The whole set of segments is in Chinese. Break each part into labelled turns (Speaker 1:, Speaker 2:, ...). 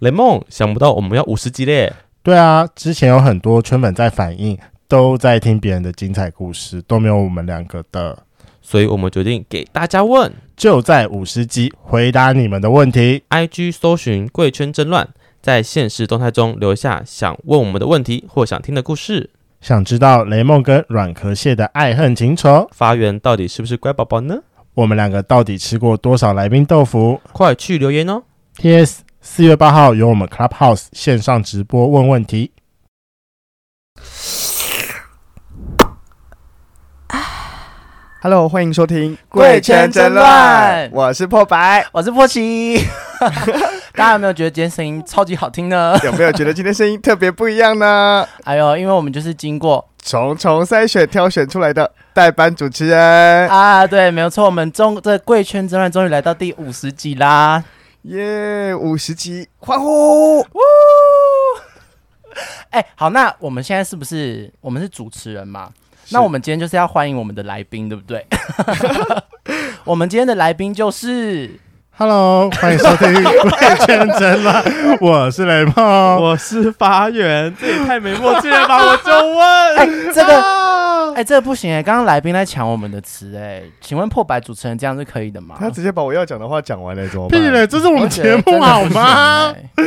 Speaker 1: 雷梦，想不到我们要五十集嘞！
Speaker 2: 对啊，之前有很多圈粉在反映，都在听别人的精彩故事，都没有我们两个的。
Speaker 1: 所以我们决定给大家问
Speaker 2: 就在五十集回答你们的问题。
Speaker 1: ，IG 搜寻“贵圈争乱”，在现实动态中留下想问我们的问题或想听的故事。
Speaker 2: 想知道雷梦跟软壳蟹的爱恨情仇，
Speaker 1: 发源到底是不是乖宝宝呢？
Speaker 2: 我们两个到底吃过多少来宾豆腐
Speaker 1: 快去留言哦！
Speaker 2: ？T.S. 四月八号有我们 Clubhouse 线上直播问问题。
Speaker 3: Hello，欢迎收听《
Speaker 4: 贵圈争乱
Speaker 3: 我是破白。
Speaker 4: 我是波奇。 大家有没有觉得今天声音超级好听呢？
Speaker 3: 有没有觉得今天声音特别不一样呢？
Speaker 4: 哎呦，因为我们就是经过
Speaker 3: 重重筛选挑选出来的代班主持人，
Speaker 4: 啊，对，没有错，我们中这贵圈争乱终于来到第五十集啦！
Speaker 3: 耶，五十集，欢呼！
Speaker 4: 呜，哎，好，那我们现在是不是我们是主持人嘛？那我们今天就是要欢迎我们的来宾，对不对？ 我们今天的来宾就是，
Speaker 2: Hello，欢迎收听 贵圈争乱，我是雷梦。
Speaker 1: 我是发源，这也太没默契了吧！我就问，
Speaker 4: 哎，这个，哎，这个不行哎，刚刚来宾在抢我们的词哎，请问破百主持人这样是可以的吗？
Speaker 3: 他直接把我要讲的话讲完了，怎么
Speaker 2: 屁
Speaker 3: 办？
Speaker 2: 嘞，这是我们节目好吗？？
Speaker 4: 欸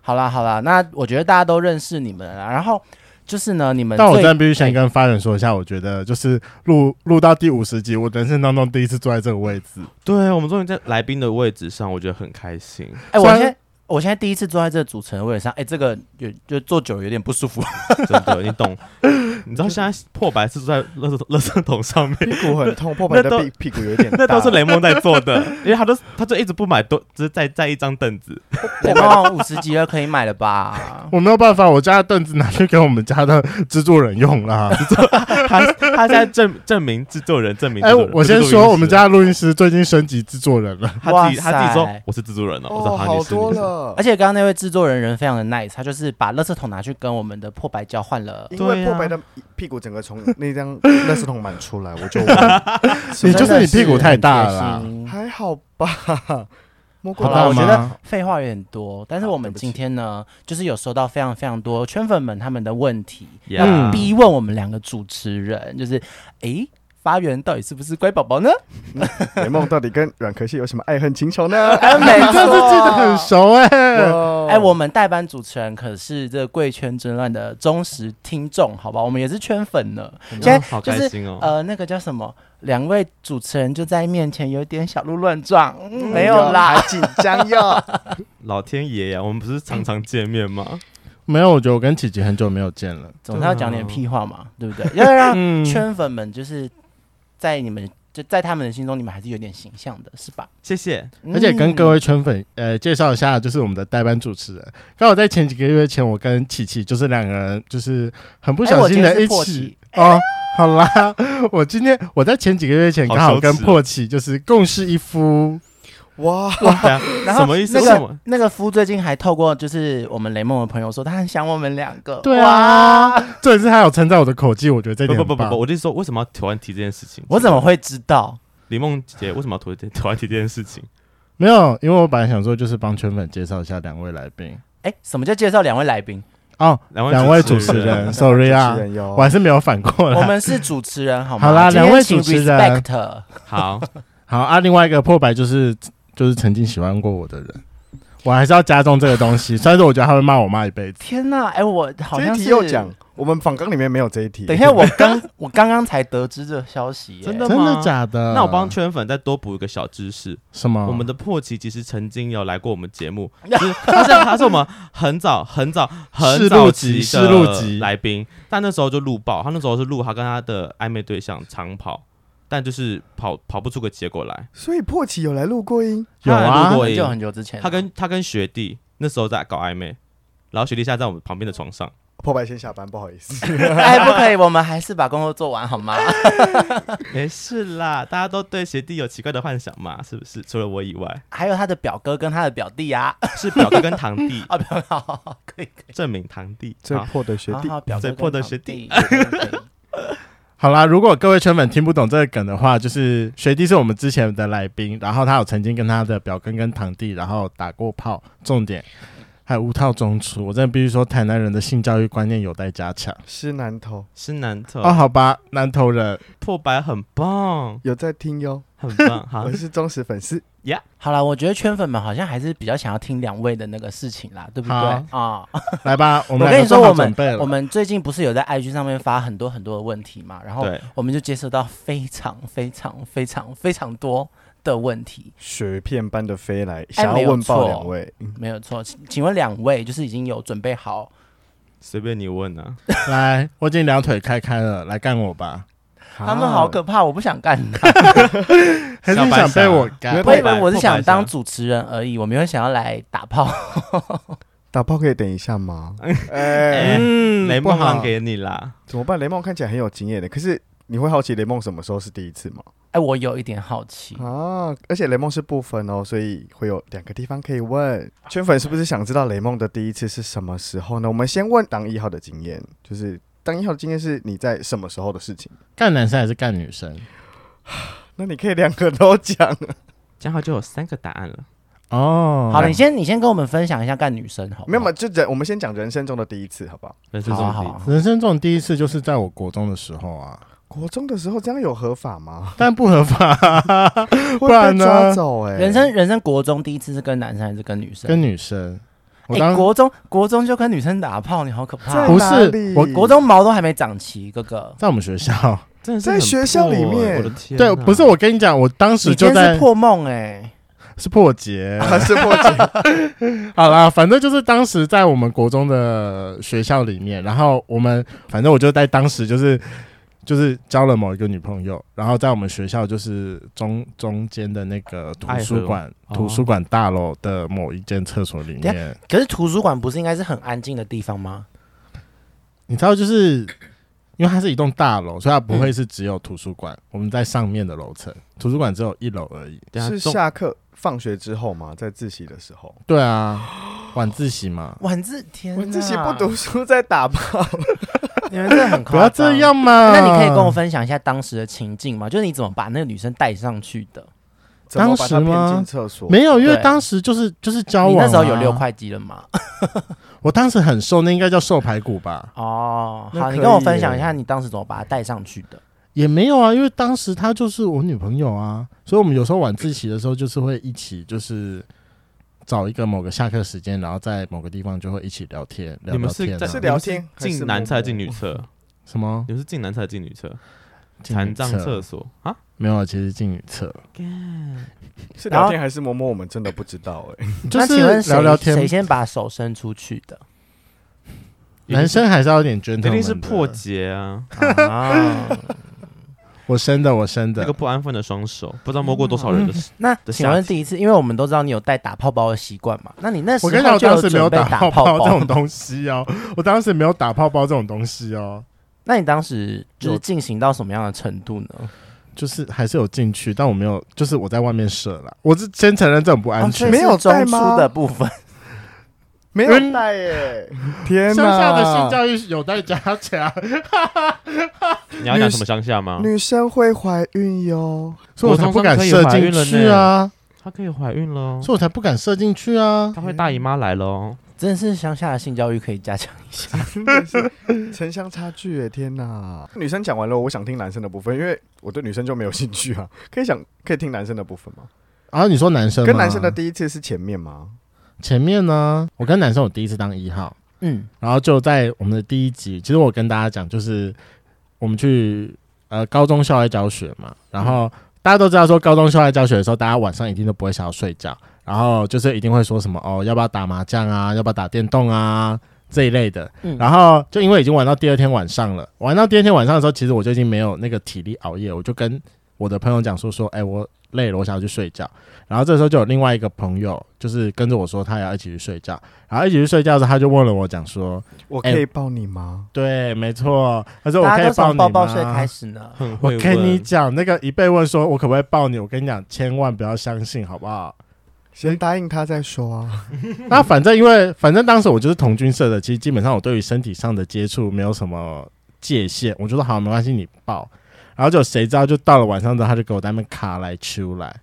Speaker 4: 好啦好啦，那我觉得大家都认识你们了啦，然后就是呢，你们
Speaker 2: 但我
Speaker 4: 最
Speaker 2: 真的必须先跟发源说一下，我觉得就是录录到第五十集，我人生当中第一次坐在这个位置，
Speaker 1: 对我们终于在来宾的位置上，我觉得很开心。
Speaker 4: 哎、我
Speaker 2: 虽然
Speaker 4: 现在我现在第一次坐在这个主持人位置上，哎、这个有就坐久了有点不 舒服，
Speaker 1: 真的，你懂？ 你知道现在破白是在垃圾垃圾桶上面，
Speaker 3: 屁股很痛，破白
Speaker 1: 那
Speaker 3: 的
Speaker 1: 都
Speaker 3: 屁屁股有点大。
Speaker 1: 那都是雷蒙在做的，因为他都他就一直不买多，只是在在一张凳子。
Speaker 4: 我们五十级了可以买了吧？
Speaker 2: 我没有办法，我家的凳子拿去给我们家的制作人用啦。
Speaker 1: 他他现在证证明制作人，证明
Speaker 2: 哎、
Speaker 1: 制作人
Speaker 2: 我先
Speaker 1: 制作人
Speaker 2: 说，我们家的录音师最近升级制作人了，
Speaker 1: 他自己
Speaker 4: 哇塞
Speaker 1: 他自己说我是制作人哦，我说
Speaker 3: 哦，
Speaker 1: 好
Speaker 3: 好
Speaker 1: 你是
Speaker 3: 多
Speaker 1: 你是
Speaker 3: 了
Speaker 4: 而。且刚刚那位制作人人非常的 nice，他就是把垃圾桶拿去跟我们的破白交换了。
Speaker 3: 因为
Speaker 1: 对啊
Speaker 3: 破白的屁股整个从那张垃圾桶满出来，我就问
Speaker 2: 你就
Speaker 4: 真
Speaker 2: 是
Speaker 4: 的
Speaker 2: 你
Speaker 4: 是
Speaker 2: 屁股太大了
Speaker 4: 很
Speaker 2: 啦。
Speaker 4: 贴心
Speaker 3: 还好吧，摸过
Speaker 4: 好
Speaker 2: 好
Speaker 4: 了，
Speaker 2: 大
Speaker 4: 我觉
Speaker 2: 吗
Speaker 4: 得废话有点多，但是
Speaker 3: 好
Speaker 4: 我们
Speaker 3: 对不起
Speaker 4: 今天呢，就是有收到非常非常多圈粉们他们的问题，
Speaker 1: Yeah
Speaker 4: 要逼问我们两个主持人，就是诶，发源到底是不是乖宝宝呢？
Speaker 3: 雷梦到底跟软壳蟹有什么爱恨情 仇呢？
Speaker 4: 哎，没
Speaker 2: 你这次记得很熟哎、
Speaker 4: 哎、我们代班主持人可是这贵圈争乱的忠实听众，好吧？我们也是圈粉呢。现在
Speaker 1: 嗯好
Speaker 4: 就
Speaker 1: 开
Speaker 4: 是
Speaker 1: 心哦。
Speaker 4: 呃，那个叫什么？两位主持人就在面前有点小鹿乱撞，嗯没有啦。
Speaker 3: 还紧张哟。
Speaker 1: 老天爷呀，我们不是常常见面吗？
Speaker 2: 没有，我觉得我跟琪琪很久没有见了。
Speaker 4: 总是要讲点屁话嘛，对不对？要让
Speaker 1: 嗯，
Speaker 4: 圈粉们就是在你们就在他们的心中，你们还是有点形象的，是吧？
Speaker 1: 谢谢。
Speaker 4: 嗯
Speaker 2: 而且跟各
Speaker 4: 位
Speaker 2: 位圈粉呃介绍一下，就是我们的代班主持人。刚好在前几个月前，我跟琪琪就是两个人，就是很不小心
Speaker 4: 哎我今天
Speaker 2: 的
Speaker 4: 是
Speaker 2: 一
Speaker 4: 破
Speaker 2: 起
Speaker 4: 琪、
Speaker 2: 哦。好啦，我今天我在前几个月前
Speaker 1: 好
Speaker 2: 刚好跟
Speaker 1: 羞耻哦
Speaker 2: 破奇就是共事一夫，
Speaker 3: 哇，
Speaker 1: 对啊
Speaker 4: 然后
Speaker 1: 什么意思？
Speaker 4: 那
Speaker 1: 为什么
Speaker 4: 个？那个夫最近还透过就是我们雷梦的朋友说，他很想我们两个。
Speaker 2: 对啊
Speaker 4: 哇，
Speaker 2: 这也是他有称赞我的口技，我觉得这
Speaker 1: 不
Speaker 2: 点
Speaker 1: 不
Speaker 2: 很
Speaker 1: 不不
Speaker 2: 棒
Speaker 1: 不，我就是说为什么要突然提这件事情？
Speaker 4: 我怎么会知道？
Speaker 1: 李梦姐为什么要突然突然提这件事情？
Speaker 2: 没有，因为我本来想说就是帮圈粉介绍一下两位来宾
Speaker 4: 哎，什么叫介绍两位来宾？
Speaker 2: 哦，两位主
Speaker 1: 持
Speaker 2: 持人
Speaker 1: 人，
Speaker 2: ，sorry 啊
Speaker 3: 主持，人哟
Speaker 2: 我还是没有反过
Speaker 4: 我
Speaker 2: 来。
Speaker 4: 们是主持人，好吗？
Speaker 2: 好啦
Speaker 4: 今天
Speaker 2: 两位
Speaker 4: 请
Speaker 2: 主持人
Speaker 4: respect
Speaker 1: 好，
Speaker 2: 好啊，另外一个破白就是就是曾经喜欢过我的人，我还是要加重这个东西。虽然说我觉得他会骂我骂一辈子，
Speaker 4: 天哪，哎，我好
Speaker 3: 这一
Speaker 4: 像
Speaker 3: 题
Speaker 4: 是
Speaker 3: 又讲，我们访纲里面没有这一题。
Speaker 4: 等一下，我刚 我刚刚才得知这个消息耶，
Speaker 1: 真的
Speaker 2: 真
Speaker 1: 吗
Speaker 2: 的假的？
Speaker 1: 那我帮圈粉再多补一个小知识，
Speaker 2: 什么？
Speaker 1: 我们的破奇其实曾经有来过我们节 目，就是他是他是我们很早很早很早期
Speaker 2: 试录集试录
Speaker 1: 的
Speaker 2: 集
Speaker 1: 来宾，但那时候就录爆，他那时候是录他跟他的暧昧对象长跑，但就是跑跑不出个结果来。
Speaker 3: 所以破奇有来录过音，
Speaker 2: 有啊
Speaker 1: 他还录过
Speaker 4: 很久
Speaker 1: 音，
Speaker 4: 很久之前了，
Speaker 1: 他跟他跟学弟那时候在搞暧昧，然后学弟现在在我们旁边的床 上，
Speaker 3: 破白先下班，不好意思。
Speaker 4: 哎不可以，我们还是把工作做完好吗？
Speaker 1: 没事啦，大家都对学弟有奇怪的幻想嘛，是不是？除了我以外，
Speaker 4: 还有他的表哥跟他的表弟啊，
Speaker 1: 是表哥跟堂 弟
Speaker 4: 啊表好好好可以可以，
Speaker 1: 证明堂弟
Speaker 3: 最
Speaker 1: 好
Speaker 3: 破的学
Speaker 4: 好
Speaker 3: 弟，
Speaker 4: 好表哥
Speaker 1: 最
Speaker 4: 跟
Speaker 1: 破的
Speaker 4: 堂
Speaker 1: 学
Speaker 4: 弟
Speaker 1: 弟，
Speaker 2: 好啦，如果各位圈粉听不懂这个梗的话，就是学弟是我们之前的来宾，然后他有曾经跟他的表哥跟堂弟，然后打过炮，重点。还有无套中出，我真的必须说，台南人的性教育观念有待加强。
Speaker 3: 是啊南头
Speaker 1: 是南特、
Speaker 2: 哦，好吧，南投人，
Speaker 1: 破百很棒，
Speaker 3: 有在听哟，
Speaker 1: 很棒， 好
Speaker 3: 我，是忠实粉丝。
Speaker 4: 好了，我觉得圈粉们好像还是比较想要听两位的那个事情啦，对不对
Speaker 2: 好
Speaker 4: 啊？
Speaker 2: 来吧，我
Speaker 4: 我
Speaker 2: 们
Speaker 4: 跟你说，
Speaker 2: 两个做好
Speaker 4: 我们
Speaker 2: 准备了
Speaker 4: 我们最近不是有在 IG 上面发很多很多的问题嘛，然后
Speaker 1: 对，
Speaker 4: 我们就接收到非常非常非常非常多的问题，
Speaker 3: 雪片般的飞来，
Speaker 4: 哎
Speaker 3: 想
Speaker 4: 没
Speaker 3: 要
Speaker 4: 有
Speaker 3: 问
Speaker 4: 错
Speaker 3: 爆两位，嗯
Speaker 4: 没有错。请请问两位就是已经有准备好？
Speaker 1: 随便你问啊。
Speaker 2: 来，我已经两腿开开了，来干我吧，
Speaker 4: 他们好
Speaker 3: 啊
Speaker 4: 可怕，我不想干他。
Speaker 2: 还是你想被我干
Speaker 1: 小白？
Speaker 4: 我以
Speaker 1: 破
Speaker 4: 为
Speaker 1: 百
Speaker 4: 我
Speaker 1: 破
Speaker 4: 是
Speaker 1: 百
Speaker 4: 想当
Speaker 1: 侠
Speaker 4: 主持人而已，我没有想要来打炮。
Speaker 3: 打炮可以等一下 吗？哎，
Speaker 1: 嗯雷梦
Speaker 3: 不好
Speaker 1: 让给你啦，
Speaker 3: 怎么办？雷梦看起来很有经验的，可是你会好奇雷梦什么时候是第一次吗？
Speaker 4: 哎，我有一点好奇，
Speaker 3: 啊，而且雷梦是不分哦，所以会有两个地方可以问圈粉是不是想知道雷梦的第一次是什么时候呢？我们先问当一号的经验，就是当一号的经验是你在什么时候的事情？
Speaker 2: 干男生还是干女生？
Speaker 3: 那你可以两个都讲。
Speaker 1: 这样的话就有三个答案了。
Speaker 2: 哦，
Speaker 4: 好了，你先你先跟我们分享一下干女生好不好，
Speaker 3: 没有嘛，就人我们先讲人生中的第一次，好不好？
Speaker 1: 人生
Speaker 4: 好
Speaker 1: 中
Speaker 4: 好
Speaker 1: 第一
Speaker 4: 好
Speaker 2: 人生这种第一次就是在我国中的时候啊，
Speaker 3: 国中的时候这样有合法 吗？
Speaker 2: 但不合法、
Speaker 3: 会
Speaker 2: 然
Speaker 3: 被
Speaker 2: 呢
Speaker 3: 抓走哎、
Speaker 4: 人生人生国中第一次是跟男生还是跟女生？
Speaker 2: 跟女生。我
Speaker 4: 哎、
Speaker 2: 当、
Speaker 4: 国中国中就跟女生打炮，你好可怕、
Speaker 3: 在
Speaker 2: 不
Speaker 3: 哪里
Speaker 2: 是我
Speaker 4: 国中毛都还没长齐，哥哥，
Speaker 2: 在我们学校，
Speaker 1: 真的是
Speaker 3: 在
Speaker 1: 很
Speaker 3: 学校
Speaker 1: 破
Speaker 3: 里
Speaker 1: 欸
Speaker 3: 面
Speaker 1: 我的天哪，
Speaker 2: 对，不是我跟你讲，我当时
Speaker 4: 你
Speaker 2: 就
Speaker 4: 今天
Speaker 2: 在
Speaker 4: 是破梦哎、
Speaker 2: 是破节。
Speaker 3: 啊是破解
Speaker 2: 好啦，反正就是当时在我们国中的学校里面，然后我们反正我就在当时就是就是交了某一个女朋友，然后在我们学校就是中中间的那个图书馆
Speaker 1: 爱河
Speaker 2: 图书馆大楼的某一间厕所里
Speaker 4: 哦等
Speaker 2: 面，
Speaker 4: 可是图书馆不是应该是很安静的地方吗？
Speaker 2: 你知道就是。因为它是一栋大楼，所以它不
Speaker 4: 嗯
Speaker 2: 会是只有图书馆。我们在上面的楼层，图书馆只有一楼而已。
Speaker 1: 等
Speaker 3: 是
Speaker 1: 一下中
Speaker 3: 下课放学之后吗？在自习的时候，
Speaker 2: 对啊，晚自习嘛，
Speaker 4: 晚自天，啊
Speaker 3: 我自习不，读书在打炮，
Speaker 4: 你们真的很
Speaker 2: 不
Speaker 4: 夸
Speaker 2: 要
Speaker 4: 张
Speaker 2: 这。样嘛。
Speaker 4: 那你可以跟我分享一下当时的情境吗？就是你怎么把那个女生带上去的？
Speaker 3: 怎么
Speaker 2: 当
Speaker 3: 把
Speaker 2: 时
Speaker 3: 他骗
Speaker 2: 吗
Speaker 3: 进厕所？
Speaker 2: 没有，因为
Speaker 4: 对
Speaker 2: 当时就是就是交
Speaker 4: 你
Speaker 2: 往、啊。
Speaker 4: 那时候有六，块肌了吗？
Speaker 2: 我当时很瘦，那应该叫瘦排骨吧？
Speaker 4: 哦，
Speaker 3: 那
Speaker 4: 好，
Speaker 3: 可以
Speaker 4: 你跟我分享一下你当时怎么把她带上去的。
Speaker 2: 也没有啊，因为当时她就是我女朋友啊，所以我们有时候晚自习的时候就是会一起就是。找一个某个下课时间，然后在某个地方就会一起聊天，聊
Speaker 1: 你们
Speaker 2: 聊
Speaker 1: 是
Speaker 2: 天、啊。
Speaker 1: 在
Speaker 3: 是
Speaker 1: 你
Speaker 3: 聊
Speaker 1: 们
Speaker 3: 天还是
Speaker 1: 进男厕还是进
Speaker 3: 摸
Speaker 1: 女厕？
Speaker 2: 什么？
Speaker 1: 你们是进男厕还是进女厕？
Speaker 2: 进女
Speaker 1: 残障厕所啊？
Speaker 2: 没有，其实进女厕，
Speaker 3: 是
Speaker 4: 然后
Speaker 3: 聊天还是摸摸？我们真的不知道哎、
Speaker 2: 就
Speaker 4: 那请问
Speaker 2: 是
Speaker 4: 谁
Speaker 2: 聊聊天
Speaker 4: 谁。先把手伸出去的？
Speaker 2: 男生还是要有点 gentleman
Speaker 1: 一
Speaker 2: 的。
Speaker 1: 定是破节啊！
Speaker 4: 啊，
Speaker 2: 我生的，我生
Speaker 1: 那
Speaker 2: 的
Speaker 1: 个。不安分的双手，不知道摸过多少 人的手。
Speaker 4: 那
Speaker 1: 的
Speaker 4: 请
Speaker 1: 下
Speaker 4: 问
Speaker 1: 体
Speaker 4: 第一次，因为我们都知道你有带打泡包的习惯嘛，那你那时
Speaker 2: 我
Speaker 4: 候
Speaker 2: 跟你讲，我
Speaker 4: 就
Speaker 2: 当时没有
Speaker 4: 准备
Speaker 2: 打
Speaker 4: 打
Speaker 2: 泡
Speaker 4: 泡
Speaker 2: 泡这种东西哦，我当时没有打泡泡这种东西哦。
Speaker 4: 那你当时就是
Speaker 2: 有
Speaker 4: 进行到什么样的程度呢？
Speaker 2: 就是还是有进去，但我没有，就是我在外面射了。我是先承认这种不安
Speaker 4: 哦
Speaker 2: 全。
Speaker 3: 没有带
Speaker 4: 中
Speaker 3: 吗
Speaker 4: 枢的部分，
Speaker 3: 没
Speaker 2: 嗯
Speaker 3: 有带耶、 天
Speaker 2: 乡
Speaker 3: 哪！
Speaker 2: 下的性教育有待加强，
Speaker 1: 你要讲什么乡下吗？
Speaker 3: 女生会怀孕哟，
Speaker 2: 所以我才不敢射进去啊，
Speaker 1: 她可以怀孕了，
Speaker 2: 所以我才不敢射进去啊。
Speaker 1: 她会大姨妈来了哦。
Speaker 4: 真的是乡下的性教育可以加强一下。
Speaker 3: 真的是 城乡差距耶！天哪，女生讲完了，我想听男生的部分，因为我对女生就没有兴趣啊。 可以想，可以听男生的部分吗？
Speaker 2: 然后啊你说男生吗
Speaker 3: 跟男生的第一次是前面吗？
Speaker 2: 前面呢，我跟男生我第一次当一号，
Speaker 4: 嗯，
Speaker 2: 然后就在我们的第一集，其实我跟大家讲，就是我们去呃高中校外教学嘛，然后大家都知道说高中校外教学的时候，大家晚上一定都不会想要睡觉，然后就是一定会说什么哦，要不要打麻将啊，要不要打电动啊这一类的。
Speaker 4: 嗯
Speaker 2: 然后就因为已经玩到第二天晚上了，玩到第二天晚上的时候，其实我就已经没有那个体力熬夜，我就跟我的朋友讲说说，哎、我累了，我想要去睡觉。然后这时候就有另外一个朋友，就是跟着我说他也要一起去睡觉，然后一起去睡觉的时候，他就问了我讲说，
Speaker 3: 我可以抱你吗？
Speaker 2: 对，没错，他说我
Speaker 4: 大
Speaker 2: 可以
Speaker 4: 家都
Speaker 2: 抱
Speaker 4: 从
Speaker 2: 你
Speaker 4: 抱抱睡
Speaker 2: 吗
Speaker 4: 开始呢。
Speaker 1: 很会
Speaker 2: 我跟你
Speaker 1: 问，
Speaker 2: 讲，那个一被问说我可不可以抱你，我跟你讲，千万不要相信，好不好？
Speaker 3: 先答应他再说啊。
Speaker 2: 那反正因为反正当时我就是童军社的，其实基本上我对于身体上的接触没有什么界限，我就说好，没关系，你抱。然后就谁知道，就到了晚上之后，他就给我在那边卡来出来。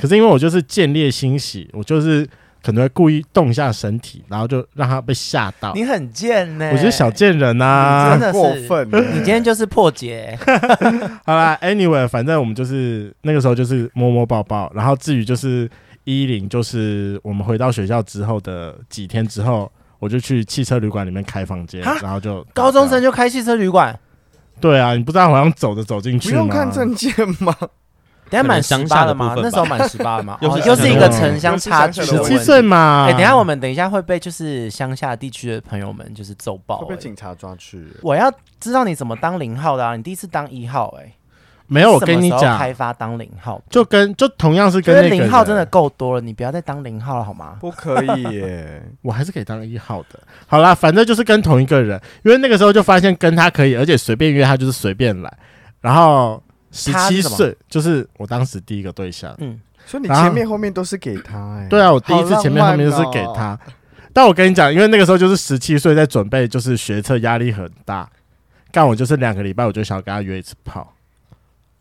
Speaker 2: 可是因为我就是见猎欣喜，我就是可能会故意动一下身体，然后就让他被吓到。
Speaker 4: 你很贱呢、
Speaker 2: 我就是小贱人啊呐、
Speaker 4: 你真的是
Speaker 3: 啊过分欸了，
Speaker 4: 你今天就是破 解，
Speaker 2: 好啦，anyway，反正我们就是那个时候就是摸摸抱抱，然后至于就是一零，就是我们回到学校之后的几天之后，我就去汽车旅馆里面开房间，
Speaker 4: 哈
Speaker 2: 然后就
Speaker 4: 高中生就开汽车旅馆，
Speaker 2: 对啊，你不知道好像走着走进去
Speaker 3: 不
Speaker 2: 吗？
Speaker 3: 用看证件吗？
Speaker 4: 等一下满
Speaker 1: 可能
Speaker 4: 十
Speaker 1: 乡
Speaker 4: 八
Speaker 1: 下
Speaker 4: 了
Speaker 1: 的部
Speaker 4: 吗？
Speaker 1: 分吧？
Speaker 4: 那时候满十八了吗
Speaker 1: 又
Speaker 4: 哦
Speaker 1: 是
Speaker 4: 又是一个城乡
Speaker 3: 又是
Speaker 4: 差
Speaker 3: 乡
Speaker 4: 距
Speaker 3: 下的
Speaker 4: 的
Speaker 2: 十
Speaker 4: 问
Speaker 3: 问
Speaker 4: 题
Speaker 2: 七
Speaker 3: 题。
Speaker 2: 岁嘛。
Speaker 4: 哎，等一下我们等一下会被就是乡下地区的朋友们就是揍爆
Speaker 3: 会被
Speaker 4: 欸。
Speaker 3: 警察抓去。
Speaker 4: 我要知道你怎么当零号的啊！你第一次当一号哎，
Speaker 2: 没有，我跟你
Speaker 4: 什么时候
Speaker 2: 讲
Speaker 4: 开，发当零号，
Speaker 2: 就跟就同样是
Speaker 4: 觉
Speaker 2: 跟
Speaker 4: 得
Speaker 2: 那个
Speaker 4: 零号真的
Speaker 2: 人，
Speaker 4: 够多了，你不要再当零号了好吗？
Speaker 3: 不可以 耶！
Speaker 2: 我还是可以当一号的。好啦，反正就是跟同一个人，因为那个时候就发现跟他可以，而且随便约他就是随便来。然后十
Speaker 4: 他
Speaker 2: 七
Speaker 4: 是什么
Speaker 2: 岁就是我当时第一个对象。
Speaker 4: 嗯，
Speaker 3: 所以你
Speaker 2: 然后
Speaker 3: 前面后面都是给他哎。
Speaker 2: 对啊，我第一次
Speaker 3: 好浪
Speaker 2: 前面后面就是
Speaker 3: 漫哦
Speaker 2: 给他。但我跟你讲，因为那个时候就是十七岁，在准备就是学测，压力很大。干我就是两个礼拜，我就想要跟他约一次 炮。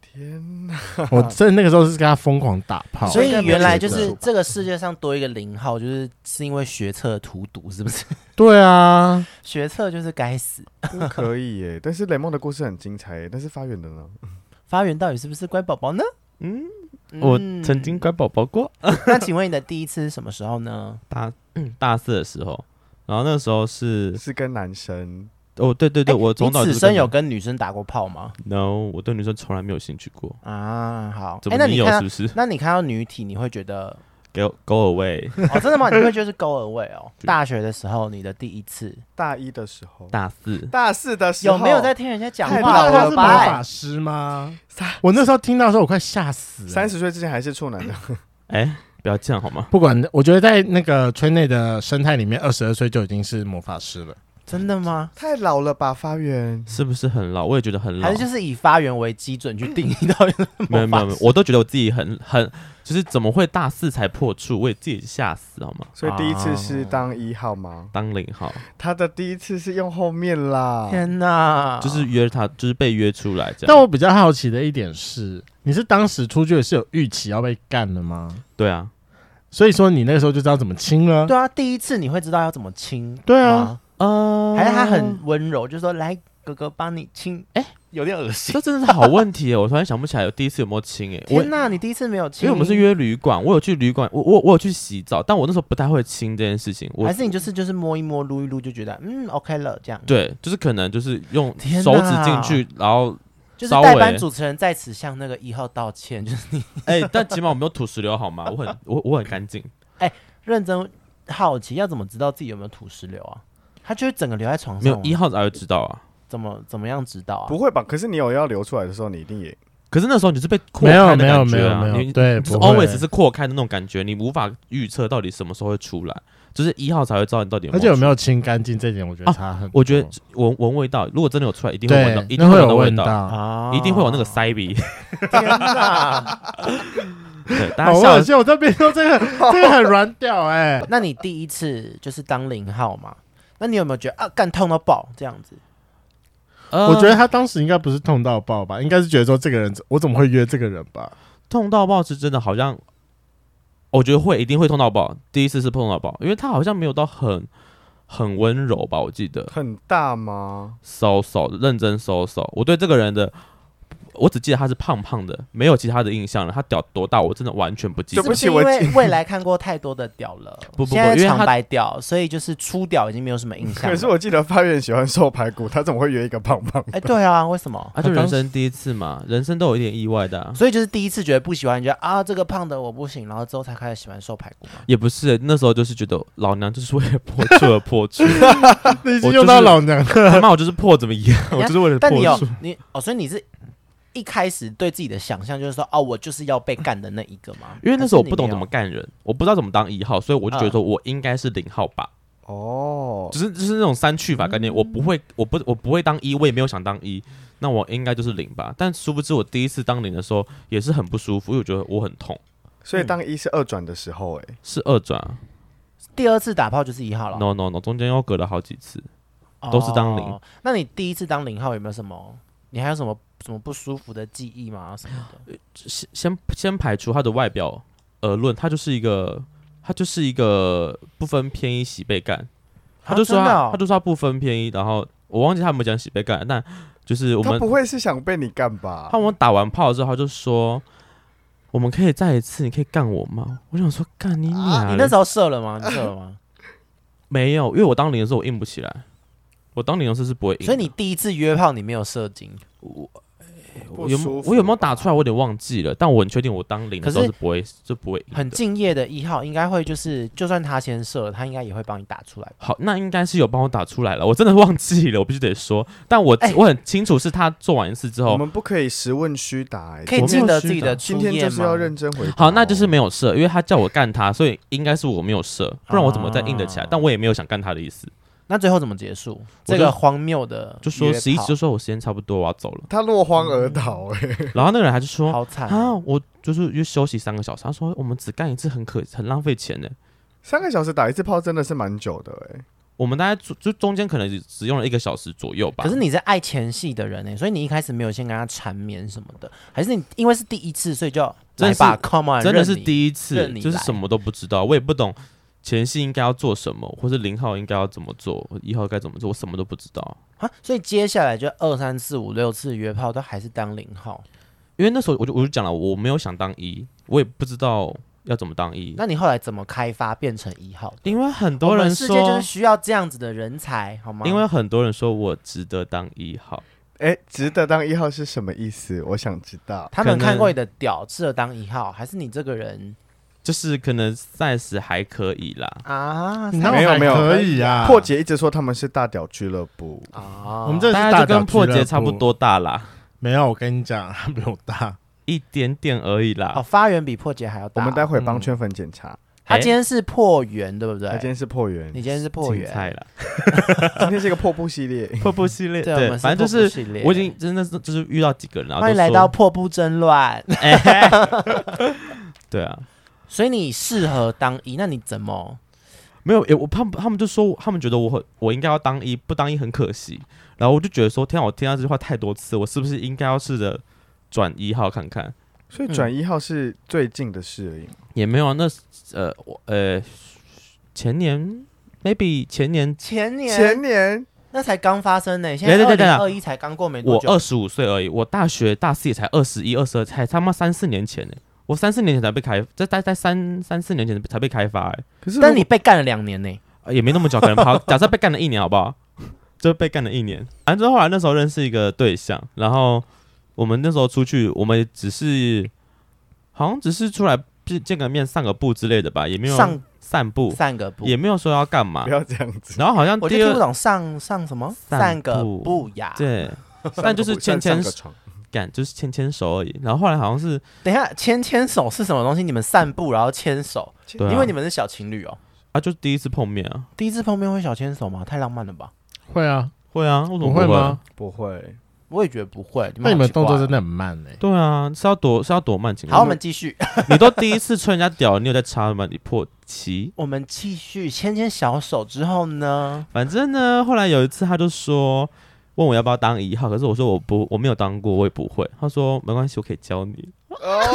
Speaker 3: 天哪！
Speaker 2: 我真的那个时候是跟他疯狂打炮，
Speaker 4: 所以原来就
Speaker 2: 我觉
Speaker 4: 是
Speaker 2: 得
Speaker 4: 这个世界上多一个零号，就是是因为学测荼毒，是不是？
Speaker 2: 对啊，
Speaker 4: 学测就是该死。
Speaker 3: 不可以耶！但是雷梦的故事很精彩耶，但是发源的呢？
Speaker 4: 发源到底是不是乖宝宝呢？
Speaker 1: 嗯，我
Speaker 4: 嗯
Speaker 1: 曾经。乖宝宝过，
Speaker 4: 那请问你的第一次是什么时候呢？
Speaker 1: 大
Speaker 4: 嗯
Speaker 1: 大四的时候，然后那时候是
Speaker 3: 是跟男生，
Speaker 1: 哦，对对对，
Speaker 4: 哎
Speaker 1: 我从
Speaker 4: 你
Speaker 1: 早就
Speaker 4: 此
Speaker 1: 是
Speaker 4: 生
Speaker 1: 跟
Speaker 4: 有跟女生打过炮吗？
Speaker 1: no，我对女生从来没有兴趣过。
Speaker 4: 啊，好。
Speaker 1: 怎
Speaker 4: 哎，
Speaker 1: 么
Speaker 4: 那
Speaker 1: 你
Speaker 4: 你
Speaker 1: 有
Speaker 4: 看
Speaker 1: 是
Speaker 4: 到，
Speaker 1: 不是？
Speaker 4: 那你看到女体，你会觉得
Speaker 1: 给我 go away。
Speaker 4: 哦，真的吗？你会觉得是勾而味哦。大学的时候，你的第一次
Speaker 3: 大一的时候，
Speaker 1: 大四，
Speaker 3: 大四的时候
Speaker 4: 有没有在听人家讲
Speaker 3: 太
Speaker 2: 不知
Speaker 4: 话？
Speaker 2: 道
Speaker 3: 棒
Speaker 2: 他
Speaker 4: 我
Speaker 2: 是
Speaker 3: 了
Speaker 2: 魔
Speaker 3: 吧
Speaker 4: 拜
Speaker 2: 法师吗？我那时候听到的时候，我快吓死了。
Speaker 3: 三十岁之前还是处男的？
Speaker 1: 哎，不要这样好吗？
Speaker 2: 不管，我觉得在那个圈内的生态里面，二十二岁就已经是魔法师了。
Speaker 4: 真的吗？
Speaker 3: 太老了吧，发源。
Speaker 1: 是不是很老？我也觉得很老
Speaker 4: 还是。就是以发源为基准去定义到底 是
Speaker 1: 没有没
Speaker 4: 魔
Speaker 1: 有
Speaker 4: 法
Speaker 1: 没有，
Speaker 4: 师
Speaker 1: 我都觉得我自己很很，就是怎么会大四才破处？我也自己吓死好吗？
Speaker 3: 所以第一次
Speaker 1: 啊
Speaker 3: 是当一号吗？
Speaker 1: 当零
Speaker 4: 啊
Speaker 1: 号
Speaker 3: 他的第一次是用后面啦。
Speaker 4: 天哪，
Speaker 1: 嗯就是约他，就是被约出来这
Speaker 2: 但
Speaker 1: 样。
Speaker 2: 我比较好奇的一点是，你是当时出去是有预期要被干的吗？
Speaker 1: 对啊，
Speaker 2: 所以说你那个时候就知道怎么亲了。
Speaker 4: 对啊，第一次你会知道要怎么亲，
Speaker 2: 对啊
Speaker 4: 吗，
Speaker 1: 呃，
Speaker 4: 还是他很温柔，就说来哥哥帮你亲，哎，有点恶心。
Speaker 1: 这真的是好问题哦耶！我突然想不起来有第一次有没有亲 哎，我
Speaker 4: 天哪，你第一次没有亲，
Speaker 1: 因为我们是，约旅馆，我有去旅馆，我我我有去洗澡，但我那时候不太会亲这件事情，我
Speaker 4: 还是你就是就是摸一摸、撸一撸就觉得嗯 OK 了这样。，
Speaker 1: 对，就是可能就是用
Speaker 4: 天
Speaker 1: 手指
Speaker 4: 哪
Speaker 1: 进去，然后
Speaker 4: 就是
Speaker 1: 稍微
Speaker 4: 代班主持人在此向那个一号道歉，就是你
Speaker 1: 哎、但起码我没有吐石榴好吗？我很我我很干净，
Speaker 4: 认真好奇要怎么知道自己有没有土石流啊？他就是整个留在床
Speaker 1: 没
Speaker 4: 上
Speaker 1: 有
Speaker 4: 吗，
Speaker 1: 一号才会知道啊。
Speaker 4: 怎么怎么样知道啊？
Speaker 3: 不会吧？可是你有要流出来的时候，你一定也
Speaker 1: 可是那时候你就是被扩
Speaker 2: 没有
Speaker 1: 开的
Speaker 2: 没有
Speaker 1: 感觉啊，
Speaker 2: 没有没有
Speaker 1: 你
Speaker 2: 对
Speaker 1: 你就是
Speaker 2: 不会
Speaker 1: always 是扩开的那种感觉，你无法预测到底什么时候会出来，就是一号才会知道你到底有没
Speaker 2: 而
Speaker 1: 有
Speaker 2: 且
Speaker 1: 出。
Speaker 2: 有没有清干净这点，我觉得差很多、
Speaker 1: 哦我觉得闻闻味道，如果真的有出来，一定会闻到，
Speaker 2: 对，
Speaker 1: 一
Speaker 2: 那
Speaker 1: 定会
Speaker 2: 有哦
Speaker 1: 到味
Speaker 2: 问，到。
Speaker 4: 啊
Speaker 1: 一定会有那个塞鼻。
Speaker 4: 天哪！
Speaker 1: 对，大
Speaker 2: 好
Speaker 1: 家
Speaker 2: 恶
Speaker 1: 笑。
Speaker 2: 心！我这边说这 个这个很软屌哎、
Speaker 4: 那你第一次就是当零号嘛？那你有没有觉得啊，干痛到爆这样子？
Speaker 1: 呃
Speaker 2: 我觉得他当时应该不是痛到爆吧，应该是觉得说这个人我怎么会约这个人 吧？
Speaker 1: 痛到爆是真的，好像我觉得会一定会痛到爆。第一次是碰到爆，因为他好像没有到很很温柔吧，我记得。
Speaker 3: 很大吗？
Speaker 1: 搜搜，认真搜搜。我对这个人的，我只记得他是胖胖的，没有其他的印象了。他屌多大，我真的完全不记
Speaker 3: 对
Speaker 1: 得
Speaker 3: 不。起
Speaker 4: 是不是因
Speaker 3: 我
Speaker 4: 为未来看过太多的屌了，
Speaker 1: 不不不
Speaker 4: 现在
Speaker 1: 因为他
Speaker 4: 长白屌，所以就是粗屌已经没有什么
Speaker 1: 啊
Speaker 4: 印象 了。
Speaker 3: 可是我记得发源喜欢瘦排骨，他怎么会约一个胖胖？
Speaker 4: 哎，对啊，为什么？
Speaker 1: 啊，就人生第一次嘛，人生都有一点意外的啊、
Speaker 4: 所以就是第一次觉得不喜欢，觉得啊这个胖的我不行，然后之后才开始喜欢瘦排骨嘛。
Speaker 1: 也不是那时候就是觉得老娘就是为了破处而破处，
Speaker 2: 你已经
Speaker 1: 我就是
Speaker 2: 用到老娘
Speaker 1: 他
Speaker 2: 了，
Speaker 1: 妈我就是破怎么样，我就是为了
Speaker 4: 但你
Speaker 1: 破
Speaker 4: 有
Speaker 1: 处。
Speaker 4: 你哦，所以你是一开始对自己的想象就是说哦，我就是要被干的那一个嘛？
Speaker 1: 因为那时候我不懂
Speaker 4: 还
Speaker 1: 怎
Speaker 4: 是你没
Speaker 1: 么
Speaker 4: 有
Speaker 1: 干人，我不知道怎么当一号，所以我就觉得说我应该是零号吧。
Speaker 3: 哦，
Speaker 1: 就是就是那种三去法概念，我不会，我不我不会当一，我也没有想当一，那我应该就是零吧。但殊不知我第一次当零的时候也是很不舒服，因为我觉得我很痛，
Speaker 3: 所
Speaker 1: 嗯
Speaker 3: 以当一是二转的时候，哎，
Speaker 1: 是二转啊、
Speaker 4: 第二次打炮就是一号了，
Speaker 1: no no no，中间又隔了好几次。都是当零
Speaker 4: 哦。那你第一次当零号有没有什么？你还有什么什么不舒服的记忆吗？什么的？
Speaker 1: 先先先排除他的外表而论，他就是一个他就是一个不分偏一喜被干，他就说
Speaker 5: 真
Speaker 1: 他、
Speaker 5: 的哦
Speaker 1: 他就说他不分偏一，然后我忘记他有没有讲喜被干，但就是我
Speaker 3: 他
Speaker 1: 们
Speaker 3: 不会是想被你干吧
Speaker 1: 他？我们打完炮之后，他就说我们可以再一次，你可以干我吗？我想说干你
Speaker 4: 啊
Speaker 1: 娘嘞、
Speaker 4: 你那时候射了 吗？你射了吗？
Speaker 1: 没有，因为我当零的时候我硬不起来，我当零的时候是不会硬的，
Speaker 4: 所以你第一次约炮你没有射精，
Speaker 1: 我有没有我有没有打出来，我有点忘记了，但我很确定我当零的时候
Speaker 4: 可
Speaker 1: 是
Speaker 4: 是
Speaker 1: 不会是不会赢的
Speaker 4: 很敬业的一号应该会就是，就算他先射，他应该也会帮你打出来吧。
Speaker 1: 好，那应该是有帮我打出来了，我真的忘记了，我必须得说，但我、
Speaker 4: 哎
Speaker 1: 我很清楚是他做完一次之
Speaker 3: 我
Speaker 1: 后，
Speaker 3: 们不可以实问虚答、欸，
Speaker 4: 可以
Speaker 1: 我没有
Speaker 4: 记得
Speaker 1: 虚
Speaker 4: 自己的
Speaker 1: 打
Speaker 4: 初
Speaker 3: 今天
Speaker 4: 夜
Speaker 3: 就是要
Speaker 4: 吗？
Speaker 3: 认真回答哦、
Speaker 1: 好，那就是没有射，因为他叫我干他，所以应该是我没有射，不然我怎么再硬得起来？
Speaker 4: 啊
Speaker 1: 但我也没有想干他的意思，
Speaker 4: 那最后怎么结束？
Speaker 1: 就
Speaker 4: 这个荒谬的
Speaker 1: 就说
Speaker 4: 约炮
Speaker 1: 十一就说我时间差不多，我要走了。
Speaker 3: 他落荒而逃、欸，
Speaker 1: 然后那个人还是说
Speaker 4: 好惨
Speaker 1: 啊，
Speaker 4: 哦，
Speaker 1: 我就是约休息三个小时，他说我们只干一次很可很浪费钱呢。
Speaker 3: 三个小时打一次炮真的是蛮久的、欸，哎，
Speaker 1: 我们大概就就中间可能只只用了一个小时左右吧。
Speaker 4: 可是你是爱前戏的人呢、欸所以你一开始没有先跟他缠绵什么的，还是你因为是第一次，所以就
Speaker 1: 真
Speaker 4: 来
Speaker 1: 的是
Speaker 4: 吧，Come on，
Speaker 1: 真的
Speaker 4: 认
Speaker 1: 是
Speaker 4: 你
Speaker 1: 第一次
Speaker 4: 任，你
Speaker 1: 就是
Speaker 4: 来
Speaker 1: 什么都不知道，我也不懂前戏应该要做什么，或是零号应该要怎么做，一号该怎么做，我什么都不知道。
Speaker 4: 啊，所以接下来就二三四五六次约炮都还是当零号。
Speaker 1: 因为那时候我就我就讲了，我没有想当一，我也不知道要怎么当一，
Speaker 4: 那你后来怎么开发变成一号的？
Speaker 1: 因为很多
Speaker 4: 我
Speaker 1: 人
Speaker 4: 们世界就
Speaker 1: 说
Speaker 4: 是，需要这样子的人才，好吗？
Speaker 1: 因为很多人说我值得当一号，
Speaker 3: 哎、值得当一号是什么意思？我想知道。
Speaker 4: 他
Speaker 1: 可
Speaker 4: 们
Speaker 1: 能
Speaker 4: 看过你的屌，适合当一号，还是你这个人
Speaker 1: 就是可能 size 还可以啦。
Speaker 4: 啊？
Speaker 2: 你那我
Speaker 3: 没有
Speaker 2: 还
Speaker 3: 没有
Speaker 2: 可以啊，
Speaker 3: 破解一直说他们是大屌俱乐部，
Speaker 4: 啊，
Speaker 2: 我们这是
Speaker 1: 大
Speaker 2: 大
Speaker 1: 概就
Speaker 2: 屌
Speaker 1: 跟破
Speaker 2: 俱乐
Speaker 1: 解差不
Speaker 2: 部。
Speaker 1: 多大啦，
Speaker 2: 没有，我跟你讲，他比我大。
Speaker 1: 一点点而已啦。
Speaker 4: 哦发源比破解还要
Speaker 3: 我
Speaker 4: 大。
Speaker 3: 们待会帮
Speaker 1: 嗯
Speaker 3: 圈粉检查。
Speaker 4: 他
Speaker 1: 哎
Speaker 4: 今天是破圆，对不对
Speaker 3: 他？今天是破员，
Speaker 4: 你今 天是破
Speaker 1: 青菜
Speaker 4: 圆，
Speaker 1: 啦，
Speaker 3: 今天是一个破布系列。
Speaker 1: 破布系列，
Speaker 4: 对，我
Speaker 1: 对，
Speaker 4: 们
Speaker 1: 反正就
Speaker 4: 破布
Speaker 1: 是
Speaker 4: 系列
Speaker 1: 我已经真的是就是遇到几个人，然后
Speaker 4: 欢迎
Speaker 1: 都
Speaker 4: 来
Speaker 1: 说
Speaker 4: 到破布争乱。
Speaker 1: 对啊，
Speaker 4: 所以你适合当一，那你怎么？
Speaker 1: 没有，诶我他们他们就说，他们觉得我很我应该要当一，不当一很可惜。然后我就觉得说，天啊，我听到这句话太多次，我是不是应该要试着转一号看看？
Speaker 3: 所以
Speaker 1: 嗯
Speaker 3: 转一号是最近的事而已。
Speaker 1: 也没有啊，那呃我呃前年 maybe 前年
Speaker 4: 前年
Speaker 3: 前年
Speaker 4: 那才刚发生呢，现
Speaker 1: 等
Speaker 4: 在
Speaker 1: 一下
Speaker 4: 二
Speaker 1: 等一下
Speaker 4: 零二一才刚过没多
Speaker 1: 我
Speaker 4: 久
Speaker 1: 二，十五岁而已，我大学大四也才二十一、二十二，才他妈三四年前呢、欸我三四年前才被开，在在在三三四年前才被开发、欸，
Speaker 3: 可是
Speaker 4: 但你被干了两年呢。
Speaker 1: 呃也没那么久，可能跑 假设被干了一年，好不好？ 就被干了一年。反正后来那时候认识一个对象，然后我们那时候出去，我们只是好像只是出来见见个面、散个步之类的吧，也没有
Speaker 4: 上
Speaker 1: 散步，
Speaker 4: 散个步，
Speaker 1: 也没有说要干嘛
Speaker 3: 不。要这样子。
Speaker 1: 然后好像
Speaker 4: 我就
Speaker 1: 第
Speaker 4: 听不
Speaker 1: 二
Speaker 4: 懂上上什么
Speaker 1: 散
Speaker 4: 散个
Speaker 1: 步
Speaker 4: 步呀。
Speaker 1: 对 但就是
Speaker 3: 上
Speaker 1: 牵
Speaker 3: 个上
Speaker 1: 牵
Speaker 3: 个床
Speaker 1: 干就是牵牵手而已。然后后来好像是
Speaker 4: 等一下，牵牵手是什么东西？你们散步然后牵手，
Speaker 1: 对啊
Speaker 4: 因为你们是小情侣哦。
Speaker 1: 啊，就是第一次碰面啊，
Speaker 4: 第一次碰面会小牵手吗？太浪漫了
Speaker 1: 哦
Speaker 4: 吧！
Speaker 2: 会啊，
Speaker 1: 会啊，为什么
Speaker 2: 不会
Speaker 1: 会
Speaker 2: 吗？？
Speaker 3: 不会，
Speaker 4: 我也觉得不会。
Speaker 2: 那你们动作真
Speaker 4: 的
Speaker 2: 的很慢欸 呢。
Speaker 1: 对啊，是要多是要多慢情况？
Speaker 4: 好？我们继续，
Speaker 1: 你都第一次吹人家屌，你有在插吗？你破七。
Speaker 4: 我们继续牵牵小手之后呢？
Speaker 1: 反正呢，后来有一次他就说，问我要不要当一号，可是我说我不，我没有当过，我也不会。他说没关系，我可以教你。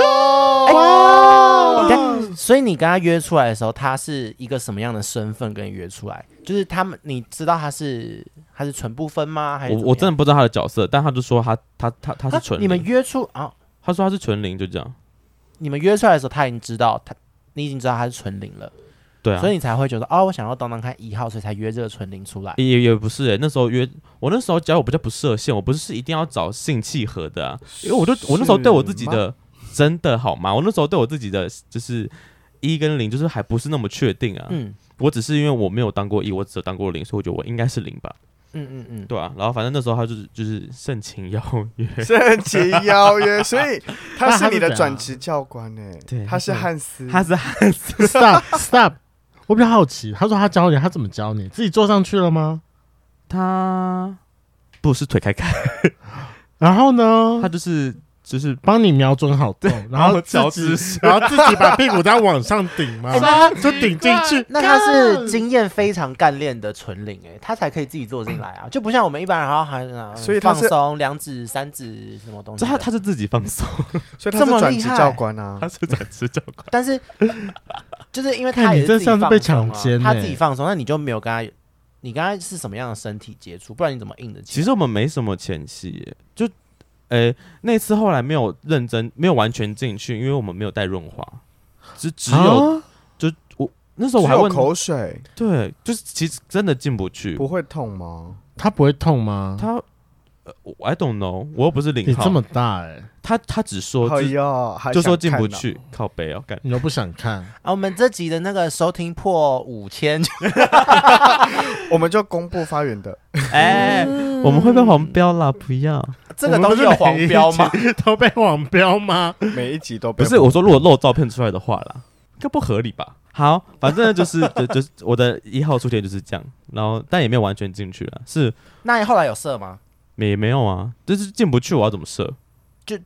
Speaker 1: 哦
Speaker 4: 哎你看，所以你跟他约出来的时候，他是一个什么样的身份跟你约出来？就是他们，你知道他是他是纯不分吗？还是
Speaker 1: 我我真
Speaker 4: 的
Speaker 1: 的不知道他的角色，但他就说他他他他是纯
Speaker 4: 你
Speaker 1: 零、
Speaker 4: 们约出啊？
Speaker 1: 他说他是纯零，就这样。
Speaker 4: 你们约出来的时候，他已经知道他，你已经知道他是纯零了，
Speaker 1: 对啊，
Speaker 4: 所以你才会觉得哦，我想要当当看一号，所以才约这个纯零出来。
Speaker 1: 也也也不是诶、欸那时候约我那时候交友比较不设限，我不是一定要找性契合的啊，因为我就我那时候对我自己的真的好吗？我那时候对我自己的就是一跟零，就是还不是那么确定啊。
Speaker 4: 嗯
Speaker 1: 我只是因为我没有当过一，我只有当过零，所以我觉得我应该是零吧。
Speaker 4: 嗯嗯嗯，
Speaker 1: 对啊，然后反正那时候他就是就是盛情邀约，
Speaker 3: 盛情邀约，所以他是你的转职教官哎、
Speaker 1: 对
Speaker 3: 他是汉斯，
Speaker 1: 他是
Speaker 2: Stop Stop！我比较好奇，他说他教你，他怎么教你？自己坐上去了吗？
Speaker 1: 他不是腿开开，
Speaker 2: 然后呢哦
Speaker 1: 他？就是就是
Speaker 2: 帮你瞄准好洞，然后
Speaker 1: 帮我脚
Speaker 2: 自
Speaker 1: 趾
Speaker 2: 己， 然后自己把屁股再往上顶 嘛，就顶进去。
Speaker 4: 哎那他是经验非常干练的纯零哎，他才可以自己做进来啊，就不像我们一般人，然后还啊
Speaker 3: 所以他
Speaker 4: 放
Speaker 3: 是
Speaker 4: 松两指、三指什么东西
Speaker 1: 这他
Speaker 4: 的。
Speaker 1: 他是自己放松，
Speaker 3: 所以他
Speaker 4: 这
Speaker 3: 是
Speaker 4: 么
Speaker 3: 转
Speaker 4: 厉
Speaker 3: 职
Speaker 4: 害
Speaker 3: 教官啊
Speaker 1: 他，是在吃教官。
Speaker 4: 但是就是因为他
Speaker 2: 看
Speaker 4: 也
Speaker 2: 你
Speaker 4: 是
Speaker 2: 这
Speaker 4: 自己
Speaker 2: 像是被
Speaker 4: 放松啊
Speaker 2: 强奸
Speaker 4: 他
Speaker 2: 欸
Speaker 4: 自己放松，那你就没有跟他有，你跟他是什么样的身体接触，不然你怎么硬得起
Speaker 1: 其
Speaker 4: 来？
Speaker 1: 实我们没什么前戏耶，就，诶、那次后来没有认真，没有完全进去，因为我们没有带润滑，只只有、
Speaker 2: 啊
Speaker 1: 就我那时候
Speaker 3: 只
Speaker 1: 我还
Speaker 3: 有
Speaker 1: 问，
Speaker 3: 口水
Speaker 1: 对，就是其实真的进不去。
Speaker 3: 不会痛吗？
Speaker 2: 他不会痛吗？
Speaker 1: 他、呃、我，I don't know，我又不是零
Speaker 2: 你
Speaker 1: 号，
Speaker 2: 这么大哎，
Speaker 1: 他他只说
Speaker 3: 哎
Speaker 1: 就
Speaker 3: 呦，还
Speaker 1: 就说
Speaker 3: 想
Speaker 1: 进不
Speaker 3: 看呢，
Speaker 1: 去，靠背哦，干
Speaker 2: 你又不想看，
Speaker 4: 啊，我们这集的那个收听破五千，
Speaker 3: 我们就公布发源的，
Speaker 1: 哎、我们会被黄标啦，不要。
Speaker 5: 这个东西有黄标吗？
Speaker 2: 都被黄标吗？
Speaker 3: 每一集 都
Speaker 1: 不
Speaker 3: 被
Speaker 1: 是我说，如果露照片出来的话啦，这不合理吧？好，反正呢就是 就就是我的一号出现就是这样，然后但也没有完全进去了，是
Speaker 4: 那你后来有射吗？
Speaker 1: 也没有啊，就是进不去，我要怎么射？
Speaker 4: 就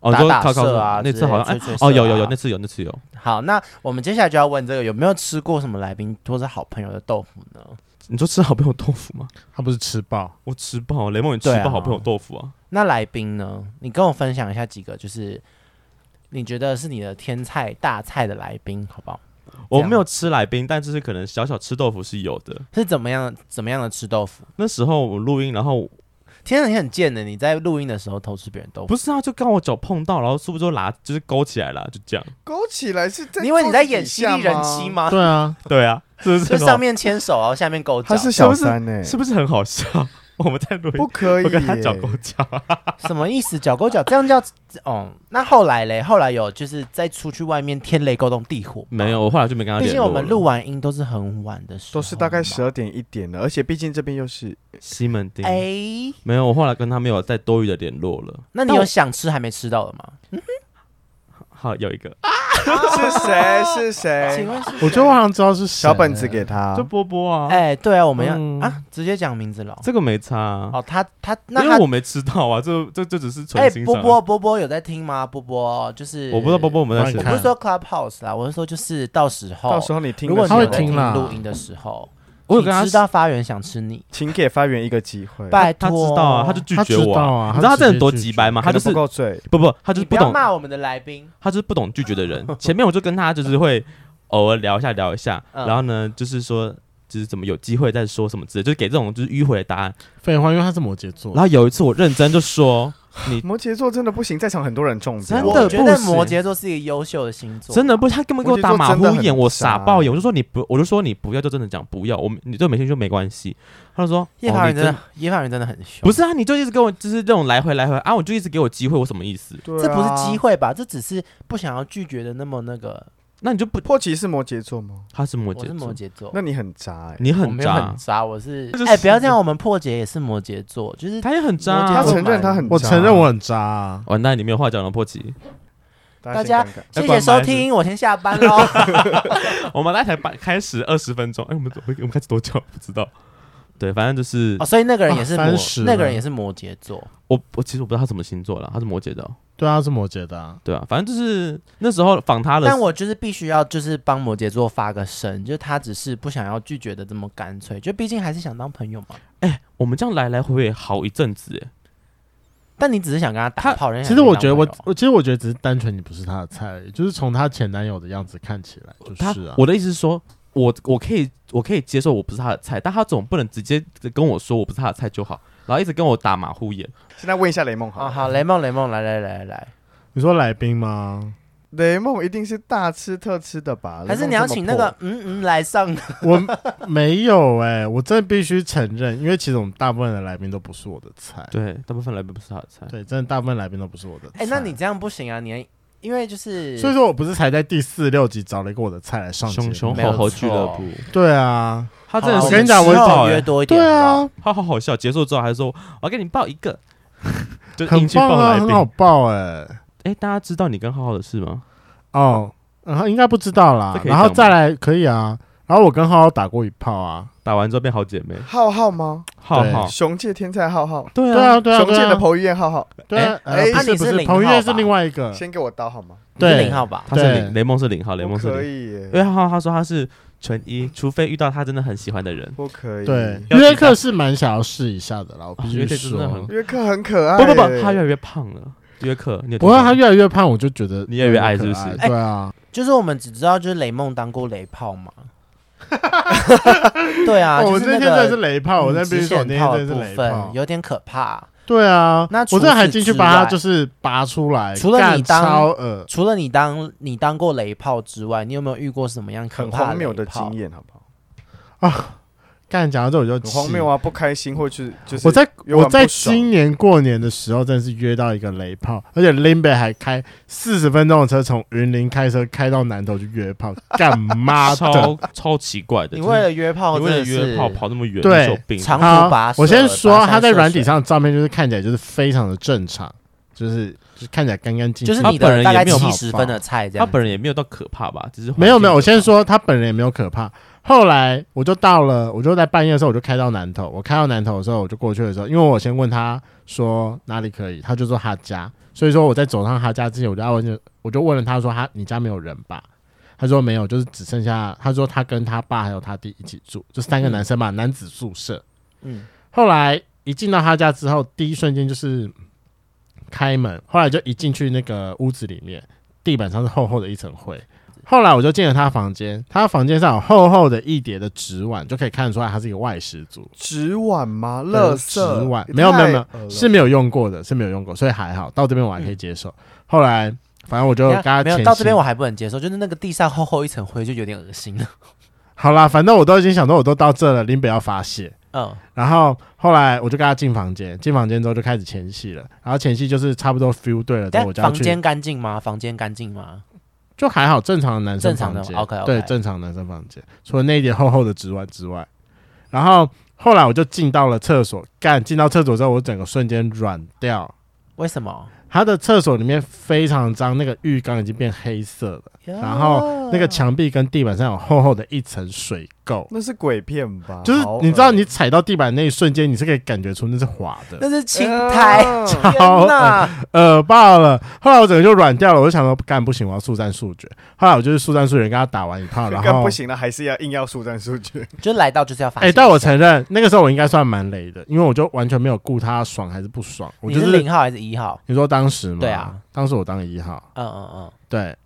Speaker 1: 哦，你
Speaker 4: 打
Speaker 1: 说
Speaker 4: 打
Speaker 1: 靠靠
Speaker 4: 射
Speaker 1: 射
Speaker 4: 啊
Speaker 1: 那
Speaker 4: 之
Speaker 1: 次好像
Speaker 4: 类
Speaker 1: 哎
Speaker 4: 的吹吹
Speaker 1: 哦
Speaker 4: 射
Speaker 1: 有有
Speaker 4: 啊
Speaker 1: 有那次有那次有，
Speaker 4: 好，那我们接下来就要问这个有没有吃过什么来宾或者好朋友的豆腐呢？
Speaker 1: 你说吃好朋友豆腐吗？
Speaker 2: 他不是吃爆，
Speaker 1: 我吃爆雷梦，你吃
Speaker 4: 对啊
Speaker 1: 爆好朋友豆腐啊？
Speaker 4: 那来宾呢？你跟我分享一下几个，就是你觉得是你的天菜大菜的来宾，好不好？
Speaker 1: 我没有吃来宾，但就是可能小小吃豆腐是有的。
Speaker 4: 是怎么样怎么样的吃豆腐？
Speaker 1: 那时候我录音，然后
Speaker 4: 天啊，你很贱的，你在录音的时候偷吃别人豆腐，
Speaker 1: 不是啊，就刚好我脚碰到，然后是不是就拿就是勾起来了？啊就这样。
Speaker 3: 勾起来是在
Speaker 4: 因为你在
Speaker 3: 桌子
Speaker 4: 演
Speaker 3: 底
Speaker 4: 犀
Speaker 3: 下
Speaker 4: 利人妻？吗？
Speaker 2: 对啊，
Speaker 1: 对啊，是不是
Speaker 4: 就
Speaker 1: 很好？
Speaker 4: 上面牵手，然后下面勾脚
Speaker 3: 啊他，是小
Speaker 1: 不是
Speaker 3: 三呢，
Speaker 1: 是不是很好笑？我们在录音
Speaker 3: 不，可以
Speaker 1: 我
Speaker 3: 耶，
Speaker 1: 跟他脚勾脚，
Speaker 4: 什么意思？脚勾脚，这样叫哦？那后来嘞？后来有就是再出去外面天雷勾动地火吗
Speaker 1: 没，有，我后来就没跟他
Speaker 4: 毕
Speaker 1: 联
Speaker 4: 竟
Speaker 1: 络
Speaker 4: 我
Speaker 1: 了。
Speaker 4: 们录完音都是很晚的时候
Speaker 3: 都
Speaker 4: 嘛，
Speaker 3: 是大概十二点一点了，而且毕竟这边 又是
Speaker 1: 西门町，
Speaker 4: 哎，
Speaker 1: 没有，我后来跟他没有再多余的联络了。
Speaker 4: 那你有想吃还没吃到的吗？
Speaker 1: 好，有一个
Speaker 3: 是谁是谁
Speaker 4: 请？问是？
Speaker 2: 我觉得我好像知道是谁
Speaker 3: 小本子给他
Speaker 1: 就，波波啊，
Speaker 4: 哎，对啊，我们要
Speaker 1: 嗯
Speaker 4: 啊，直接讲名字了。
Speaker 1: 这个没差啊，
Speaker 4: 哦，他他那
Speaker 1: 因为
Speaker 4: 他
Speaker 1: 我没吃到啊，这这这只是
Speaker 4: 哎
Speaker 1: 存，心
Speaker 4: 波
Speaker 1: 上。
Speaker 4: 波波波有在听吗？波波就是
Speaker 1: 我不知道波波我们在
Speaker 2: 帮你
Speaker 1: 谁
Speaker 4: 我不
Speaker 2: 看
Speaker 4: 是说 Clubhouse 啦，我是说就是到时候，
Speaker 3: 到时候你听
Speaker 4: 如
Speaker 3: 的
Speaker 4: 果
Speaker 3: 时
Speaker 4: 你
Speaker 2: 他
Speaker 3: 候，
Speaker 4: 有
Speaker 2: 会
Speaker 4: 在
Speaker 2: 听啦
Speaker 4: 录音的时候，
Speaker 1: 我有跟
Speaker 4: 你
Speaker 1: 他
Speaker 4: 知道发源想吃你，
Speaker 3: 请给发源一个机会，
Speaker 4: 拜托，
Speaker 1: 他知道啊，他就拒
Speaker 2: 他
Speaker 1: 绝
Speaker 2: 知
Speaker 1: 我
Speaker 2: 道啊
Speaker 1: 你知道他
Speaker 2: 他直接
Speaker 1: 这人多
Speaker 2: 拒绝
Speaker 1: 急掰吗？
Speaker 3: 可
Speaker 1: 他就
Speaker 3: 能不
Speaker 1: 是
Speaker 3: 够醉，
Speaker 1: 不不，他就
Speaker 4: 你
Speaker 1: 是
Speaker 4: 不要
Speaker 1: 懂，
Speaker 4: 骂我们的来宾，
Speaker 1: 他就是不懂拒绝的人。前面我就跟他就是会偶尔聊一下聊一下，
Speaker 4: 嗯
Speaker 1: 然后呢，就是说就是怎么有机会再说什么之类，就是给这种就是迂回的答案。
Speaker 2: 废话，因为他是摩羯座
Speaker 1: 然，后有一次我认真就说，
Speaker 3: 摩羯座真的不行，在场很多人中
Speaker 1: 真
Speaker 3: 标，
Speaker 1: 的
Speaker 4: 我觉得
Speaker 1: 不行
Speaker 4: 摩羯座是一个优秀的星座，
Speaker 1: 真的不，他根本给我打马虎
Speaker 3: 摩羯座真的
Speaker 1: 眼，
Speaker 3: 很
Speaker 1: 我傻
Speaker 3: 渣
Speaker 1: 爆眼，我就说你不，我就说你不要，就真的讲不要，我你对美心就没关系。他就说，
Speaker 4: 叶
Speaker 1: 哦
Speaker 4: 凡
Speaker 1: 你
Speaker 4: 人真
Speaker 1: 真
Speaker 4: 的，叶凡人真的很凶，
Speaker 1: 不是啊，你就一直跟我就是这种来回来回啊，我就一直给我机会，我什么意思？
Speaker 3: 对啊
Speaker 4: 这不是机。会吧？这只是不想要拒绝的那么那个，
Speaker 1: 那你就不，
Speaker 3: 破奇是摩羯座吗？
Speaker 1: 他是摩
Speaker 4: 我
Speaker 1: 羯
Speaker 4: 是摩
Speaker 1: 座，
Speaker 4: 羯座，
Speaker 3: 那你很渣哎，
Speaker 1: 你
Speaker 4: 我
Speaker 1: 很
Speaker 4: 没有很
Speaker 1: 渣，
Speaker 4: 渣，我是
Speaker 1: 就是
Speaker 4: 哎，不要这样，我们破解也是摩羯座，就是
Speaker 1: 他也很渣
Speaker 4: 摩
Speaker 3: 他
Speaker 4: 羯座
Speaker 1: 啊。
Speaker 3: 承认他很渣，
Speaker 2: 我承认我很渣啊。
Speaker 1: 完哦蛋，你没有话讲了，破奇。
Speaker 3: 大
Speaker 4: 大家
Speaker 3: 先看看
Speaker 4: 谢
Speaker 1: 哎
Speaker 4: 谢
Speaker 1: 关
Speaker 4: 收
Speaker 1: 麦
Speaker 4: 听，我先下班喽。
Speaker 1: 我们那才把开始二十分钟，哎，我们我们开始多久？不知道。对，反正就是
Speaker 4: 哦，所以那个人也是摩、
Speaker 2: 啊30
Speaker 4: 那个人也是摩羯座，
Speaker 1: 我，我其实我不知道他什么星座了，他是摩羯的哦，
Speaker 2: 对啊，他是摩羯的啊。
Speaker 1: 对啊，反正就是那时候访他的，
Speaker 4: 但我就是必须要就是帮摩羯座发个声，就是他只是不想要拒绝的这么干脆，就毕竟还是想当朋友嘛。
Speaker 1: 我们这样来来回回好一阵子，哎，
Speaker 4: 但你只是想跟他打
Speaker 1: 他
Speaker 4: 炮，人家
Speaker 2: 其实我觉得我
Speaker 4: 想跟你当朋友，
Speaker 2: 我其实我觉得只是单纯你不是他的菜而已，就是从他前男友的样子看起来就是啊。
Speaker 1: 我的意思是说，我我可以我可以接受我不是他的菜，但他总不能直接跟我说我不是他的菜就好，然后一直跟我打马虎眼。
Speaker 3: 现在问一下雷梦好
Speaker 4: 好
Speaker 3: 了，
Speaker 4: 哦好，雷梦雷梦来来来来来，
Speaker 2: 你说来宾吗？
Speaker 3: 雷梦一定是大吃特吃的吧？
Speaker 4: 还是你要请那个嗯嗯来上？
Speaker 2: 我没有哎、我真的必须承认，因为其实我们大部分的来宾都不是我的菜。
Speaker 1: 对，大部分来宾不是他的菜。
Speaker 2: 对，真的大部分来宾都不是我的菜。
Speaker 4: 哎、那 你这样不行啊，你因为就是
Speaker 2: 所以说我不是才在第四六集找了一个我的菜来上节目
Speaker 1: 熊熊
Speaker 4: 没有
Speaker 1: 猴猴
Speaker 4: 错
Speaker 1: 俱乐部，
Speaker 2: 对啊，
Speaker 1: 他
Speaker 4: 好
Speaker 1: 真的
Speaker 4: 啦
Speaker 1: 是
Speaker 2: 我跟你讲
Speaker 4: 们
Speaker 2: 我
Speaker 4: 之后
Speaker 1: 找欸
Speaker 4: 约多一点，
Speaker 2: 对
Speaker 4: 好不好，
Speaker 2: 啊，
Speaker 1: 他好好笑。结束之后还说我要给你报一个， 就
Speaker 2: 很
Speaker 1: 硬去
Speaker 2: 棒
Speaker 1: 报
Speaker 2: 啊，
Speaker 1: 来
Speaker 2: 很
Speaker 1: 宾。
Speaker 2: 好爆哎、
Speaker 1: 哎，大家知道你跟浩浩的事吗？
Speaker 2: 哦，然后应该不知道啦
Speaker 1: 这，可以
Speaker 2: 然后
Speaker 1: 讲吗
Speaker 2: 再来可以啊。然后我跟浩浩打过一炮啊，
Speaker 1: 打完之后变好姐妹，
Speaker 3: 浩浩吗？
Speaker 1: 浩浩，
Speaker 3: 熊界天才浩浩，
Speaker 1: 对
Speaker 2: 对
Speaker 1: 啊，
Speaker 2: 啊，对啊，
Speaker 3: 熊
Speaker 2: 对
Speaker 3: 界的
Speaker 2: 啊，
Speaker 3: 彭于晏浩浩，
Speaker 2: 对啊，
Speaker 3: 哎
Speaker 2: 呃
Speaker 3: 哎
Speaker 2: 不是
Speaker 4: 你
Speaker 2: 不
Speaker 4: 是
Speaker 2: 是，
Speaker 4: 零
Speaker 2: 彭于
Speaker 4: 号
Speaker 2: 晏是
Speaker 4: 吧
Speaker 2: 另外一个，
Speaker 3: 先给我刀好吗？
Speaker 4: 你是
Speaker 2: 对
Speaker 4: 零号吧？
Speaker 1: 他是
Speaker 2: 对
Speaker 1: 零，雷蒙是零号，雷
Speaker 3: 不
Speaker 1: 蒙是
Speaker 3: 可
Speaker 1: 零，
Speaker 3: 以耶
Speaker 2: 呃
Speaker 1: 因，为浩浩说他是纯一，除非遇到他真的很喜欢的人。
Speaker 3: 不可以。
Speaker 2: 对，
Speaker 1: 要
Speaker 2: 约
Speaker 1: 紧张
Speaker 2: 克是蛮想要试一下的啦，我
Speaker 1: 啊
Speaker 2: 必
Speaker 1: 约
Speaker 2: 须
Speaker 1: 克真的很
Speaker 2: 说。
Speaker 3: 约克很可爱
Speaker 1: 不
Speaker 4: 哎
Speaker 3: 耶，
Speaker 1: 不不，他越来越胖了，约克，你有
Speaker 2: 不过
Speaker 1: 听
Speaker 2: 他
Speaker 1: 说吗
Speaker 2: 越来越胖，我就觉得
Speaker 1: 你越来越爱是不
Speaker 2: 可
Speaker 4: 哎
Speaker 1: 是
Speaker 2: 对啊，
Speaker 4: 就是我们只知道就是雷梦当过雷炮嘛。 对啊，
Speaker 2: 哦我
Speaker 4: 就是
Speaker 2: 那天真
Speaker 4: 个嗯
Speaker 2: 的是雷炮，我在必须说，我那
Speaker 4: 直线
Speaker 2: 天
Speaker 4: 炮
Speaker 2: 真
Speaker 4: 的
Speaker 2: 的
Speaker 4: 部
Speaker 2: 是雷
Speaker 4: 分
Speaker 2: 炮。
Speaker 4: 有点可怕。
Speaker 2: 对啊，
Speaker 4: 那除
Speaker 2: 我这还
Speaker 4: 此
Speaker 2: 进去
Speaker 4: 之
Speaker 2: 把它
Speaker 4: 外
Speaker 2: 就是拔出来，
Speaker 4: 除了
Speaker 2: 干
Speaker 4: 你当
Speaker 2: 超恶，
Speaker 4: 除了你当你当过雷炮之外，你有没有遇过什么样可
Speaker 3: 很
Speaker 4: 怕
Speaker 3: 荒谬的
Speaker 4: 雷炮
Speaker 3: 经？验，好不好？
Speaker 2: 干讲到这我就
Speaker 3: 很
Speaker 2: 气
Speaker 3: 荒谬啊，不开心或是就是
Speaker 2: 我在
Speaker 3: 有点
Speaker 2: 我在
Speaker 3: 不爽
Speaker 2: 今年过年的时候，真的是约到一个雷炮，而且林北还开四十分钟的车，从云林开车开到南头去约 炮，干妈的！
Speaker 1: 啊超超奇怪的，
Speaker 4: 你
Speaker 1: 就是
Speaker 4: 为了约炮，
Speaker 1: 你为了约炮
Speaker 4: 真的是
Speaker 1: 跑那么远，
Speaker 2: 对
Speaker 1: 你是有病吧。
Speaker 4: 长
Speaker 2: 好
Speaker 4: 途跋涉。
Speaker 2: 我先说
Speaker 4: 跋山
Speaker 2: 他在
Speaker 4: 涉
Speaker 2: 软体
Speaker 4: 水，
Speaker 2: 上的照片，就是看起来就是非常的正常，就是就是看起来干干净
Speaker 4: 就
Speaker 2: 净。
Speaker 4: 是
Speaker 1: 他
Speaker 4: 你
Speaker 1: 本人
Speaker 4: 的大
Speaker 1: 也
Speaker 4: 概
Speaker 1: 没有
Speaker 4: 七
Speaker 2: 好
Speaker 4: 十
Speaker 2: 吧
Speaker 4: 分的菜这
Speaker 1: 他
Speaker 4: 样。
Speaker 1: 本人也没有到可怕吧，只是
Speaker 2: 没有没有，我
Speaker 1: 环境
Speaker 2: 先说他本人也没有可怕。后来我就到了，我就在半夜的时候我就开到南头，我开到南头的时候我就过去的时候，因为我先问他说哪里可以，他就说他家，所以说我在走上他家之前，我就要问，我就问了他说他你家没有人吧？他说没有，就是只剩下他说他跟他爸还有他弟一起住，就三个男生嘛，男子宿舍。
Speaker 4: 嗯，
Speaker 2: 后来一进到他家之后，第一瞬间就是开门，后来就一进去那个屋子里面，地板上是厚厚的一层灰。后来我就进了他房间，他房间上有厚厚的一叠的纸碗，就可以看得出来他是一个外食族，
Speaker 3: 纸碗吗？乐色
Speaker 2: 纸碗
Speaker 3: 也
Speaker 2: 没有没有没有
Speaker 3: 太恶了
Speaker 2: 是没有用过的，是没有用过，所以还好。到这边我还可以接受。后来反正我就跟他
Speaker 4: 等一下嗯没有
Speaker 2: 前
Speaker 4: 到这边
Speaker 2: 戏
Speaker 4: 我还不能接受，就是那个地上厚厚一层灰就有点恶心了。
Speaker 2: 好啦，反正我都已经想说我都到这了，林北要发泄。
Speaker 4: 嗯，
Speaker 2: 然后后来我就跟他进房间，进房间之后就开始前戏了。然后前戏就是差不多 feel 对了之后，我
Speaker 4: 但
Speaker 2: 就要
Speaker 4: 房
Speaker 2: 去
Speaker 4: 间干净吗？房间干净吗？
Speaker 2: 就还好，正常的男生房
Speaker 4: 正
Speaker 2: 间
Speaker 4: 常的，OK，OK
Speaker 2: 对，正常男生房间，除了那一点厚厚的纸碗之外，然后后来我就进到了厕所，干进到厕所之后，我整个瞬间软掉。
Speaker 4: 为什么？
Speaker 2: 他的厕所里面非常脏，那个浴缸已经变黑色了，然
Speaker 3: 哦
Speaker 4: 嗯
Speaker 2: 后那个墙壁跟地板上有厚厚的一层水垢，
Speaker 3: 那是鬼片吧？
Speaker 2: 就是
Speaker 3: 好恶
Speaker 2: 你知道你踩到地板那一瞬间，你是可以感觉出那是滑 的，
Speaker 4: 那是青苔。
Speaker 3: 啊
Speaker 2: 超
Speaker 4: 天哪！
Speaker 2: 呃爆了。后来我整个就软掉了，我就想说干不行，我要速战速决。后来我就是速战速决，跟他打完一 炮，然
Speaker 3: 更
Speaker 2: 后
Speaker 3: 不行了，还是要硬要速战速决。
Speaker 4: 就来到就是要发
Speaker 2: 哎、
Speaker 4: 现。
Speaker 2: 但我承认那个时候我应该算蛮雷的，因为我就完全没有顾他爽还是不爽，我
Speaker 4: 你
Speaker 2: 就是
Speaker 4: 零号还是一号？
Speaker 2: 你说当时嘛，
Speaker 4: 对啊，
Speaker 2: 当时我当一号，
Speaker 4: 嗯嗯嗯。
Speaker 2: 对，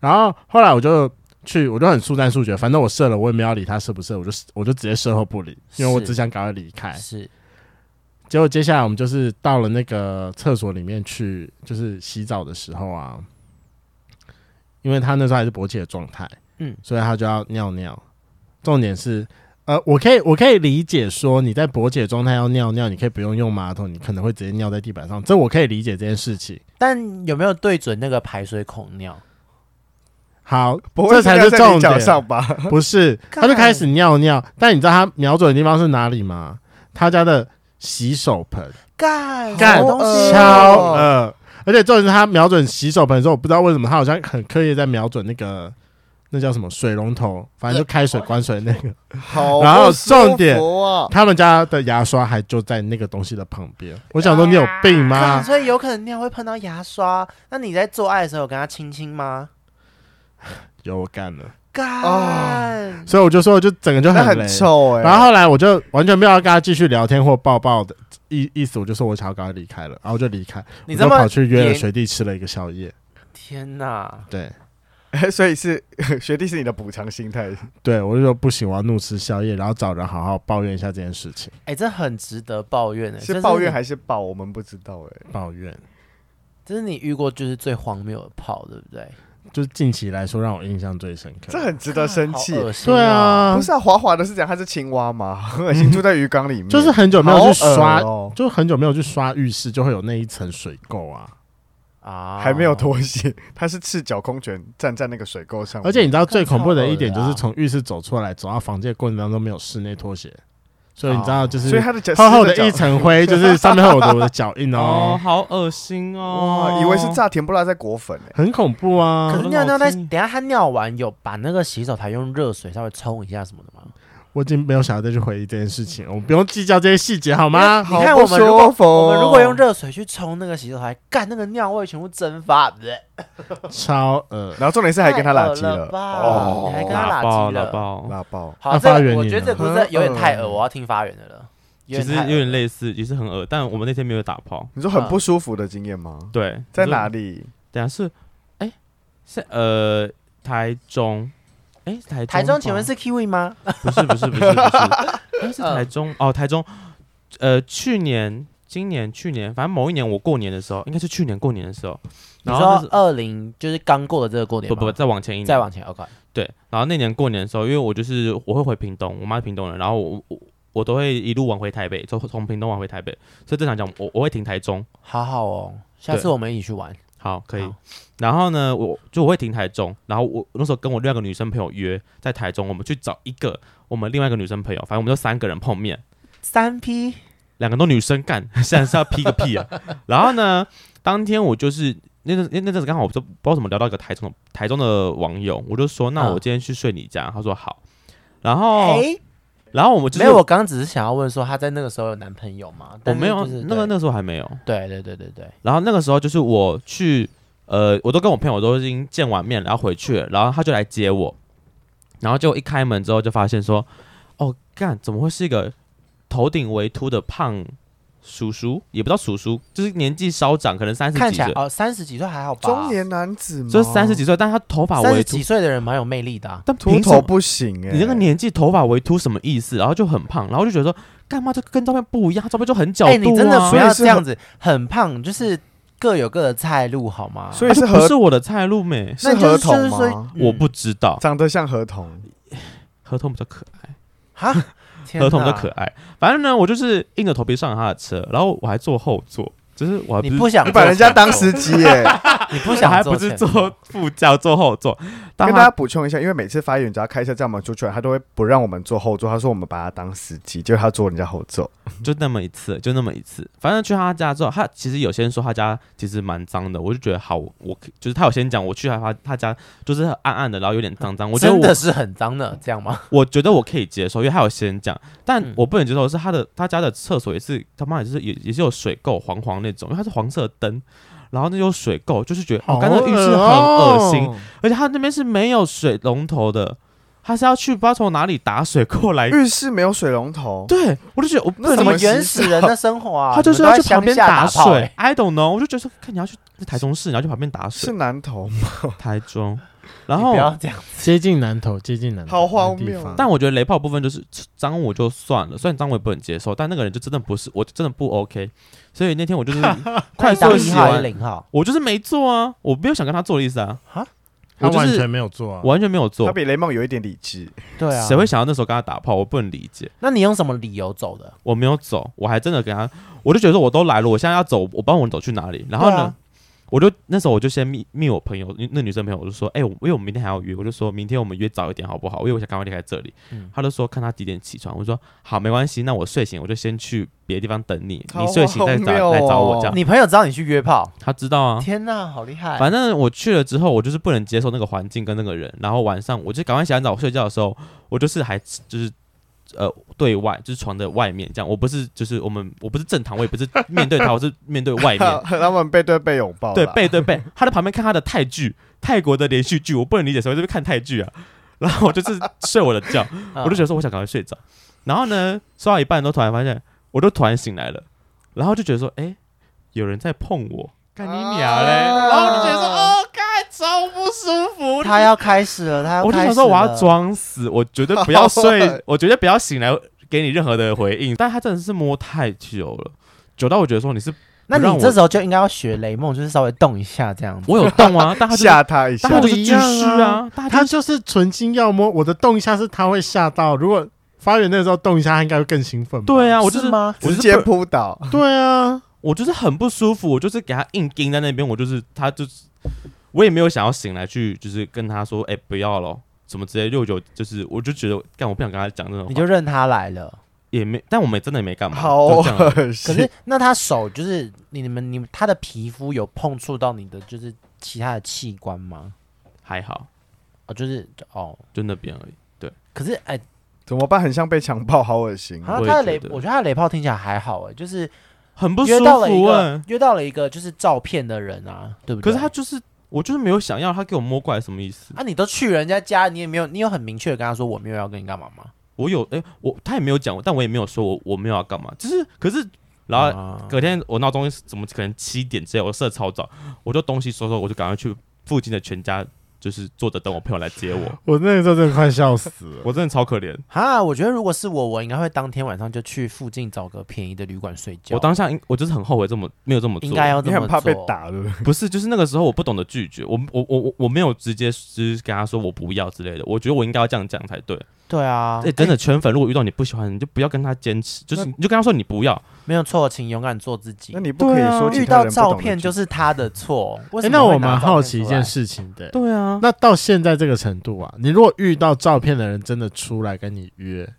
Speaker 2: 然后后来我就去，我就很速战速决，反正我射了，我也没有要理他射不射，我就我就直接射后不理，因为我
Speaker 4: 是
Speaker 2: 只想赶快离开。
Speaker 4: 是
Speaker 2: 结果接下来我们就是到了那个厕所里面去，就是洗澡的时候啊，因为他那时候还是勃起的状态，
Speaker 4: 嗯，
Speaker 2: 所以他就要尿尿。重点是，呃，我可以我可以理解说你在勃起的状态要尿尿，你可以不用用马桶，你可能会直接尿在地板上，这我可以理解这件事情。
Speaker 4: 但有没有对准那个排水孔尿？
Speaker 2: 好，
Speaker 3: 不会
Speaker 2: 这才是
Speaker 3: 应该在
Speaker 2: 重
Speaker 3: 你脚
Speaker 2: 点，
Speaker 3: 上吧？
Speaker 2: 不是？他就开始尿尿，但你知道他瞄准的地方是哪里吗？他家的洗手盆。
Speaker 4: 干
Speaker 2: 干
Speaker 4: 好哦东西
Speaker 2: 超呃，而且重点是他瞄准洗手盆的时候，我不知道为什么他好像很刻意地在瞄准那个那叫什么水龙头，反正就开水关水那个。
Speaker 3: 好
Speaker 2: 然后
Speaker 3: 不舒服啊
Speaker 2: 重点他们家的牙刷还就在那个东西的旁边，我想说你有病
Speaker 4: 干
Speaker 2: 吗？
Speaker 4: 所以有可能尿会碰到牙刷。那你在做爱的时候有跟他亲亲吗？
Speaker 2: 有我干了，
Speaker 4: 干，
Speaker 3: 哦
Speaker 2: 所以我就说，我就整个就
Speaker 3: 那
Speaker 2: 很累
Speaker 3: 很。臭哎。
Speaker 2: 然后后来我就完全没有要跟他继续聊天或抱抱的意意思，我就说我想要赶快离开了，然后我就离开，
Speaker 4: 你
Speaker 2: 我
Speaker 4: 这
Speaker 2: 就
Speaker 4: 么
Speaker 2: 跑去约了
Speaker 4: 严
Speaker 2: 学弟吃了一个宵夜。
Speaker 4: 天哪！
Speaker 2: 对，
Speaker 3: 所以是学弟是你的补偿 心态，
Speaker 2: 对我就说不行，我要怒吃宵夜，然后找人好好抱怨一下这件事情。
Speaker 4: 哎，这很值得抱怨的，欸
Speaker 3: 是
Speaker 4: 这你
Speaker 3: 抱怨还是爆？我们不知道哎。
Speaker 2: 抱怨，
Speaker 4: 这是你遇过就是最荒谬的炮，对不对？
Speaker 2: 就是近期来说让我印象最深刻。
Speaker 3: 这很值得生气
Speaker 4: 好。恶心
Speaker 2: 对，啊
Speaker 3: 不，是啊，滑滑的是讲它是青蛙嘛，很 恶心，住在鱼缸里面，
Speaker 2: 就是很久没有去刷
Speaker 3: 好恶，哦
Speaker 2: 就很久没有去刷浴室，就会有那一层水垢啊。
Speaker 4: 啊，
Speaker 3: 还没有脱鞋，它是赤脚空拳站在那个水沟上面，
Speaker 2: 而且你知道最
Speaker 4: 更
Speaker 2: 恐怖的
Speaker 4: 超恶
Speaker 2: 一点就
Speaker 4: 的
Speaker 2: 是
Speaker 4: 啊
Speaker 2: 从浴室走出来，走到房间的过程当中没有室内拖鞋，所以你知道就
Speaker 3: 所以
Speaker 2: 是
Speaker 3: 它的脚
Speaker 2: 厚厚的
Speaker 3: 湿脚
Speaker 2: 一层灰，就是上面会有我的我的脚印
Speaker 1: 哦，
Speaker 2: 哦，
Speaker 1: 好恶心哦
Speaker 3: 哇，！以为是炸甜不辣在裹粉哎，
Speaker 2: 很恐怖啊
Speaker 4: 可
Speaker 1: 很。
Speaker 4: 是尿尿
Speaker 1: 哦好
Speaker 4: 在，
Speaker 1: 听
Speaker 4: 等一下他尿完有把那个洗手台用热水稍微冲一下什么的吗？
Speaker 2: 我已经没有想要再去回忆这件事情了，我们不用计较这些细节好吗？
Speaker 4: 你看我们如
Speaker 3: 好不舒服
Speaker 4: 果
Speaker 3: 哦
Speaker 4: 我们如果用热水去冲那个洗手台，干那个尿味全部蒸发，对不对？
Speaker 2: 超呃，
Speaker 3: 然后重点是还跟他拉鸡
Speaker 4: 太恶
Speaker 3: 了
Speaker 4: 了，吧
Speaker 3: 哦
Speaker 4: 你还跟他
Speaker 1: 拉
Speaker 4: 拉
Speaker 1: 爆
Speaker 4: 鸡
Speaker 1: 拉
Speaker 4: 了
Speaker 1: 爆，
Speaker 3: 拉爆，
Speaker 4: 好，
Speaker 2: 那
Speaker 4: 这
Speaker 2: 发源
Speaker 4: 个我
Speaker 2: 你
Speaker 4: 觉
Speaker 2: 呢
Speaker 4: 得这故事有点太
Speaker 3: 嗯
Speaker 4: 恶，我要听发源的了。
Speaker 1: 其实
Speaker 4: 太
Speaker 1: 有
Speaker 4: 恶
Speaker 1: 点类似，也是很恶，但我们那天没有打炮。
Speaker 3: 你说很不舒服的经验吗？
Speaker 1: 对，
Speaker 3: 在
Speaker 1: 就
Speaker 3: 哪？里？
Speaker 1: 等一下是，哎，是呃台中，哎是台中吧
Speaker 4: 台中，请问是嗯 Kiwi 吗？
Speaker 1: 不是不是不是不 是，哎是台中哦台中，呃去年、今年、去年，反正某一年我过年的时候，应该是去年过年的时候，
Speaker 4: 你
Speaker 1: 然后那
Speaker 4: 说
Speaker 1: 是
Speaker 4: 二零就是刚过的这个过年
Speaker 1: 不
Speaker 4: 吗，
Speaker 1: 不不再往前一年，
Speaker 4: 再往前，OK，
Speaker 1: 对，然后那年过年的时候，因为我就是我会回屏东，我妈是屏东人，然后我我我都会一路往回台北，从从屏东往回台北，所以正常讲我我会停台中，
Speaker 4: 好好哦，下次
Speaker 1: 对
Speaker 4: 我们一起去玩。
Speaker 1: 好可以
Speaker 4: 好。
Speaker 1: 然后呢，我就我会停台中，然后我那时候跟我另外一个女生朋友约在台中，我们去找一个我们另外一个女生朋友，反正我们就三个人碰面，
Speaker 4: 三 P
Speaker 1: 两个都女生干， 现在是要 P 个屁啊！然后呢，当天我就是那阵那那阵子刚好我就不知道怎么聊到一个台中的台中的网友，我就说那
Speaker 4: 嗯
Speaker 1: 我今天去睡你家，他说好，然后、
Speaker 4: 哎，
Speaker 1: 然后我哦们就是
Speaker 4: 没有，我刚刚只是想要问说，她在那个时候有男朋友吗？
Speaker 1: 我
Speaker 4: 但是
Speaker 1: 哦没有啊
Speaker 4: 就是
Speaker 1: 那个那个时候还没有，
Speaker 4: 对对对对对对，
Speaker 1: 然后那个时候就是我去，呃，我都跟我朋友都已经见完面，然后回去了，然后他就来接我，然后就一开门之后就发现说，哦，干，怎么会是一个头顶微秃的胖叔叔？也不知道叔叔，就是年纪稍长，可能三十
Speaker 4: 看
Speaker 1: 几
Speaker 4: 起来
Speaker 1: 岁，
Speaker 4: 哦，三十几岁还好吧？
Speaker 3: 中年男子吗？
Speaker 1: 就是三十几岁，但他头发
Speaker 4: 三
Speaker 1: 微
Speaker 4: 十
Speaker 1: 秃
Speaker 4: 几，岁的人蛮有魅力的啊、
Speaker 1: 但
Speaker 3: 秃
Speaker 1: 凭什
Speaker 3: 头
Speaker 1: 么？
Speaker 3: 不行哎，
Speaker 1: 你那个年纪头发微秃什么意思？然后就很胖，然后就觉得说，干嘛这跟照片不一样？照片就很角度
Speaker 4: 哎、
Speaker 1: 啊。
Speaker 4: 你真的不要这样
Speaker 3: 所
Speaker 4: 子，很胖，就是各有各的菜路好吗？
Speaker 3: 所
Speaker 1: 啊
Speaker 3: 以是
Speaker 1: 就不
Speaker 3: 合
Speaker 1: 是我的菜路美，
Speaker 3: 是合同吗？
Speaker 1: 嗯
Speaker 4: 嗯
Speaker 1: 我不知道，
Speaker 3: 长得像合同，
Speaker 1: 合同比较可爱。
Speaker 4: 哈，天
Speaker 1: 合同比
Speaker 4: 哪
Speaker 1: 较可爱。反正呢，我就是硬着头皮上了他的车，然后我还坐后座，就是我还
Speaker 4: 你
Speaker 1: 是
Speaker 4: 不想
Speaker 3: 你把人家当
Speaker 4: 时
Speaker 3: 司机耶。
Speaker 4: 你不
Speaker 1: 我
Speaker 4: 想
Speaker 1: 还
Speaker 4: 做
Speaker 1: 不是
Speaker 4: 前
Speaker 1: 坐副驾，坐后座。当啊
Speaker 3: 跟大家
Speaker 1: 他
Speaker 3: 补充一下，因为每次发言只要开车载我们出去玩，他都会不让我们坐后座，他说我们把他当司机，结果他坐人家后座。
Speaker 1: 就那么一次，就那么一次。反正去他家之后，他其实有些人说他家其实蛮脏的，我就觉得好，我就是他有先讲我去他他家就是很暗暗的，然后有点脏脏。我觉得
Speaker 4: 真的
Speaker 1: 我
Speaker 4: 是很脏的，这 样吗？
Speaker 1: 我觉得我可以接受，因为他有先讲，但
Speaker 4: 嗯
Speaker 1: 我不能接受的是他的他家的厕所也是他妈也是也也是有水垢黄黄那种，因为它是黄色的灯。然后那有水垢，就是觉得哦，刚才浴室很恶心，而且他那边是没有水龙头的，他是要去不知道从哪里打水过来。
Speaker 3: 浴室没有水龙头，
Speaker 1: 哎对，我就觉得我不
Speaker 3: 那
Speaker 4: 什
Speaker 1: 能
Speaker 4: 么
Speaker 1: 理
Speaker 3: 怎
Speaker 1: 解，
Speaker 4: 原始人的生活啊？
Speaker 1: 他就是要去旁边打
Speaker 4: 水，
Speaker 1: 水。I don't know，我就觉得说，看你要去台中市，然后去旁边打
Speaker 3: 是
Speaker 1: 水，
Speaker 3: 男头吗？
Speaker 1: 台中。然
Speaker 4: 你不
Speaker 1: 后，
Speaker 4: 要这样，
Speaker 2: 接近南头，接近南头，
Speaker 3: 好荒
Speaker 2: 那个地
Speaker 3: 谬
Speaker 2: 方
Speaker 1: 哦但我觉得雷炮部分就是脏我就算了，虽然脏我也不能接受，但那个人就真的不是，我真的不 OK。所以那天我 就是快速
Speaker 4: 当
Speaker 1: 的
Speaker 4: 一
Speaker 1: 洗
Speaker 4: 号还是
Speaker 1: 完，
Speaker 4: 零号？
Speaker 1: 我就是没做啊，我没有想跟他做的意思啊，
Speaker 2: 他
Speaker 1: 我就
Speaker 2: 完
Speaker 1: 是
Speaker 2: 全没有做啊
Speaker 1: 我。完全没有做
Speaker 3: 他。比雷梦有一点理智，
Speaker 4: 对啊，
Speaker 1: 谁会？想要那时候跟他打炮？我不能理解。
Speaker 4: 那你用什么理由走的？
Speaker 1: 我没有走，我还真的给他，我就觉得说我都来了，我现在要走，我帮我走去哪里？然后呢，
Speaker 4: 对啊
Speaker 1: 我就那时候我就先密密我朋友，那女生朋友，我就说，哎、我因为我们明天还要约，我就说明天我们约早一点好不好？因为我想赶快离开这里。
Speaker 4: 嗯
Speaker 1: 他就说看他几点起床，我说好，没关系，那我睡醒我就先去别的地方等你，
Speaker 3: 好
Speaker 1: 你睡醒再找、
Speaker 3: 荒谬哦
Speaker 1: 来找我这样。
Speaker 4: 你朋友知道你去约炮？
Speaker 1: 他知道啊。
Speaker 4: 天哪，好厉害！
Speaker 1: 反正我去了之后，我就是不能接受那个环境跟那个人。然后晚上我就赶快洗完澡，我睡觉的时候，我就是还就是呃对外，就是床的外面这样。我不是就是我们我不是正躺，我也不是面对他，我是面对外 面，
Speaker 3: 他们背对背拥抱啦，
Speaker 1: 对背对背。他在旁边看他的泰剧，啊泰国的连续剧，我不能理解谁会这边看泰剧啊。然后我就是睡我的觉，
Speaker 4: 嗯
Speaker 1: 我就觉得说我想赶快睡着。然后呢，睡到一半都突然发现，我都突然醒来了，然后就觉得说，哎、有人在碰我，干你娘嘞！
Speaker 3: 啊
Speaker 1: 然后我就觉得说，哦，干超不舒服。
Speaker 4: 他要开始了，他要
Speaker 1: 我就
Speaker 4: 开
Speaker 1: 想
Speaker 4: 始
Speaker 1: 说我要
Speaker 4: 了
Speaker 1: 装死，我绝对不要睡
Speaker 3: 好，
Speaker 1: 我绝对不要醒来给你任何的回应。但他真的是摸太久了，久到我觉得说你是
Speaker 4: 那
Speaker 1: 不让
Speaker 4: 你
Speaker 1: 我
Speaker 4: 这时候就应该要学雷梦，就是稍微动一下这样子。
Speaker 1: 我有动啊，但他就是
Speaker 3: 吓他一下
Speaker 1: 但。他就是
Speaker 2: 不
Speaker 1: 继
Speaker 2: 一
Speaker 1: 续
Speaker 2: 样啊
Speaker 1: 啊，但
Speaker 2: 他
Speaker 1: 他就
Speaker 2: 就是存心要摸我的动一下，是他会吓到。如果发源那个时候动一下，他应该会更兴奋。
Speaker 1: 对，啊，我就是
Speaker 4: 是吗？
Speaker 1: 我
Speaker 3: 直
Speaker 1: 就是
Speaker 3: 接
Speaker 1: 不
Speaker 3: 扑倒，
Speaker 2: 对啊，
Speaker 1: 我就是很不舒服，我就是给他硬盯在那边，我就是他就是我也没有想要醒来去，就是跟他说，哎、不要咯，怎么直接六九，就是我就觉得干，我不想跟他讲这种
Speaker 4: 你
Speaker 1: 话，
Speaker 4: 就任他来了。
Speaker 1: 也没，但我们真的也没干嘛，
Speaker 3: 好哦
Speaker 1: 哦就这样了
Speaker 3: 恶
Speaker 4: 可
Speaker 3: 心
Speaker 4: 是。那他手就是你们你们他的皮肤有碰触到你的就是其他的器官吗？
Speaker 1: 还好，
Speaker 4: 哦，就是哦，
Speaker 1: 就那边而已。
Speaker 4: 可是哎、
Speaker 3: 怎么办？很像被强暴，好恶心。
Speaker 4: 啊，
Speaker 1: 嗯我也
Speaker 4: 他的
Speaker 1: 觉
Speaker 4: 雷
Speaker 1: 得，
Speaker 4: 我觉得他的雷炮听起来还好哎、就是
Speaker 1: 很不舒
Speaker 4: 约到了一
Speaker 1: 服哎、
Speaker 4: 个约到了一个就是照片的人啊，对不
Speaker 1: 可
Speaker 4: 对？
Speaker 1: 是他就是我就是没有想要，他给我摸过来什么意思？
Speaker 4: 啊，你都去人家家，你也没有，你有很明确的跟他说我没有要跟你干嘛吗？
Speaker 1: 我有哎、我他也没有讲，但我也没有说我我没有要干嘛，只是可是然后
Speaker 4: 啊
Speaker 1: 隔天我闹钟怎么可能七点之类，我设超早，我就东西收收，我就赶快去附近的全家，就是坐着等我朋友来接 我。
Speaker 2: 我那个时候真的快笑死了。
Speaker 1: 我真的超可怜，
Speaker 4: 啊，我觉得如果是我，我应该会当天晚上就去附近找个便宜的旅馆睡觉。
Speaker 1: 我当下应我就是很后悔这么没有这么做，
Speaker 4: 应该啊要这
Speaker 3: 你
Speaker 4: 么
Speaker 3: 很怕被
Speaker 4: 做，
Speaker 3: 打，对不对？
Speaker 1: 不是就是那个时候我不懂得拒绝，我我我我我没有直接就是跟他说我不要之类的，我觉得我应该要这样讲才对。
Speaker 4: 对啊
Speaker 1: 哎、，真的圈粉，如果遇到你不喜欢，你就不要跟他坚持，就是你就跟他说你不要，
Speaker 4: 哎没有错，请勇敢做自己
Speaker 3: 那。你不可
Speaker 1: 啊
Speaker 3: 以说
Speaker 4: 遇
Speaker 3: 其他
Speaker 4: 到
Speaker 3: 人不
Speaker 4: 照
Speaker 3: 懂得
Speaker 4: 片
Speaker 3: 拒
Speaker 4: 就是他的错，为
Speaker 2: 哎、
Speaker 4: 什
Speaker 2: 那
Speaker 4: 么会
Speaker 2: 我
Speaker 4: 拿
Speaker 2: 蛮
Speaker 4: 照
Speaker 2: 好
Speaker 4: 片
Speaker 2: 奇
Speaker 4: 出
Speaker 2: 一件
Speaker 4: 来，
Speaker 2: 事情的、
Speaker 1: 对啊，
Speaker 2: 那到现在这个程度啊，你如果遇到照片的人真的出来跟你约，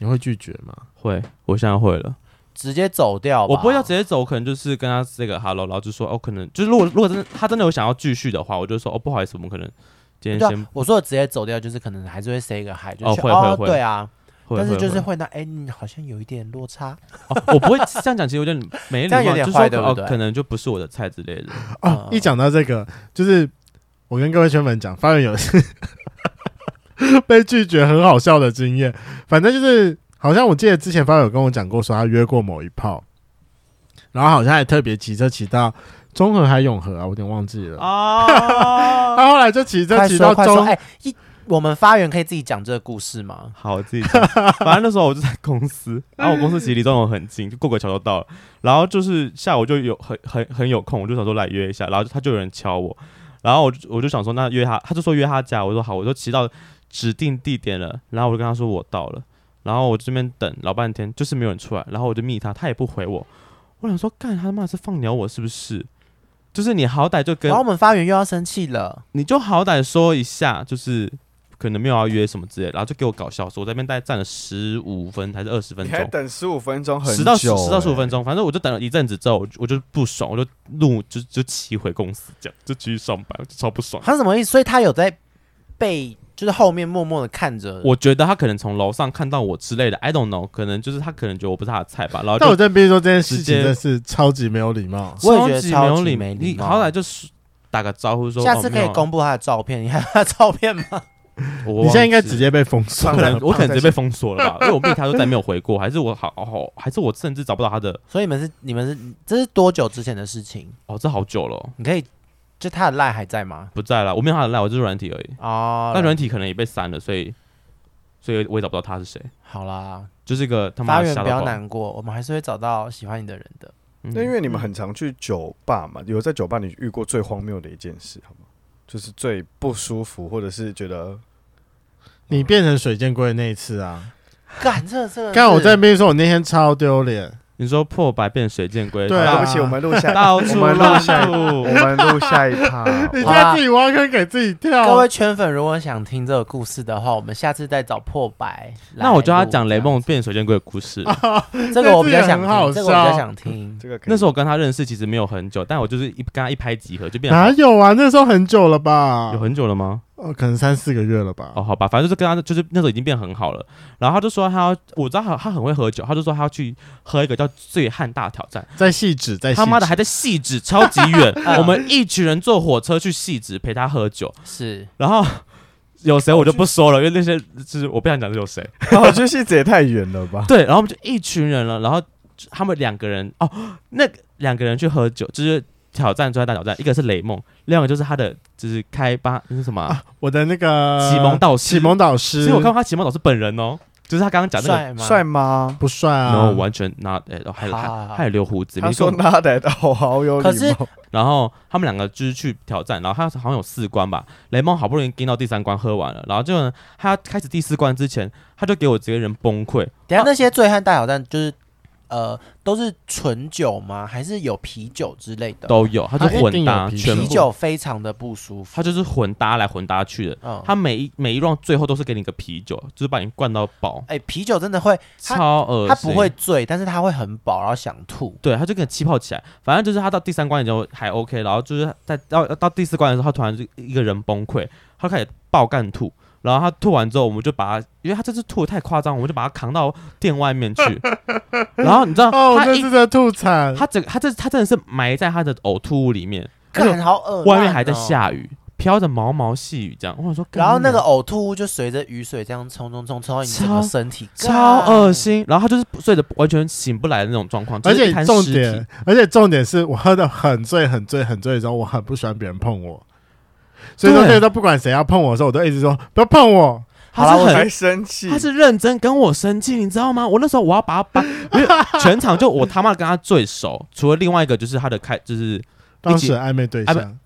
Speaker 2: 你会拒绝吗？
Speaker 1: 会，我现在会了。
Speaker 4: 直接走掉吧。
Speaker 1: 我不会要直接走，可能就是跟他 say 个 hello，然后就说哦，可能就是如果如果真的他真的有想要继续的话，我就说哦，不好意思，我们可能今天
Speaker 4: 对啊
Speaker 1: 先
Speaker 4: 我说的直接走掉，就是可能还是会 say 一个 hi，就
Speaker 1: 哦
Speaker 4: 是
Speaker 1: 会
Speaker 4: 哦
Speaker 1: 会会
Speaker 4: 对啊，
Speaker 1: 会，
Speaker 4: 但是
Speaker 1: 会
Speaker 4: 就是
Speaker 1: 会
Speaker 4: 会那哎，你好像有一点落差，
Speaker 1: 哦，我不会这样讲，其实有点没礼
Speaker 4: 这样有
Speaker 1: 貌，
Speaker 4: 点
Speaker 1: 就是说
Speaker 4: 坏对不
Speaker 1: 哦
Speaker 4: 对，
Speaker 1: 可能就不是我的菜之类的。
Speaker 2: 哦，
Speaker 4: 嗯
Speaker 2: 一讲到这个，就是我跟各位圈粉讲，发现有 被拒绝很好笑的经验。反正就是，好像我记得之前发友有跟我讲过，说他约过某一炮，然后好像还特别骑车骑到中和还永和啊，我有点忘记了。
Speaker 1: 哦，
Speaker 2: 他后来就骑车
Speaker 4: 快
Speaker 2: 骑
Speaker 4: 说
Speaker 2: 到
Speaker 4: 快说，
Speaker 2: 中，
Speaker 4: 哎，一我们发源可以自己讲这个故事吗？
Speaker 1: 好，我自己讲。反正那时候我就在公司，然后我公司其实离中友很近，就过个桥就到了。然后就是下午就有很很很有空，我就想说来约一下，然后他就有人敲我，然后我就我就想说那约他，他就说约他家，我说好，我就骑到指定地点了，然后我就跟他说我到了，然后我这边等老半天，就是没有人出来，然后我就密他，他也不回我，我想说干他妈是放鸟我是不是？就是你好歹就跟
Speaker 4: 然后我们发源又要生气了，
Speaker 1: 你就好歹说一下，就是可能没有要约什么之类的，然后就给我搞笑说，我在那边大概站了十五分还是二十分
Speaker 3: 你还
Speaker 1: 钟，
Speaker 3: 等十五分钟，很
Speaker 1: 十到十
Speaker 3: 久
Speaker 1: 十到十五
Speaker 3: 欸
Speaker 1: 分钟，反正我就等了一阵子之后，我就我就不爽，我就怒就就骑回公司，这样就继续上班，我就超不爽。
Speaker 4: 他什么意思？所以他有在被就是后面默默的看着，
Speaker 1: 我觉得他可能从楼上看到我之类的，I don't know，可能就是他可能觉得我不是他的菜吧，然后
Speaker 2: 但我
Speaker 1: 就
Speaker 2: 真的必须说这件事
Speaker 1: 直
Speaker 2: 情
Speaker 1: 接
Speaker 2: 真的是超级没有礼貌。
Speaker 4: 我也觉得
Speaker 1: 级
Speaker 4: 超
Speaker 1: 有
Speaker 4: 级
Speaker 1: 礼
Speaker 4: 没礼
Speaker 1: 你
Speaker 4: 貌
Speaker 1: 好歹就是打个招呼说，哦
Speaker 4: 下次可以
Speaker 1: 攻，
Speaker 4: 公布他的照片，你还有他的照片吗？
Speaker 1: 我
Speaker 2: 你现在应该
Speaker 1: 忘记
Speaker 2: 直接被封锁
Speaker 1: 我
Speaker 3: 放
Speaker 1: 可
Speaker 3: 在
Speaker 2: 了，
Speaker 1: 能我可能直接被封锁了吧，因为我被他都再没有回过，还是我好好，还是我甚至找不到他的，
Speaker 4: 所以你们是你们是这是多久之前的事情？
Speaker 1: 哦，这好久了哦。
Speaker 4: 你可以就他的赖还在吗？
Speaker 1: 不在了，我没有他的赖，我就是软体而已。
Speaker 4: 哦，
Speaker 1: 但软体可能也被删了，所以所以我也找不到他是谁，
Speaker 4: 好啦，
Speaker 1: 就是一个他妈
Speaker 4: 发
Speaker 1: 的
Speaker 4: 源
Speaker 1: 瞎
Speaker 4: 不
Speaker 1: 到
Speaker 4: 要
Speaker 1: 爆。
Speaker 4: 难过，我们还是会找到喜欢你的人的。
Speaker 1: 嗯
Speaker 3: 那因为你们很常去酒吧嘛，有在酒吧你遇过最荒谬的一件事，好吗？就是最不舒服，或者是觉得
Speaker 2: 你变成水箭龟的那一次啊！
Speaker 4: 干这这 个，
Speaker 2: 刚我在那边说，我那天超丢脸。
Speaker 1: 你说破白变水箭龟，
Speaker 2: 对
Speaker 3: 啊
Speaker 2: 啊
Speaker 3: 对不起，我们录下，
Speaker 1: 到
Speaker 3: 我
Speaker 1: 处
Speaker 3: 们录
Speaker 1: 乱
Speaker 3: 下，
Speaker 1: 入
Speaker 3: 我们录下一趴。
Speaker 2: 你现
Speaker 4: 好啦
Speaker 2: 在自己挖坑给自己跳。啊
Speaker 4: 各位圈粉，如果想听这个故事的话，我们下次再找破白来录。
Speaker 1: 那我就要讲雷梦变水箭龟的故事。
Speaker 3: 啊
Speaker 4: 这样，这个我比较想
Speaker 2: 这个也很好
Speaker 4: 听，这个我比
Speaker 2: 笑
Speaker 4: 较想听。
Speaker 3: 这个可以
Speaker 1: 那时候我跟他认识其实没有很久，但我就是一跟他一拍即合，就变
Speaker 2: 哪有啊？那时候很久了吧？
Speaker 1: 有很久了吗？
Speaker 2: 哦，可能三四个月了吧。
Speaker 1: 哦，好吧，反正就是跟他就是那时候已经变很好了。然后他就说他要，我知道他他很会喝酒，他就说他要去喝一个叫醉汉大挑战。
Speaker 2: 在细致，在
Speaker 1: 他妈的还在啊细致，超级远
Speaker 4: 嗯。
Speaker 1: 我们一群人坐火车去细致陪他喝酒，
Speaker 4: 是
Speaker 1: 然后 有谁我就不说了，因为那些就是我不想讲是有谁。
Speaker 3: 啊我觉得戏子也太远 了吧？
Speaker 1: 对，然后我们就一群人了，然后他们两个人哦，那个两个人去喝酒，就是挑战最大挑战，一个是雷梦，另外一个就是他的就是开吧那是什么啊、
Speaker 2: 我的那个
Speaker 1: 启蒙导师
Speaker 2: 启蒙导师，
Speaker 1: 所以我看过他启蒙老师本人哦，就是他刚刚讲那个。
Speaker 4: 帅吗？
Speaker 3: 帅吗？
Speaker 2: 不帅
Speaker 1: 然
Speaker 2: 啊
Speaker 1: 后，完全 not at all，还有
Speaker 4: 好好
Speaker 1: 还
Speaker 4: 好
Speaker 1: 还有留胡子，
Speaker 3: 他
Speaker 1: 没
Speaker 3: 说
Speaker 1: 错。
Speaker 3: 那得到我好有
Speaker 4: 可
Speaker 3: 礼
Speaker 4: 是
Speaker 3: 貌，
Speaker 1: 然后他们两个就是去挑战，然后他好像有四关吧，雷蒙好不容易跟到第三关喝完了，然后就呢他开始第四关之前，他就给我整个人崩溃，
Speaker 4: 等一下那些醉汉大挑战就是呃都是纯酒吗？还是有啤酒之类的？
Speaker 1: 都有，他就
Speaker 2: 哦他一定
Speaker 1: 混
Speaker 2: 有
Speaker 1: 搭
Speaker 2: 啤
Speaker 1: 全
Speaker 4: 啤
Speaker 1: 部，
Speaker 4: 酒非常的不舒服。
Speaker 1: 他就是混搭来混搭去的，
Speaker 4: 嗯，
Speaker 1: 他每一每一 round 最后都是给你一个啤酒，就是把你灌到饱，
Speaker 4: 哎、啤酒真的会，他
Speaker 1: 超恶心。
Speaker 4: 他不会，醉，但是他会很饱，然后想吐。
Speaker 1: 对，他就跟你气泡起来。反正就是他到第三关已经还 OK，然后就是在到到第四关的时候，他突然就一个人崩溃，他开始爆干吐，然后他吐完之后，我们就把他，因为他这次吐的太夸张，我们就把他扛到店外面 去。然后你知道，
Speaker 2: 哦，我
Speaker 1: 他
Speaker 2: 这
Speaker 1: 一
Speaker 2: 次的吐惨，
Speaker 1: 他整他这他真的是埋在他的呕吐物里面，而且
Speaker 4: 看好恶、啊
Speaker 1: 外面还在。下雨，飘着毛毛细雨这样。我想说，干
Speaker 4: 然后那
Speaker 1: 你
Speaker 4: 个哦呕吐物就随着雨水这样冲冲冲冲到你整
Speaker 1: 超
Speaker 4: 个身体，
Speaker 1: 超
Speaker 4: 干
Speaker 1: 恶！心，然后他就是睡得完全醒不来的那种状况，
Speaker 2: 而
Speaker 1: 就是
Speaker 2: 且
Speaker 1: 一滩
Speaker 2: 重
Speaker 1: 尸体
Speaker 2: 点，而且重点是我喝的很醉、很醉、很醉的时候，我很不喜欢别人碰我，所以说
Speaker 1: 对
Speaker 2: 那时候不管谁要碰我的时候，我都一直说不要碰我。
Speaker 1: 他
Speaker 4: 好啦
Speaker 1: 是
Speaker 4: 我
Speaker 1: 很
Speaker 3: 还生气，
Speaker 1: 他是认真跟我生气，你知道吗？我那时候我要把他搬， 因为全场就我他妈跟他最熟，除了另外一个就是他的开就是
Speaker 2: 当时的暧昧对
Speaker 1: 暧
Speaker 2: 象，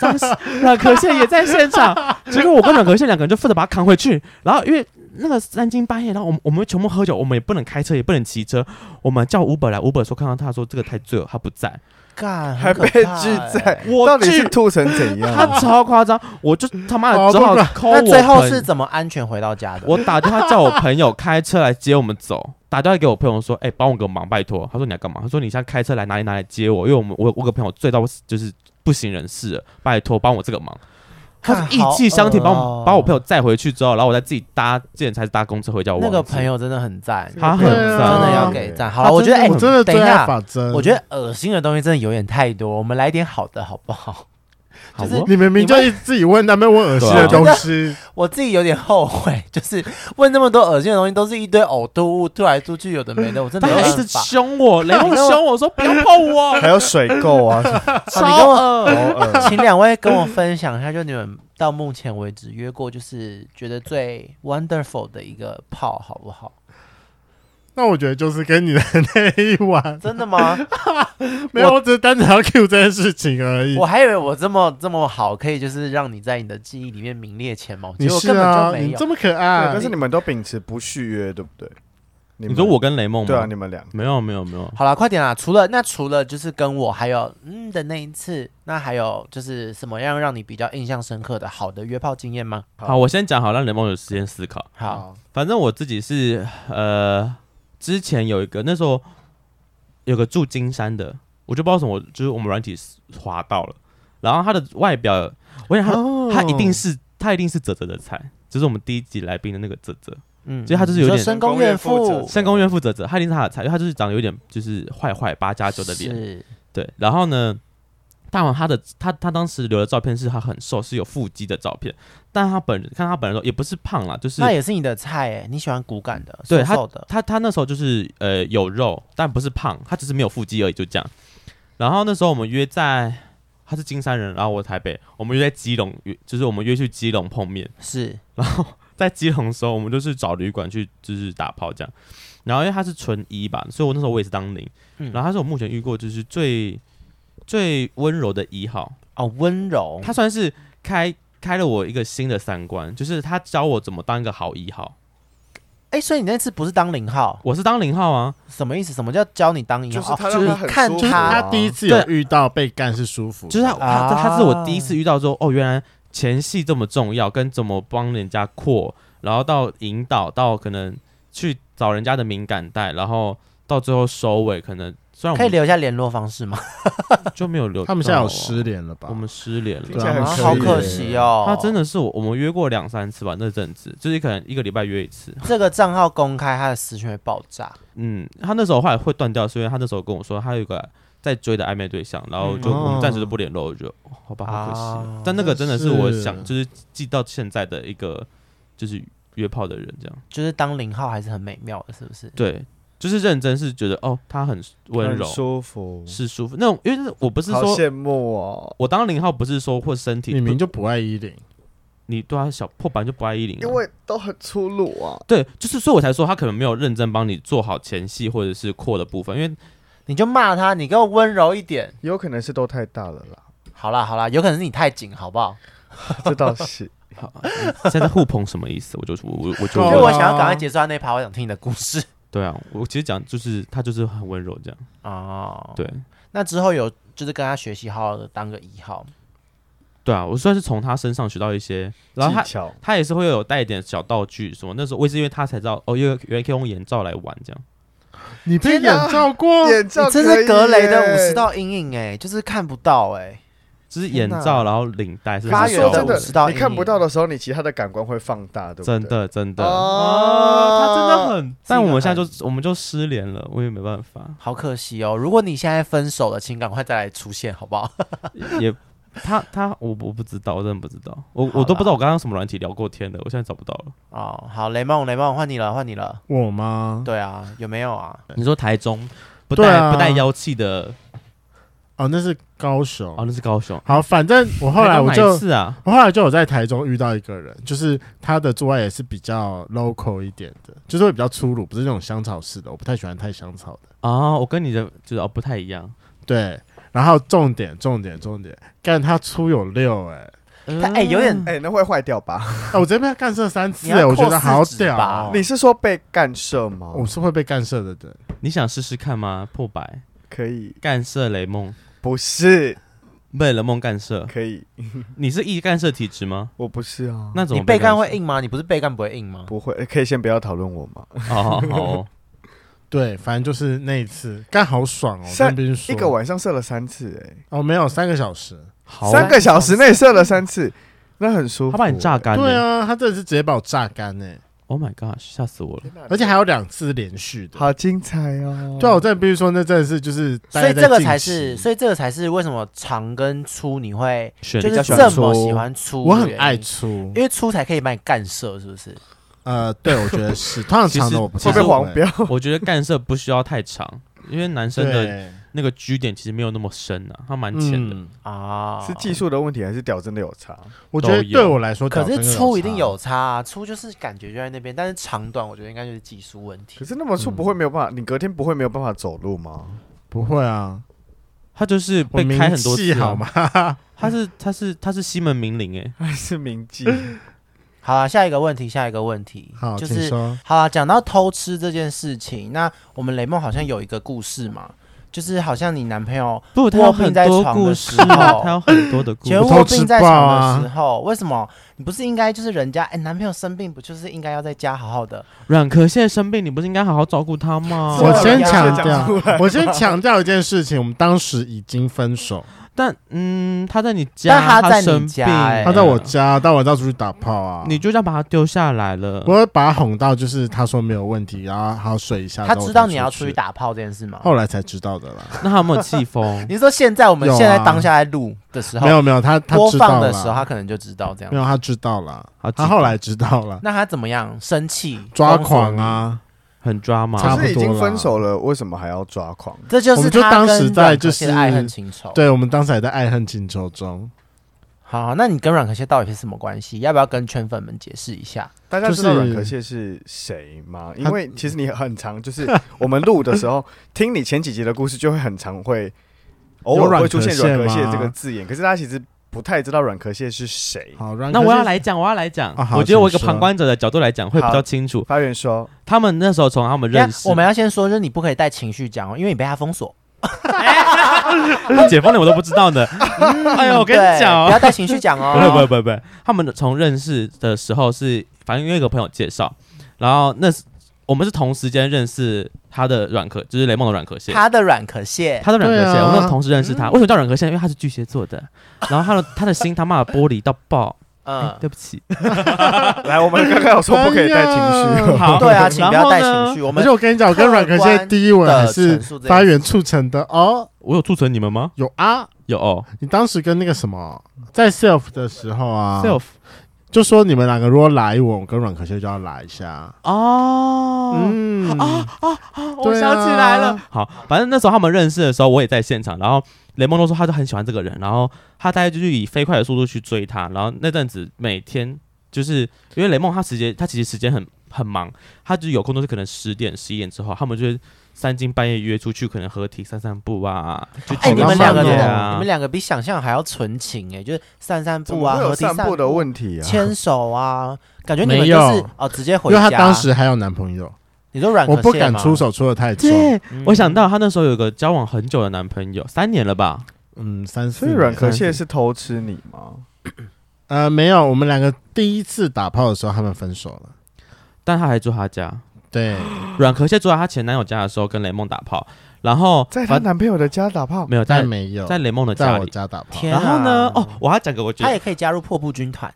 Speaker 1: 当时阮可宪也在现 场，结果我跟阮可宪两个人就负责把他扛回去，然后因为。那个三更半夜，然后我们我们全部喝酒，我们也不能开车，也不能骑车，我们叫 Uber 来，Uber 说看到他说这个太醉了，他不 在，
Speaker 4: 干，
Speaker 3: 还
Speaker 4: 很可
Speaker 3: 被
Speaker 4: 怕
Speaker 3: 拒
Speaker 4: 欸
Speaker 3: 载，
Speaker 1: 我
Speaker 3: 到底是
Speaker 1: 拒
Speaker 3: 吐成怎样？
Speaker 1: 他超夸张，我就他妈
Speaker 2: 哦
Speaker 1: 的只好
Speaker 2: 不管
Speaker 1: 抠我
Speaker 4: 那最后
Speaker 1: 朋
Speaker 4: 是怎么安全回到家的？
Speaker 1: 我打电话叫我朋友开车来接我们走， 打电话给我朋友说：“哎、帮我个忙，拜托。”他说：“你要干嘛？”他说：“你现在开车来哪里哪里接我，因为我们我我有个朋友醉到就是不省人事了，拜托帮我这个忙。”他
Speaker 4: 看
Speaker 1: 是义气相挺，把
Speaker 4: 好恶
Speaker 1: 我
Speaker 4: 哦
Speaker 1: 把我朋友载回去之后，然后我再自己搭，之前才是搭公车回家。我
Speaker 4: 那个
Speaker 1: 忘记
Speaker 4: 朋友真的很赞，
Speaker 1: 他很
Speaker 2: 对
Speaker 4: 真
Speaker 2: 啊
Speaker 4: 的要给赞。好了，我觉得哎
Speaker 1: 他
Speaker 2: 我，真的
Speaker 4: 等一
Speaker 2: 最爱
Speaker 4: 下
Speaker 2: 法针。
Speaker 4: 我觉得恶心的东西真的有点太多，我们来点好的好不好？
Speaker 1: 好
Speaker 4: 就是
Speaker 1: 哦
Speaker 2: 你们明明就一直自己问那边问恶心的
Speaker 1: 啊
Speaker 2: 东西，
Speaker 4: 我自己有点后悔， 就是问那么多恶心的东西，都是一堆呕吐物，吐来吐去，有的没的，我真
Speaker 1: 他
Speaker 4: 的没
Speaker 1: 还一
Speaker 4: 办
Speaker 1: 直
Speaker 4: 法。
Speaker 1: 凶我，雷蒙凶我说不要碰我，
Speaker 3: 还有水垢 啊，呃
Speaker 4: 好你跟我
Speaker 3: 好恶
Speaker 4: 请两位跟我分享一下，就你们到目前为止约过，就是觉得最 wonderful 的一个泡，好不好？
Speaker 2: 那我觉得就是跟你的 那一晚，
Speaker 4: 真的吗？
Speaker 2: 没有，我只是单纯要 Q 这件事情而已
Speaker 4: 我。还以为我这么这么好，可以就是让你在你的记忆里面名列前茅，
Speaker 2: 你
Speaker 4: 结果
Speaker 2: 是
Speaker 4: 根本就
Speaker 2: 啊，
Speaker 4: 没
Speaker 2: 你
Speaker 4: 有
Speaker 2: 这。么可
Speaker 3: 对
Speaker 2: 爱
Speaker 3: 但，是你们都秉持不续约，对不对？ 你
Speaker 1: 你
Speaker 3: 们
Speaker 1: 说我跟雷蒙吗？
Speaker 3: 对啊，你们俩
Speaker 1: 没有没有没有，
Speaker 4: 好了，快点啦！除了那除了就是跟我还有嗯的那一次，那还有就是什么样让你比较印象深刻的好的约炮经验吗？
Speaker 1: 好，我先讲好，让雷蒙有时间思考。
Speaker 4: 好，，
Speaker 1: 反正我自己是呃，之前有一个那时候有个住金山的，我就不知道为什么，我就是我们软体滑到了，然后他的外表，我想他、
Speaker 4: 哦
Speaker 2: 哦
Speaker 1: 他一定是他一定是泽泽的菜，就是我们第一集来宾的那个泽泽，
Speaker 4: 嗯，
Speaker 1: 所以他就是有
Speaker 4: 你说
Speaker 1: 点
Speaker 4: 深宫
Speaker 3: 深
Speaker 4: 怨
Speaker 3: 宫怨妇
Speaker 4: 妇
Speaker 3: 者
Speaker 1: 深宫怨妇泽泽，他一定是他的菜，因为他就是长得有点就是坏坏八加九的脸，
Speaker 4: 是
Speaker 1: 对，然后呢，大王他的他他当时留的照片是他很瘦，是有腹肌的照片，但他本人看他本人的时候也不是胖啦，就是
Speaker 4: 那也是你的菜哎，你喜欢骨感的，
Speaker 1: 对
Speaker 4: 瘦瘦的，
Speaker 1: 他他那时候就是呃有肉，但不是胖，他只是没有腹肌而已，就这样。然后那时候我们约在，他是金山人，然后我台北，我们约在基隆，约就是我们约去基隆碰面。
Speaker 4: 是
Speaker 1: 然后在基隆的时候，我们就是找旅馆去就是打炮这样。然后因为他是纯一吧，所以我那时候我也是当零。
Speaker 4: 嗯
Speaker 1: 然后他是我目前遇过就是最最温柔的一号，
Speaker 4: 哦温柔，
Speaker 1: 他算是开开了我一个新的三观，就是他教我怎么当一个好一号。
Speaker 4: 哎，所以你那次不是当零号，
Speaker 1: 我是当零号啊，
Speaker 4: 什么意思？什么叫教你当一
Speaker 3: 就是
Speaker 4: 号？
Speaker 3: 他
Speaker 4: 哦
Speaker 3: 让
Speaker 4: 你
Speaker 3: 他很
Speaker 4: 看
Speaker 3: 舒服
Speaker 2: 就是
Speaker 3: 啊
Speaker 2: 他
Speaker 4: 他
Speaker 2: 第一次有遇到被干是舒服的，
Speaker 1: 就是他他
Speaker 4: 啊
Speaker 1: 他是我第一次遇到说，哦，原来前戏这么重要，跟怎么帮人家扩，然后到引导到可能去找人家的敏感带，然后到最后收尾，可能虽然
Speaker 4: 可以
Speaker 1: 我们
Speaker 4: 留下联络方式吗？
Speaker 1: 就没有留到，
Speaker 2: 他们现在有失联了吧
Speaker 1: 我？们失联
Speaker 3: 听
Speaker 1: 了
Speaker 3: 起。来很欸
Speaker 2: 对啊
Speaker 4: 好
Speaker 2: 可以
Speaker 4: 可
Speaker 2: 耶
Speaker 4: 惜哦，
Speaker 1: 他真的是我，我们约过两三次吧，那阵子就是可能一个礼拜约一次。
Speaker 4: 这个账号公开，他的私讯会爆炸。
Speaker 1: 嗯，他那时候后来会断掉，是因为他那时候跟我说他有一个在追的暧昧对象，然后就
Speaker 4: 嗯
Speaker 1: 我们暂时都不联络，我就哦好吧，好可惜哦。
Speaker 4: 啊
Speaker 1: 但那个真的是我
Speaker 2: 是
Speaker 1: 想就是记到现在的一个就是约炮的人这样，
Speaker 4: 就是当零号还是很美妙的，是不是？
Speaker 1: 对，就是认真是觉得哦他很温柔
Speaker 3: 很，舒服，
Speaker 1: 是舒服那种，因为我不是
Speaker 3: 好
Speaker 1: 说
Speaker 3: 羡慕哦。
Speaker 1: 我当零号不是说或身体
Speaker 2: 你明明
Speaker 1: 不
Speaker 2: 就不爱依林，
Speaker 1: 你对他小破版就不爱一零、啊，
Speaker 3: 因为都很粗鲁啊，
Speaker 1: 对，就是所以我才说他可能没有认真帮你做好前戏或者是扩的部分，因为
Speaker 4: 你就骂他，你给我温柔一点。
Speaker 3: 有可能是都太大了啦，
Speaker 4: 好啦好啦，有可能是你太紧，好不好？
Speaker 3: 这倒是。
Speaker 1: 好现在互捧什么意思？我就我我我就
Speaker 2: 够
Speaker 4: 因
Speaker 2: 了
Speaker 4: 为我想要赶快结束他那一趴，我想听你的故事。
Speaker 1: 对啊，我其实讲就是他就是很温柔这样，
Speaker 4: 哦，
Speaker 1: 对
Speaker 4: 那之后有就是跟他学习好好的当个一号，
Speaker 1: 对啊，我算是从他身上学到一些，然后他哦
Speaker 3: 技巧
Speaker 1: 他也是会有带一点小道具什么，那时候我也是因为他才知道哦，原原来可以用眼罩来玩这样，
Speaker 2: 你被
Speaker 3: 天哪
Speaker 2: 眼罩过，
Speaker 3: 眼罩
Speaker 4: 你真
Speaker 3: 可以
Speaker 4: 是格雷的
Speaker 3: 耶
Speaker 4: 五十道阴影哎、就是看不到哎、
Speaker 1: 就是眼罩，然后领带是
Speaker 3: 可
Speaker 4: 发
Speaker 3: 是
Speaker 4: 源
Speaker 3: 说
Speaker 4: 的
Speaker 3: 真
Speaker 4: 我知道
Speaker 3: 的，你看
Speaker 4: 阴
Speaker 3: 不
Speaker 4: 影
Speaker 3: 到的时候，你其他的感官会放大，对不对？
Speaker 1: 真的真的啊
Speaker 3: 哦
Speaker 1: 他真的很，但我们现在
Speaker 4: 是
Speaker 1: 就我们就失联了，我也没办 法，
Speaker 4: 好可惜哦。如果你现在分手了，请赶快再来出现，好不好？
Speaker 1: 也他他我我不知道，我真的不知道，我我都不知道我刚刚什么软体聊过天的，我现在找不到了。
Speaker 4: 哦，好，雷梦，雷梦，换你了，换你了。
Speaker 2: 我吗？
Speaker 4: 对啊，有没有啊？
Speaker 1: 你说台中不
Speaker 2: 对
Speaker 1: 带、
Speaker 2: 啊
Speaker 1: 不带妖气的
Speaker 2: 哦，那是高雄
Speaker 1: 哦，。那是高雄。
Speaker 2: 好，反正我后来我
Speaker 1: 台中哪
Speaker 2: 就
Speaker 1: 一次啊，
Speaker 2: 我后来就有在台中遇到一个人，就是他的做爱也是比较 local 一点的，就是会比较粗鲁，不是那种香草式的，我不太喜欢太香草的。
Speaker 1: 啊，我跟你的就是哦不太一样，
Speaker 2: 对，然后重点重点重点，干他粗有六哎、
Speaker 4: 他哎、有点
Speaker 3: 哎、那会坏掉吧？
Speaker 2: 哎我这边干射三次、
Speaker 4: 你要
Speaker 2: 哎，我觉
Speaker 4: 扩
Speaker 2: 得好
Speaker 4: 四指
Speaker 2: 屌
Speaker 4: 吧
Speaker 2: 哦、
Speaker 3: 你是说被干涉吗？
Speaker 2: 我是会被干射的人，
Speaker 1: 你想试试看吗？破百
Speaker 3: 可以，
Speaker 1: 干涉雷梦，
Speaker 3: 不是
Speaker 1: 被雷梦干涉，
Speaker 3: 可以，
Speaker 1: 你是易干涉体质吗？
Speaker 3: 我不是啊。
Speaker 1: 那怎
Speaker 4: 你
Speaker 1: 么
Speaker 4: 被
Speaker 1: 干
Speaker 4: 干会硬吗？你不是被干不会硬吗？
Speaker 3: 不会，哎可以先不要讨论我吗？
Speaker 1: 涉哦？好好哦，
Speaker 2: 对，反正就是那一次干好爽哦、我
Speaker 3: 三
Speaker 2: 跟别人说
Speaker 3: 一个晚上射了三次、欸，
Speaker 2: 哦没有三个小时，
Speaker 4: 啊
Speaker 1: 好
Speaker 3: 三个小时内射了三次，那很舒服、
Speaker 1: 他把你榨干了。
Speaker 2: 对啊，他真的是直接把我榨干哎、
Speaker 1: o h my god，吓死我了！
Speaker 2: 而且还有两次连续的。
Speaker 3: 好精彩哦！
Speaker 2: 对啊，我真的必须说，那真的是就是大家
Speaker 4: 所
Speaker 2: 在
Speaker 4: 以
Speaker 2: 近期，
Speaker 4: 这个才是，所以这个才是为什么长跟粗你会
Speaker 1: 选
Speaker 4: 就是
Speaker 3: 较喜欢
Speaker 4: 这么
Speaker 3: 粗
Speaker 4: 喜欢粗，
Speaker 2: 我很爱，粗
Speaker 4: 因，为粗才可以把你干射，是不是？
Speaker 2: 呃，对，我觉得是，通常
Speaker 1: 其
Speaker 2: 长
Speaker 1: 实
Speaker 2: 的我不哎
Speaker 3: 会
Speaker 1: 其
Speaker 3: 被
Speaker 1: 实
Speaker 2: 太
Speaker 3: 黄
Speaker 2: 会
Speaker 3: 标，
Speaker 1: 我觉得干涉不需要太长，因为男生的
Speaker 2: 对，
Speaker 1: 那个居点其实没有那么深啊，他蛮浅的。
Speaker 2: 嗯
Speaker 4: 啊，
Speaker 3: 是技。术的问题还是屌真的有差？
Speaker 2: 我觉得
Speaker 1: 都有
Speaker 2: 对我来说，
Speaker 4: 可
Speaker 2: 屌真
Speaker 4: 是
Speaker 2: 的
Speaker 4: 粗一
Speaker 2: 差哦
Speaker 4: 定有差、啊，粗就是感觉就在那边，但是长短我觉得应该就是技术问
Speaker 3: 可
Speaker 4: 题。
Speaker 3: 是那么粗不会没有办法，你隔天不会没有办法走路吗？
Speaker 2: 不会啊？
Speaker 1: 他就是
Speaker 2: 我
Speaker 1: 被
Speaker 2: 名
Speaker 1: 开很多次、
Speaker 2: 气
Speaker 1: 啊，
Speaker 2: 好吗？
Speaker 1: 他是他是他是西门名伶哎、
Speaker 3: 还是铭记？
Speaker 4: 好啦，下一个问题，下一个问题，
Speaker 2: 好，
Speaker 4: 就
Speaker 2: 请
Speaker 4: 是
Speaker 2: 说
Speaker 4: 好啦，讲到偷吃这件事情，那我们雷梦好像有一个故事嘛，就是好像你男朋友
Speaker 1: 不，他有
Speaker 4: 卧病
Speaker 1: 很
Speaker 4: 在
Speaker 1: 多
Speaker 4: 床的
Speaker 1: 故
Speaker 4: 时
Speaker 1: 事啊，
Speaker 4: 候
Speaker 1: 他有很多的故
Speaker 4: 结
Speaker 1: 事
Speaker 4: 果。
Speaker 2: 我偷
Speaker 4: 卧
Speaker 2: 吃
Speaker 4: 病在
Speaker 2: 爆
Speaker 4: 床
Speaker 2: 啊
Speaker 4: 的时候，为什么你不是应该就是人家哎、男朋友生病不就是应该要在家好好的？
Speaker 1: 阮壳现在生病，你不是应该好好照顾他吗？
Speaker 2: 我
Speaker 4: 这
Speaker 2: 先
Speaker 4: 样
Speaker 2: 强
Speaker 4: 讲
Speaker 2: 调，我先强调一件事情，我们当时已经分手，
Speaker 1: 但嗯，他在你家，
Speaker 4: 但他在你
Speaker 1: 生
Speaker 4: 家
Speaker 1: 病
Speaker 4: 哎
Speaker 2: 他在我家，但我到处去打炮啊。
Speaker 1: 你就这样把他丢下来了。
Speaker 2: 我会把他哄到，就是他说没有问题，然后好睡一下。
Speaker 4: 他
Speaker 2: 然后我
Speaker 4: 知
Speaker 2: 再
Speaker 4: 道你要出
Speaker 2: 出哦
Speaker 4: 去，打炮这件事吗？
Speaker 2: 后来才知道的啦。
Speaker 1: 那他有没有气 疯？
Speaker 4: 你是说现在我们
Speaker 2: 有啊
Speaker 4: 现在当下在录的时候，
Speaker 2: 没有没有，他他
Speaker 4: 播
Speaker 2: 知道
Speaker 4: 放的时候，
Speaker 2: 了，
Speaker 4: 他可能就知道这样
Speaker 2: 没。有他知道了，
Speaker 1: 好
Speaker 2: 他后来知道了，
Speaker 4: 那他怎么样？生气、
Speaker 2: 抓
Speaker 4: 封锁
Speaker 2: 狂
Speaker 4: 你？
Speaker 2: 啊。
Speaker 1: 很抓嘛，
Speaker 2: 差
Speaker 3: 可
Speaker 2: 不多啦
Speaker 3: 是已经分手了，为什么还要抓狂？
Speaker 4: 这就
Speaker 2: 我
Speaker 4: 是
Speaker 2: 们就
Speaker 4: 他
Speaker 2: 当
Speaker 4: 跟
Speaker 2: 时在
Speaker 4: 阮
Speaker 2: 就
Speaker 4: 可谢的
Speaker 2: 是
Speaker 4: 爱恨情仇。
Speaker 2: 对，我们当时还在爱恨情仇中，
Speaker 4: 好，好，那你跟阮可谢到底是什么关系？要不要跟圈粉们解释一下？
Speaker 3: 大家知
Speaker 2: 就
Speaker 3: 道
Speaker 2: 是
Speaker 3: 阮壳蟹是谁吗？因为其实你很常，就是我们录的时候，听你前几集的故事，就会很常会偶尔会出现“
Speaker 2: 有
Speaker 3: 软
Speaker 2: 软壳
Speaker 3: 壳
Speaker 2: 蟹
Speaker 3: 蟹
Speaker 2: 吗”
Speaker 3: 这个字眼，可是大家其实不太知道软壳蟹是谁。
Speaker 2: 好，让
Speaker 1: 那我要来讲，我要来讲
Speaker 2: 啊。好
Speaker 1: 我觉得我一个
Speaker 2: 请说
Speaker 1: 旁观者的角度来讲会比较清楚。
Speaker 3: 发源说
Speaker 1: 他们那时候从他们认
Speaker 4: 等一
Speaker 1: 识，
Speaker 4: 下我们要先说，就是你不可以带情绪讲哦，因为你被他封锁。
Speaker 1: 解封了我都不知道 呢。嗯哎呦，我跟
Speaker 4: 对
Speaker 1: 你
Speaker 2: 啊
Speaker 1: 讲
Speaker 4: 不
Speaker 1: 哦
Speaker 4: 要，带情绪讲
Speaker 1: 不不
Speaker 4: 哦。
Speaker 1: 不不，他们从认识的时候是，反正因为有个朋友介绍，然后那是我们是同时间认识他的软壳，就是雷梦的软壳蟹。
Speaker 4: 他的阮可谢，
Speaker 1: 他的软壳蟹，
Speaker 2: 对啊
Speaker 1: 我那个同事认识他，为什么叫软壳蟹？因为他是巨蟹座的，然后他的他的心他妈的玻璃到爆，哎
Speaker 4: 嗯，
Speaker 1: 对不起，：“
Speaker 3: 来，我们刚刚有说不可以带情绪 哦，
Speaker 1: 好，
Speaker 4: 对啊，请不要带情绪。
Speaker 1: 绪。
Speaker 4: 我
Speaker 2: 而
Speaker 4: 们
Speaker 2: 且我跟你讲，我跟阮可
Speaker 4: 客
Speaker 2: 谢
Speaker 4: 观
Speaker 2: 第一吻还
Speaker 4: 的
Speaker 2: 是
Speaker 4: 陈述这件
Speaker 2: 发源促成的哦。
Speaker 1: 我有促成你们吗？
Speaker 2: 有啊，
Speaker 1: 有哦
Speaker 2: 你当时跟那个什么在 self 的时候啊
Speaker 1: ，self
Speaker 2: 就说你们两个如果来一吻，我跟阮可谢就要来一下。
Speaker 4: 啊
Speaker 1: 哦，
Speaker 2: 嗯啊，
Speaker 1: 我
Speaker 2: 对
Speaker 1: 想起来了
Speaker 2: 啊。
Speaker 1: 好，反正那时候他们认识的时候，我也在现场。然后雷蒙都说他就很喜欢这个人，然后他大概就是以飞快的速度去追他。然后那阵子每天就是因为雷蒙他时间他其实时间很很忙，他就是有空都是可能十点十一点之后，他们就会三更半夜约出去，可能合体散散步啊。就
Speaker 4: 哎，
Speaker 2: 好
Speaker 4: 你们
Speaker 2: 浪
Speaker 4: 两个
Speaker 2: 漫
Speaker 4: 真
Speaker 2: 哦
Speaker 4: 的，你们两个比想象还要纯情哎，就是散散
Speaker 3: 怎
Speaker 4: 步
Speaker 3: 么
Speaker 4: 啊，
Speaker 3: 会有
Speaker 4: 合体
Speaker 3: 散步的
Speaker 4: 步
Speaker 3: 问题啊？
Speaker 4: 牵手啊，感觉你们
Speaker 2: 没
Speaker 4: 就
Speaker 2: 有
Speaker 4: 是哦，直接
Speaker 2: 因
Speaker 4: 回
Speaker 2: 为
Speaker 4: 家。
Speaker 2: 他当时还有男朋友，
Speaker 4: 你说软，
Speaker 2: 我不敢出。手出的太重。
Speaker 1: 对，
Speaker 4: 嗯
Speaker 1: 我想到他那时候有个交往很久的男朋友，三年了吧？
Speaker 2: 嗯，三四
Speaker 3: 所以软
Speaker 2: 年
Speaker 3: 壳蟹是偷吃你吗？
Speaker 2: 呃没有，我们两个第一次打炮的时候他们分手了。
Speaker 1: 但他还住他家。
Speaker 2: 对，
Speaker 1: 软壳蟹住在她前男友家的时候跟雷梦打炮，然后
Speaker 3: 在她
Speaker 1: 反
Speaker 3: 男朋友的家打炮，
Speaker 1: 没有在
Speaker 2: 但没有
Speaker 1: 在雷梦的
Speaker 2: 在
Speaker 1: 家
Speaker 2: 我
Speaker 1: 里。
Speaker 2: 家打炮，
Speaker 4: 天
Speaker 1: 然
Speaker 4: 啊
Speaker 1: 后呢？哦，，我要讲个，我觉
Speaker 4: 他
Speaker 1: 得
Speaker 4: 也可以加入破布军团。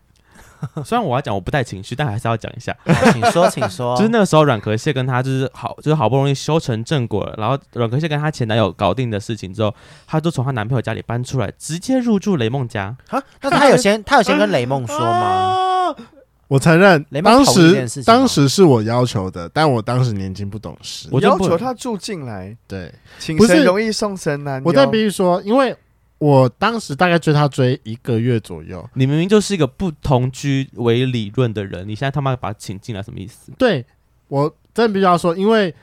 Speaker 1: 虽然我要讲我不带情绪，但还是要讲一下。
Speaker 4: 好请说，请说。
Speaker 1: 就是那个时候，阮壳蟹跟她就是好，就是好不容易修成正果了。然后阮壳蟹跟她前男友搞定的事情之后，她就从她男朋友家里搬出来，直接入住雷梦家。
Speaker 4: 啊，那他有先他有先跟雷梦说
Speaker 3: 啊
Speaker 4: 吗？
Speaker 2: 我承认
Speaker 4: 雷，曼
Speaker 2: 当
Speaker 4: 跑这件
Speaker 2: 时
Speaker 4: 事情吗
Speaker 2: 当时是我要求的，但我当时年轻不懂事。
Speaker 1: 我就
Speaker 3: 要
Speaker 1: 不
Speaker 3: 求她住进来，
Speaker 2: 对，
Speaker 3: 请
Speaker 2: 不是
Speaker 3: 神容易送神难哟。
Speaker 2: 我再必须说，因为我当时大概追他追一个月左右，
Speaker 1: 你明明就是一个不同居为理论的人，你现在他妈把他请进来，什么意思？
Speaker 2: 对我真的必须要说，因为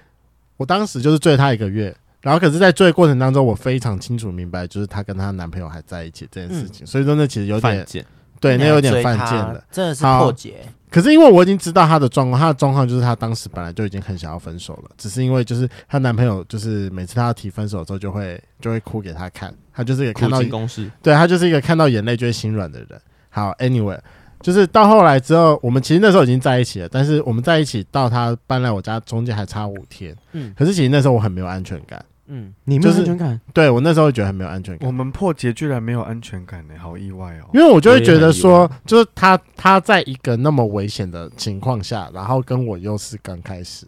Speaker 2: 我当时就是追他一个月，然后可是，在追的过程当中，我非常清楚明白，就是她跟她男朋友还在一起这件事情，所以说那其实有
Speaker 1: 犯
Speaker 2: 点
Speaker 1: 贱，
Speaker 2: 对，那有点
Speaker 4: 追
Speaker 2: 犯
Speaker 4: 他
Speaker 2: 贱了。，
Speaker 4: 真的是
Speaker 2: 好
Speaker 4: 破解。
Speaker 2: 可是因为我已经知道她的状况，她的状况就是她当时本来就已经很想要分手了，只是因为就是她男朋友就是每次她要提分手之后，就会就会哭给她看，她就是也
Speaker 1: 苦
Speaker 2: 看到
Speaker 1: 尽公式。
Speaker 2: 对他就是一个看到眼泪就会心软的人。好，anyway，就是到后来之后，我们其实那时候已经在一起了，但是我们在一起到他搬来我家中间还差五天。
Speaker 4: 嗯
Speaker 2: 可是其实那时候我很没有安全感，
Speaker 4: 嗯，
Speaker 1: 你没有
Speaker 2: 就是
Speaker 1: 安全感，
Speaker 2: 对我那时候觉得很没有安全感
Speaker 3: 我，们破节居然没有安全感呢，好意外哦。
Speaker 2: 因为我就会觉得说，就是他他在一个那么危险的情况下，然后跟我又是刚开始，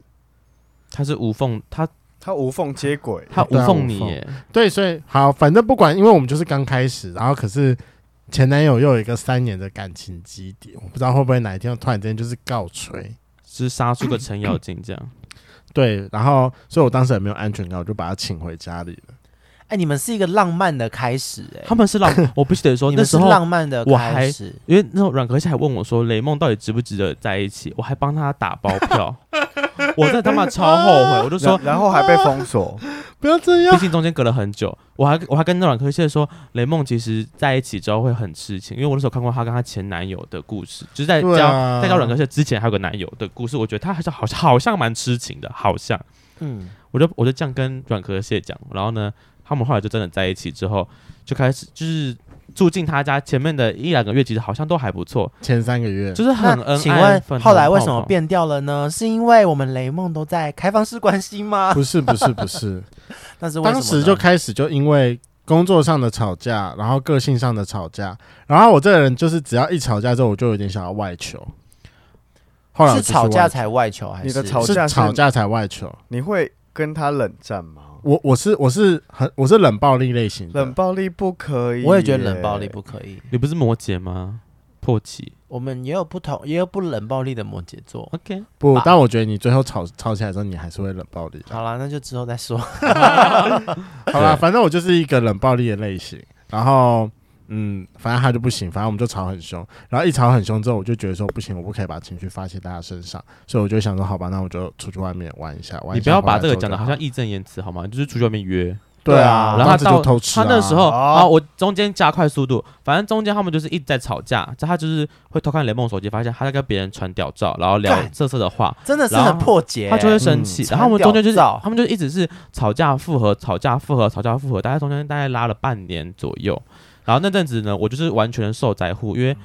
Speaker 1: 他是无缝，他
Speaker 3: 她无缝接轨，
Speaker 1: 他无
Speaker 2: 对啊
Speaker 1: 缝
Speaker 2: 无
Speaker 1: 你
Speaker 2: 缝
Speaker 1: 耶，
Speaker 2: 对，所以好，反正不管，因为我们就是刚开始，然后可是前男友又有一个三年的感情基底，我不知道会不会哪一天突然之间就是告吹。
Speaker 1: 是杀出个程咬金这 样。
Speaker 2: 对，然后所以我当时也没有安全感，我就把他请回家里了。
Speaker 4: 哎，你们是一个浪漫的开始，
Speaker 1: 他
Speaker 4: 哎，
Speaker 1: 们是浪，我必须 得说
Speaker 4: 你
Speaker 1: 那
Speaker 4: 们
Speaker 1: 时
Speaker 4: 是
Speaker 1: 候
Speaker 4: 浪漫的
Speaker 1: 我还
Speaker 4: 开始。
Speaker 1: 因为那时候阮壳蟹还问我说：“雷梦到底值不值得在一起？”我还帮他打包 票，我真的他妈超后悔。我就说
Speaker 3: 然，然后还被封锁，
Speaker 2: 不要这
Speaker 1: 毕，竟中间隔了很久，我还我还跟那阮壳蟹说，雷梦其实在一起之后会很痴情，因为我那时候看过她跟她前男友的故事，就是在
Speaker 2: 对
Speaker 1: 交、
Speaker 2: 啊
Speaker 1: 在交阮壳蟹之前还有个男友的故事，我觉得她还是好像好像蛮痴情的，好像。
Speaker 4: 嗯，
Speaker 1: 我就我就这样跟软壳蟹讲，然后呢，他们后来就真的在一起之后，就开始就是住进他家，前面的一两个月其实好像都还不错，
Speaker 2: 前三个月，
Speaker 1: 就是 很恩
Speaker 4: 那
Speaker 1: 爱。
Speaker 4: 请问
Speaker 1: 粉红
Speaker 4: 后来为什
Speaker 1: 泡
Speaker 4: 么
Speaker 1: 泡？
Speaker 4: 变掉了呢？是因为我们雷梦都在开放式关系 吗？
Speaker 2: 不是不是不是，
Speaker 4: 但是为什么
Speaker 2: 当
Speaker 4: 呢
Speaker 2: 时就开始就因为工作上的吵架，然后个性上的吵架，然后我这个人就是只要一吵架之后，我就有点想要外求。后来我
Speaker 4: 是
Speaker 2: 就去
Speaker 4: 吵架
Speaker 2: 外
Speaker 4: 才外求，还是
Speaker 3: 你的吵
Speaker 2: 是
Speaker 3: 架是
Speaker 2: 吵架才外求。
Speaker 3: 你会跟他冷战吗？
Speaker 2: 我我是我是很我是冷暴力类型的，
Speaker 3: 冷暴力不可以，
Speaker 4: 我也觉得冷暴力不。可以。
Speaker 1: 你不是摩羯吗？破气
Speaker 4: 我们也有不同，也有不冷暴力的摩羯座。
Speaker 1: ，OK，
Speaker 2: 不
Speaker 4: 吧，
Speaker 2: 但我觉得你最后吵吵起来之后，你还是会冷暴力的。
Speaker 4: 好啦，那就之后再 说。
Speaker 2: 好啦，
Speaker 1: 对
Speaker 2: 反正我就是一个冷暴力的类型，然后嗯，反正他就不行，反正我们就吵很凶，然后一吵很凶之后，我就觉得说不行，我不可以把情绪发泄在他身上，所以我就想说，好吧，那我就出去外面玩一下，玩
Speaker 1: 你
Speaker 2: 一下
Speaker 1: 不要把
Speaker 2: 回来
Speaker 1: 这个
Speaker 2: 之后
Speaker 1: 讲的
Speaker 2: 就
Speaker 1: 好像义正言辞好吗？就是出去外面约，
Speaker 2: 对啊，
Speaker 1: 然后他
Speaker 2: 当时就
Speaker 1: 到
Speaker 2: 偷吃、
Speaker 1: 他
Speaker 2: 啊，
Speaker 1: 那时候
Speaker 3: 哦
Speaker 1: 啊，我中间加快速度，反正中间他们就是一直在吵架，他就是会偷看雷梦手机，发现他在跟别人传屌照，然后聊
Speaker 4: 干
Speaker 1: 色色的话，
Speaker 4: 真的是
Speaker 1: 然后
Speaker 4: 很破解、
Speaker 1: 他就会生气。
Speaker 4: 嗯
Speaker 1: 然后我们中间就是
Speaker 4: 传屌照
Speaker 1: 他们就一直是吵架复合、吵架复合、吵架复合，大概中间大概拉了半年左右。然后那阵子呢，我就是完全受宅户，因为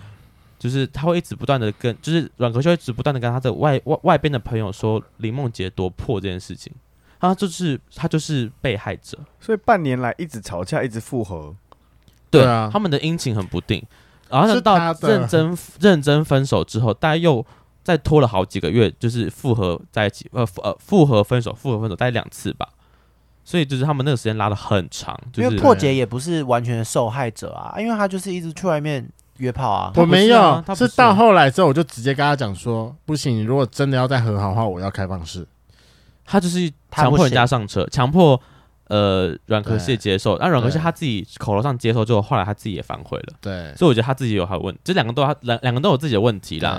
Speaker 1: 就是他会一直不断的跟，就是阮壳就一直不断的跟他的外外外边的朋友说林梦洁多破这件事情，他就是他就是被害者，
Speaker 3: 所以半年来一直吵架，一直复合，
Speaker 2: 对啊
Speaker 1: 他们的阴晴很不定。然后呢
Speaker 2: 是
Speaker 1: 到
Speaker 2: 他的
Speaker 1: 认真认真分手之后，大概又再拖了好几个月，就是复合在一起，呃复呃复合分手，复合分手大概两次吧。所以就是他们那个时间拉的很长，就
Speaker 4: 因为
Speaker 1: 是
Speaker 4: 破解也不是完全的受害者啊，因为他就是一直去外面约炮啊。
Speaker 1: 他
Speaker 2: 我
Speaker 1: 不是
Speaker 2: 没
Speaker 1: 啊
Speaker 2: 有
Speaker 1: 他，不
Speaker 2: 是
Speaker 1: 是
Speaker 2: 到后来之后，我就直接跟他讲说，不行，你如果真的要再和好的话，我要开放式。
Speaker 1: 他就是
Speaker 4: 他
Speaker 1: 强
Speaker 4: 不
Speaker 1: 迫人家
Speaker 4: 行
Speaker 1: 上车，强迫呃软壳蟹
Speaker 2: 对
Speaker 1: 接受，啊那软壳蟹
Speaker 2: 对
Speaker 1: 他自己口头上接受之后，后来他自己也反悔了，
Speaker 2: 对，
Speaker 1: 所以我觉得他自己有他的问，这两个都他两两个都有自己的问题啦，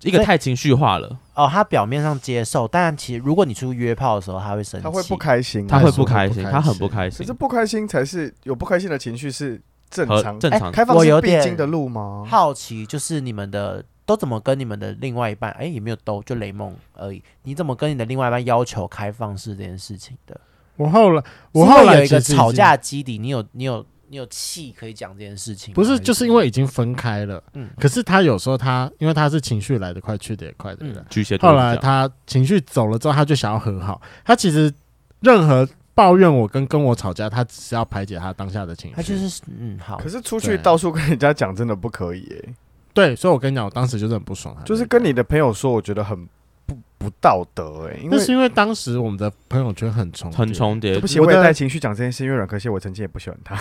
Speaker 2: 对
Speaker 1: 一个
Speaker 4: 所以
Speaker 1: 太情绪化了，
Speaker 4: 哦，他表面上接受，但其实如果你出去约炮的时候，他会生气，
Speaker 3: 他会不开心。啊
Speaker 1: 他
Speaker 2: 还
Speaker 1: 会
Speaker 2: 是
Speaker 1: 不
Speaker 2: 会不
Speaker 1: 开心，
Speaker 2: 开
Speaker 1: 他很
Speaker 2: 心
Speaker 1: 不开
Speaker 3: 可
Speaker 1: 心
Speaker 3: 是，不开心才是有不开心的情绪是正
Speaker 1: 和
Speaker 3: 常。
Speaker 1: 正
Speaker 4: 哎
Speaker 1: 常的
Speaker 3: 开放
Speaker 4: 我
Speaker 3: 是
Speaker 4: 有
Speaker 3: 必
Speaker 4: 点
Speaker 3: 经的路吗？
Speaker 4: 好奇，就是你们的都怎么跟你们的另外一半，哎，也没有都就雷梦而已，你怎么跟你的另外一半要求开放式这件事情的？
Speaker 2: 我后来我
Speaker 4: 是
Speaker 2: 后
Speaker 4: 因为
Speaker 2: 来
Speaker 4: 有一个
Speaker 2: 其实已
Speaker 4: 吵
Speaker 2: 经
Speaker 4: 架基底，你有你有你有气可以讲这件事情吗，
Speaker 2: 不是，
Speaker 4: 还
Speaker 2: 就是因为已经分开了。
Speaker 4: 嗯
Speaker 2: 可是他有时候他，因为他是情绪来得快去得也快的人，
Speaker 4: 嗯
Speaker 1: 巨蟹座
Speaker 2: 后
Speaker 1: 是这
Speaker 2: 来
Speaker 1: 样
Speaker 2: 他情绪走了之后，他就想要和好。他其实任何抱怨我跟跟我吵架，他只是要排解他当下的情绪。
Speaker 4: 他就是嗯好
Speaker 3: 可，是出去
Speaker 2: 对
Speaker 3: 到处跟人家讲，真的不可以、欸，
Speaker 2: 对，所以我跟你讲，我当时就是很不爽他，
Speaker 3: 就是跟你的朋友说，我觉得很不不道德、欸，哎，因为
Speaker 2: 那是因为当时我们的朋友圈很重叠，
Speaker 1: 很重叠
Speaker 3: 对不，起，
Speaker 2: 我
Speaker 3: 我也
Speaker 2: 的
Speaker 3: 带情绪讲这件事，因为软科蟹我曾经也不喜欢他，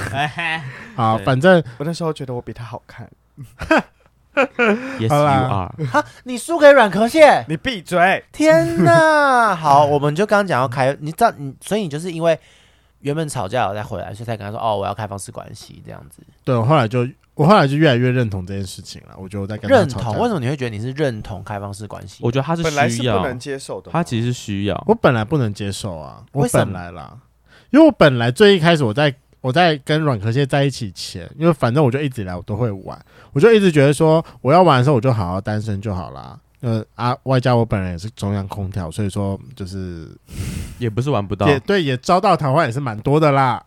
Speaker 2: 啊。
Speaker 1: 对
Speaker 2: 反正
Speaker 3: 我那时候觉得我比他好看。
Speaker 1: Yes, you
Speaker 2: 好啦
Speaker 1: are。
Speaker 4: 你输给软壳蟹，
Speaker 3: 你闭嘴！
Speaker 4: 天哪！好，我们就刚刚讲要开，你知道你，所以你就是因为原本吵架了再回来，所以才跟他说哦，我要开放式关系这样子。
Speaker 2: 对我后来就我后来就越来越认同这件事情了。我觉得我在跟他
Speaker 4: 认
Speaker 2: 吵
Speaker 4: 同？
Speaker 2: 架
Speaker 4: 为什么你会觉得你是认同开放式关系？
Speaker 1: 我觉得他
Speaker 3: 本来是
Speaker 1: 需
Speaker 3: 不
Speaker 1: 要，
Speaker 3: 能接受的嘛，
Speaker 1: 他其实是需要。
Speaker 2: 我本来不能接受啊，我
Speaker 4: 哦为什么
Speaker 2: 本来啦，因为我本来最一开始我在我在跟软壳蟹在一起前，因为反正我就一直以来我都会玩，我就一直觉得说我要玩的时候我就好好单身就好啦。呃啊，外加我本人也是中央空调，所以说就是
Speaker 1: 也不是玩不到，
Speaker 2: 也对，也招到桃花也是蛮多的啦。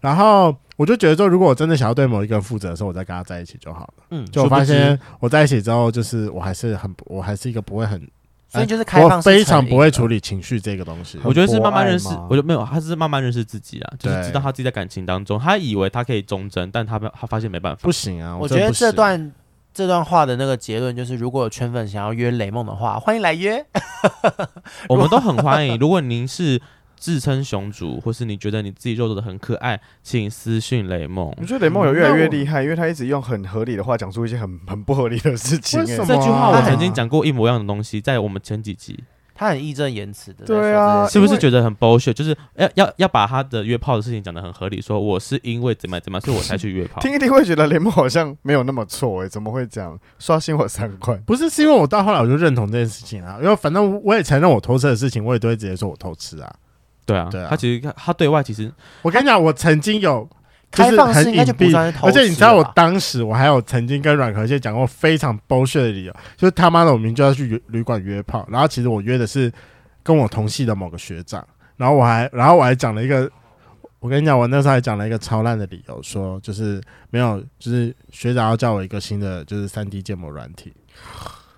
Speaker 2: 然后我就觉得说，如果我真的想要对某一个人负责的时候，我再跟他在一起就好了。
Speaker 4: 嗯，
Speaker 2: 就我发现我在一起之后，就是我还是很不，我还是一个不会很，
Speaker 4: 所以就是开
Speaker 2: 我
Speaker 4: 放式成
Speaker 2: 非
Speaker 4: 瘾
Speaker 2: 常不会
Speaker 4: 了
Speaker 2: 处理情绪这个东西。
Speaker 1: 我觉得是慢慢认识
Speaker 3: 很博爱吗，
Speaker 1: 我就没有，他是慢慢认识自己啊，就是
Speaker 2: 对
Speaker 1: 知道他自己在感情当中，他以为他可以忠贞，但他没有他发现没办法
Speaker 2: 不。行啊，
Speaker 4: 我
Speaker 2: 真
Speaker 4: 觉
Speaker 2: 的
Speaker 4: 得
Speaker 2: 不行
Speaker 4: 这段这段话的那个结论就是，如果有圈粉想要约雷梦的话，欢迎来约。
Speaker 1: 我们都很欢迎，如果您是自称雄主，或是你觉得你自己肉做的很可爱，请私讯雷梦。
Speaker 3: 我觉得雷梦有越来
Speaker 2: 那
Speaker 3: 越
Speaker 2: 我
Speaker 3: 厉害，因为他一直用很合理的话讲出一些很很不合理的事情、
Speaker 2: 为
Speaker 3: 欸
Speaker 2: 什么啊？
Speaker 1: 这句话我曾经讲过一模一样的东西，在我们前几集，
Speaker 4: 他很义正言辞的，
Speaker 3: 对啊
Speaker 1: 是不是
Speaker 3: 因为
Speaker 1: 觉得很 bullshit？就是要要要把他的约炮的事情讲得很合理，说我是因为怎么样怎么样，所以我才去约炮。
Speaker 3: 哎听一听会觉得雷梦好像没有那么错哎、怎么会这样？刷新我三 观。
Speaker 2: 不是是因为我到后来我就认同这件事情啊，因为反正我也承认我偷吃的事情，我也都会直接说我偷吃啊。
Speaker 1: 对啊，
Speaker 2: 对啊
Speaker 1: 他其实他对外其实
Speaker 2: 我跟你讲，我曾经有
Speaker 4: 开放
Speaker 2: 就是
Speaker 4: 式
Speaker 2: 很
Speaker 4: 应该就不
Speaker 2: 隐蔽
Speaker 4: 算是偷吃
Speaker 2: 而
Speaker 4: 了吧
Speaker 2: 且你知道，我当时我还有曾经跟软壳蟹讲过非常 bullshit 的理由，就是他妈的，我明明就要去旅旅馆约炮，然后其实我约的是跟我同系的某个学长，然后我还，然后我还讲了一个，我跟你讲，我那时候还讲了一个超烂的理由，说就是没有，就是学长要叫我一个新的就是三 D 建模软体，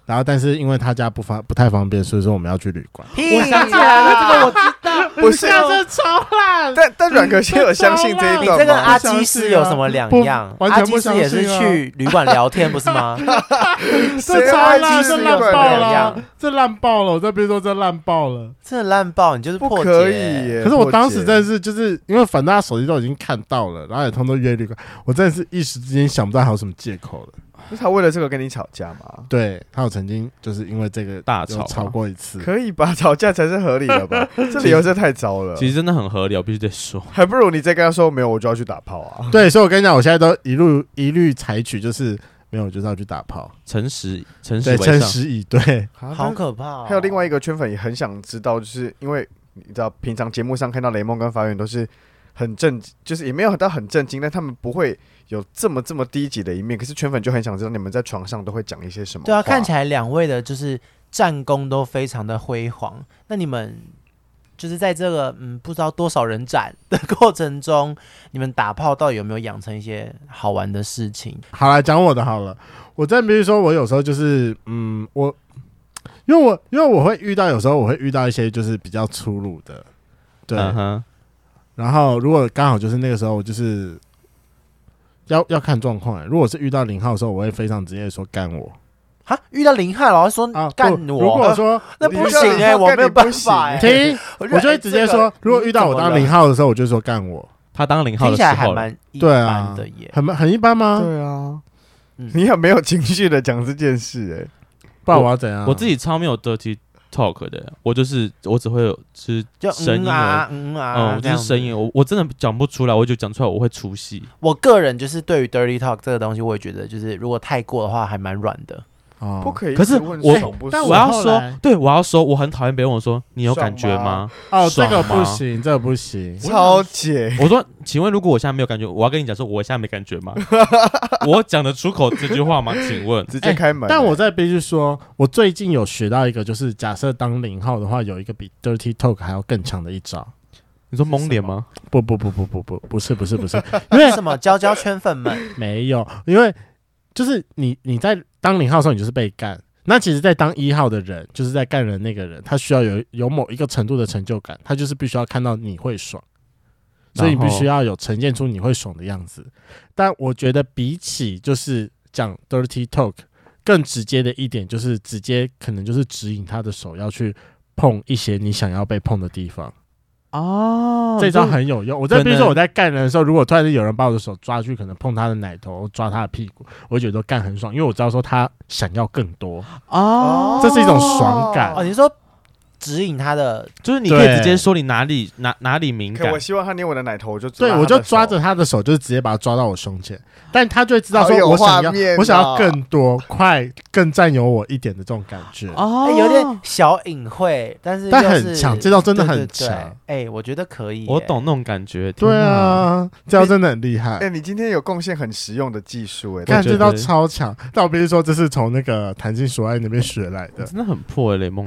Speaker 2: 然后但是因为他家不方不太方便，所以说我们要去旅馆。
Speaker 4: 屁
Speaker 1: 我想起
Speaker 4: 来了，这个我
Speaker 3: 不是，
Speaker 2: 啊
Speaker 3: 哦
Speaker 2: 这超烂，
Speaker 3: 但但软壳蟹有相信这一
Speaker 4: 你
Speaker 3: 段吗？
Speaker 4: 这跟阿基
Speaker 2: 啊
Speaker 4: 斯有什么两样？
Speaker 2: 不完
Speaker 4: 阿
Speaker 2: 全
Speaker 4: 基
Speaker 2: 不
Speaker 4: 斯
Speaker 2: 相信啊
Speaker 4: 也是去旅馆聊天，不是 吗？
Speaker 2: 这超
Speaker 3: 爱
Speaker 2: 烂，
Speaker 3: 吃
Speaker 2: 这
Speaker 3: 日
Speaker 2: 烂
Speaker 3: 本
Speaker 2: 爆
Speaker 4: 人
Speaker 2: 了
Speaker 4: 呀，
Speaker 2: 这烂爆了！我这边说这烂爆了。
Speaker 4: 真的烂爆，你就是
Speaker 3: 不
Speaker 4: 破
Speaker 3: 可以
Speaker 4: 解。
Speaker 3: 耶、
Speaker 2: 可是我当时
Speaker 3: 破解
Speaker 2: 真的是，就是因为反正他手机都已经看到了，然后也通通约旅馆，我真的是一时之间想不到还有什么借口了。
Speaker 3: 不是他为了这个跟你吵架吗？
Speaker 2: 对他有曾经就是因为这个
Speaker 1: 大
Speaker 2: 有
Speaker 1: 吵
Speaker 2: 吵过一次，
Speaker 3: 可以吧？吵架才是合理的吧？这理由真的太糟了，
Speaker 1: 其实真的很合理，我必须得说。
Speaker 3: 还不如你再跟他说没有，我就要去打炮啊。
Speaker 2: 对，所以我跟你讲，我现在都一路一律采取就是没有，我就是要去打炮，
Speaker 1: 诚实，诚实
Speaker 2: 对，
Speaker 1: 为
Speaker 2: 诚
Speaker 1: 上。
Speaker 2: 实以对，
Speaker 4: 好可怕哦！
Speaker 3: 啊还有另外一
Speaker 4: 个
Speaker 3: 个圈粉也很想知道，就是因为你知道，平常节目上看到雷梦跟法远都是很震，就是也没有到很震惊，但他们不会有这么这么低级的一面。可是圈粉就很想知道你们在床上都会讲一些什么话。
Speaker 4: 对啊，看起
Speaker 3: 来
Speaker 4: 来两位的就是战功都非常的辉煌。那你们就是在这个嗯不知道多少人斩的过程中，你们打炮到底有没有养成一些好玩的事情？
Speaker 2: 好来讲我的好了。我真的必须说，我有时候就是，嗯，我因为我因为我会遇到，有时候我会遇到一些就是比较粗鲁的，对。
Speaker 1: 嗯哼，
Speaker 2: 然后如果刚好就是那个时候，我就是要要看状况、欸。如果是遇到零号的时候，我会非常直接地说干我
Speaker 4: 哈，遇到林汉老师说
Speaker 2: 啊，
Speaker 4: 干
Speaker 2: 不
Speaker 4: 我，
Speaker 2: 如果说
Speaker 4: 那不行 哎、
Speaker 3: 你
Speaker 4: 我没有办
Speaker 3: 干
Speaker 4: 法哎、
Speaker 3: 你不行
Speaker 2: 停，我就会直接说，如果遇到我当零
Speaker 4: 汉，
Speaker 2: 号的时候，我就说干我，
Speaker 1: 他当零号的
Speaker 4: 听起
Speaker 1: 时
Speaker 4: 来还
Speaker 1: 候了，
Speaker 4: 蛮一
Speaker 2: 对啊
Speaker 4: 般的耶。
Speaker 2: 很很一般吗？
Speaker 3: 对啊，
Speaker 4: 嗯
Speaker 3: 你很没有情绪的讲这件事、哎，
Speaker 2: 不然我要怎样？
Speaker 1: 我自己超没有 dirty talk 的，我就是我只会有就是
Speaker 4: 就
Speaker 1: 声
Speaker 4: 嗯
Speaker 1: 音
Speaker 4: 啊嗯啊，
Speaker 2: 哦
Speaker 1: 嗯，我
Speaker 4: 这
Speaker 1: 就
Speaker 4: 样
Speaker 1: 是
Speaker 4: 子
Speaker 1: 声音，。我我真的讲不出来，我就讲出来我会出戏。
Speaker 4: 我个人就是对于 dirty talk 这个东西，我也觉得就是如果太过的话，还蛮软的。
Speaker 2: 哦
Speaker 3: 不可以一
Speaker 1: 可是
Speaker 3: 直问
Speaker 1: 我
Speaker 3: 爽不爽。
Speaker 2: 但
Speaker 1: 我要
Speaker 2: 后
Speaker 1: 说
Speaker 2: 来，
Speaker 1: 对我要说，我很讨厌别人问我说你有感觉
Speaker 3: 爽吗
Speaker 1: 吗？
Speaker 2: 哦，这个
Speaker 1: 爽吗
Speaker 2: 不行，这个不行。
Speaker 3: 超姐，
Speaker 1: 我说，请问如果我现在没有感觉，我要跟你讲说我现在没感觉吗？ 我讲得出口这句话吗？请问，
Speaker 3: 直接开门、
Speaker 2: 哎
Speaker 3: 欸
Speaker 2: 但我
Speaker 3: 在
Speaker 2: 在必须说，我最近有学到一个，就是假设当零号的话，有一个比 dirty talk 还要更强的一招。
Speaker 1: 你说蒙脸吗？
Speaker 2: 不不不不不不，不是不是不是，因为
Speaker 4: 什么娇娇圈粉们，
Speaker 2: 没有，因为就是你你在当零号的时候，你就是被干。那其实，在当一号的人，就是在干人那个人，他需要有有某一个程度的成就感，他就是必须要看到你会爽，所以你
Speaker 1: 然后
Speaker 2: 必须要有呈现出你会爽的样子。但我觉得比起就是讲 dirty talk，更直接的一点就是直接可能就是指引他的手要去碰一些你想要被碰的地方，
Speaker 1: 哦
Speaker 2: 这招很有用。我在
Speaker 1: 可
Speaker 2: 比如说
Speaker 1: 能
Speaker 2: 我在干人的时候，如果突然间有人把我的手抓去，可能碰他的奶
Speaker 1: 哦
Speaker 2: 头、抓他的屁股，我会觉得都干很爽，因为我知道说他想要更多，
Speaker 1: 哦，
Speaker 2: 这是一种爽感
Speaker 4: 哦，你说指引他的
Speaker 1: 就是你可以
Speaker 2: 对
Speaker 1: 直接说你哪里哪哪里敏
Speaker 3: 可
Speaker 1: 感
Speaker 3: 我，希望他捏我的奶头，我就
Speaker 2: 对，
Speaker 3: 拉他
Speaker 2: 我就
Speaker 3: 的手
Speaker 2: 抓着，他的手，就是直接把他抓到我胸前，但他就会知道
Speaker 3: 好
Speaker 2: 说
Speaker 3: 有
Speaker 2: 我想
Speaker 3: 画
Speaker 2: 要，
Speaker 3: 面
Speaker 2: 我想要
Speaker 3: 哦
Speaker 2: 更多、快、更占有我一点的这种感觉。
Speaker 1: 哦
Speaker 4: 哎，有点小隐晦，但是
Speaker 2: 但
Speaker 4: 又
Speaker 2: 很
Speaker 4: 是
Speaker 2: 强这招真的
Speaker 4: 对
Speaker 2: 很
Speaker 4: 对对
Speaker 2: 强
Speaker 4: 哎，我觉得可以，
Speaker 1: 我。懂那种感觉，
Speaker 2: 对
Speaker 1: 天哪，
Speaker 2: 啊，这招真的很厉害
Speaker 3: 哎，，你今天有贡献很实用的技术，哎，
Speaker 2: 看
Speaker 1: 我觉
Speaker 2: 这
Speaker 1: 得
Speaker 2: 招超强。但我必须说，这是从那个谈情说爱那边学来的。
Speaker 1: 真的很破欸雷 梦。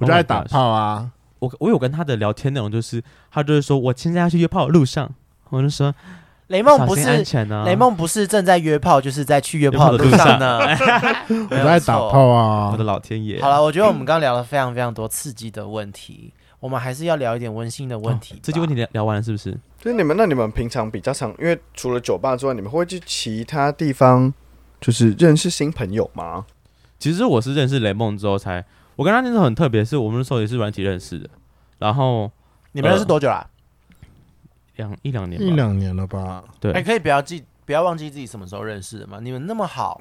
Speaker 2: 我就爱打炮啊，
Speaker 1: 我我有跟他的聊天内容就是，他就是说我现在要去约炮的路上，我就说
Speaker 4: 雷梦不
Speaker 1: 小心安
Speaker 4: 是
Speaker 1: 全啊，
Speaker 4: 雷梦不是正在约炮，就是在去约炮
Speaker 1: 约炮的
Speaker 4: 路
Speaker 1: 路
Speaker 4: 上
Speaker 1: 上
Speaker 4: 呢。
Speaker 2: 我就爱打炮
Speaker 1: 我
Speaker 2: 啊
Speaker 1: 的。老天爷，
Speaker 4: 好了，我觉得我们刚刚聊了非常非常多刺激的问题，我们还是要聊一点温馨的问题吧。
Speaker 1: 哦这些问题聊聊完了是不是？
Speaker 3: 就是你们那你们平常比较常，因为除了酒吧之外，你们会去其他地方，就是认识新朋友吗？
Speaker 1: 其实我是认识雷梦之后才，我跟他那时候很特别，是我们那时候也是软体认识的，然后
Speaker 4: 你们认识多久啦？
Speaker 1: 两一两年
Speaker 2: 一
Speaker 1: 吧，
Speaker 2: 两年了吧？
Speaker 1: 对
Speaker 4: 哎，可以不要记，不要忘记自己什么时候认识的嘛。你们那么好，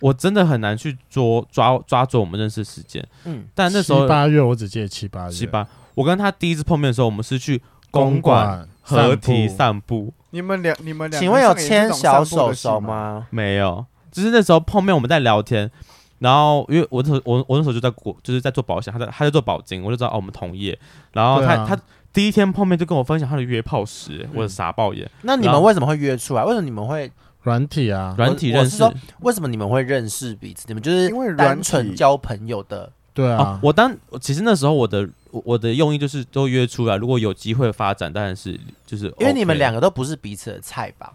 Speaker 1: 我真的很难去捉抓抓准我们认识时间，
Speaker 4: 嗯，
Speaker 1: 但那时候
Speaker 2: 七八月，我只记得七八月。
Speaker 1: 七八，我跟他第一次碰面的时候，我们是去公
Speaker 2: 公
Speaker 1: 馆
Speaker 2: 馆
Speaker 1: 合体
Speaker 2: 散
Speaker 1: 散步，
Speaker 3: 你们两你们两，
Speaker 4: 请问有牵小手手？吗？
Speaker 1: 没有，就是那时候碰面我们在聊天，然后因为我那时候我我那时候就在国就是在做保险，他在他在做保金，我就知道哦我们同业，然后他、
Speaker 2: 对啊
Speaker 1: 他第一天碰面就跟我分享他的约炮史，我的傻爆眼，
Speaker 4: 那你
Speaker 1: 然
Speaker 4: 们
Speaker 1: 后
Speaker 4: 为什么会约出来？为什么你们会？
Speaker 2: 软体啊，
Speaker 1: 软体
Speaker 4: 我
Speaker 1: 认
Speaker 4: 是
Speaker 1: 识
Speaker 4: 说。为什么你们会认识彼此？你们就是
Speaker 3: 因为软
Speaker 4: 单纯
Speaker 3: 体
Speaker 4: 交朋友的
Speaker 2: 对啊
Speaker 1: 哦，，我当其实那时候我的我我的用意就是都约出来，如果有机会发展，当然是就是、
Speaker 4: 因为你们两
Speaker 1: 个
Speaker 4: 个都不是彼此的菜吧？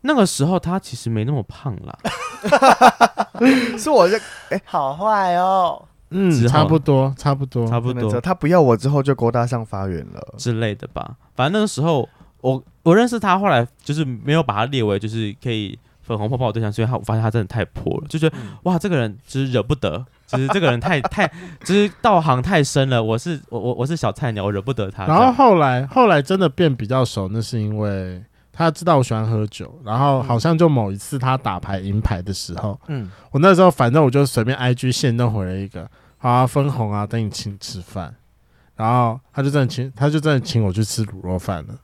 Speaker 1: 那个时候他其实没那么胖啦，
Speaker 3: 是我认
Speaker 4: 好坏哦，
Speaker 2: 嗯，
Speaker 1: 之后
Speaker 2: 差不多，差不多，
Speaker 1: 差不
Speaker 3: 不能
Speaker 1: 多
Speaker 3: 走，他不要我之后就勾搭上发源了。
Speaker 1: 之类的吧。反正那个时候我我认识他，后来就是没有把他列为就是可以粉红泡泡的对象，所以他我发现他真的太破了，就觉得、
Speaker 4: 嗯
Speaker 1: 哇这个人就是惹不得，就是这个人太 太就是道行太深了，我是我我我是小菜鸟，我惹不得
Speaker 3: 啊
Speaker 1: 他。
Speaker 2: 然后
Speaker 1: 这样
Speaker 2: 后来后来真的变比较熟，那是因为他知道我喜欢喝酒，然后好像就某一次他打牌赢牌的时候，
Speaker 4: 嗯，
Speaker 2: 我那时候反正我就随便 IG 线都回了一个，好啊，分红啊，等你请吃饭。然后他就真的请，他就真的请我去吃卤肉饭了，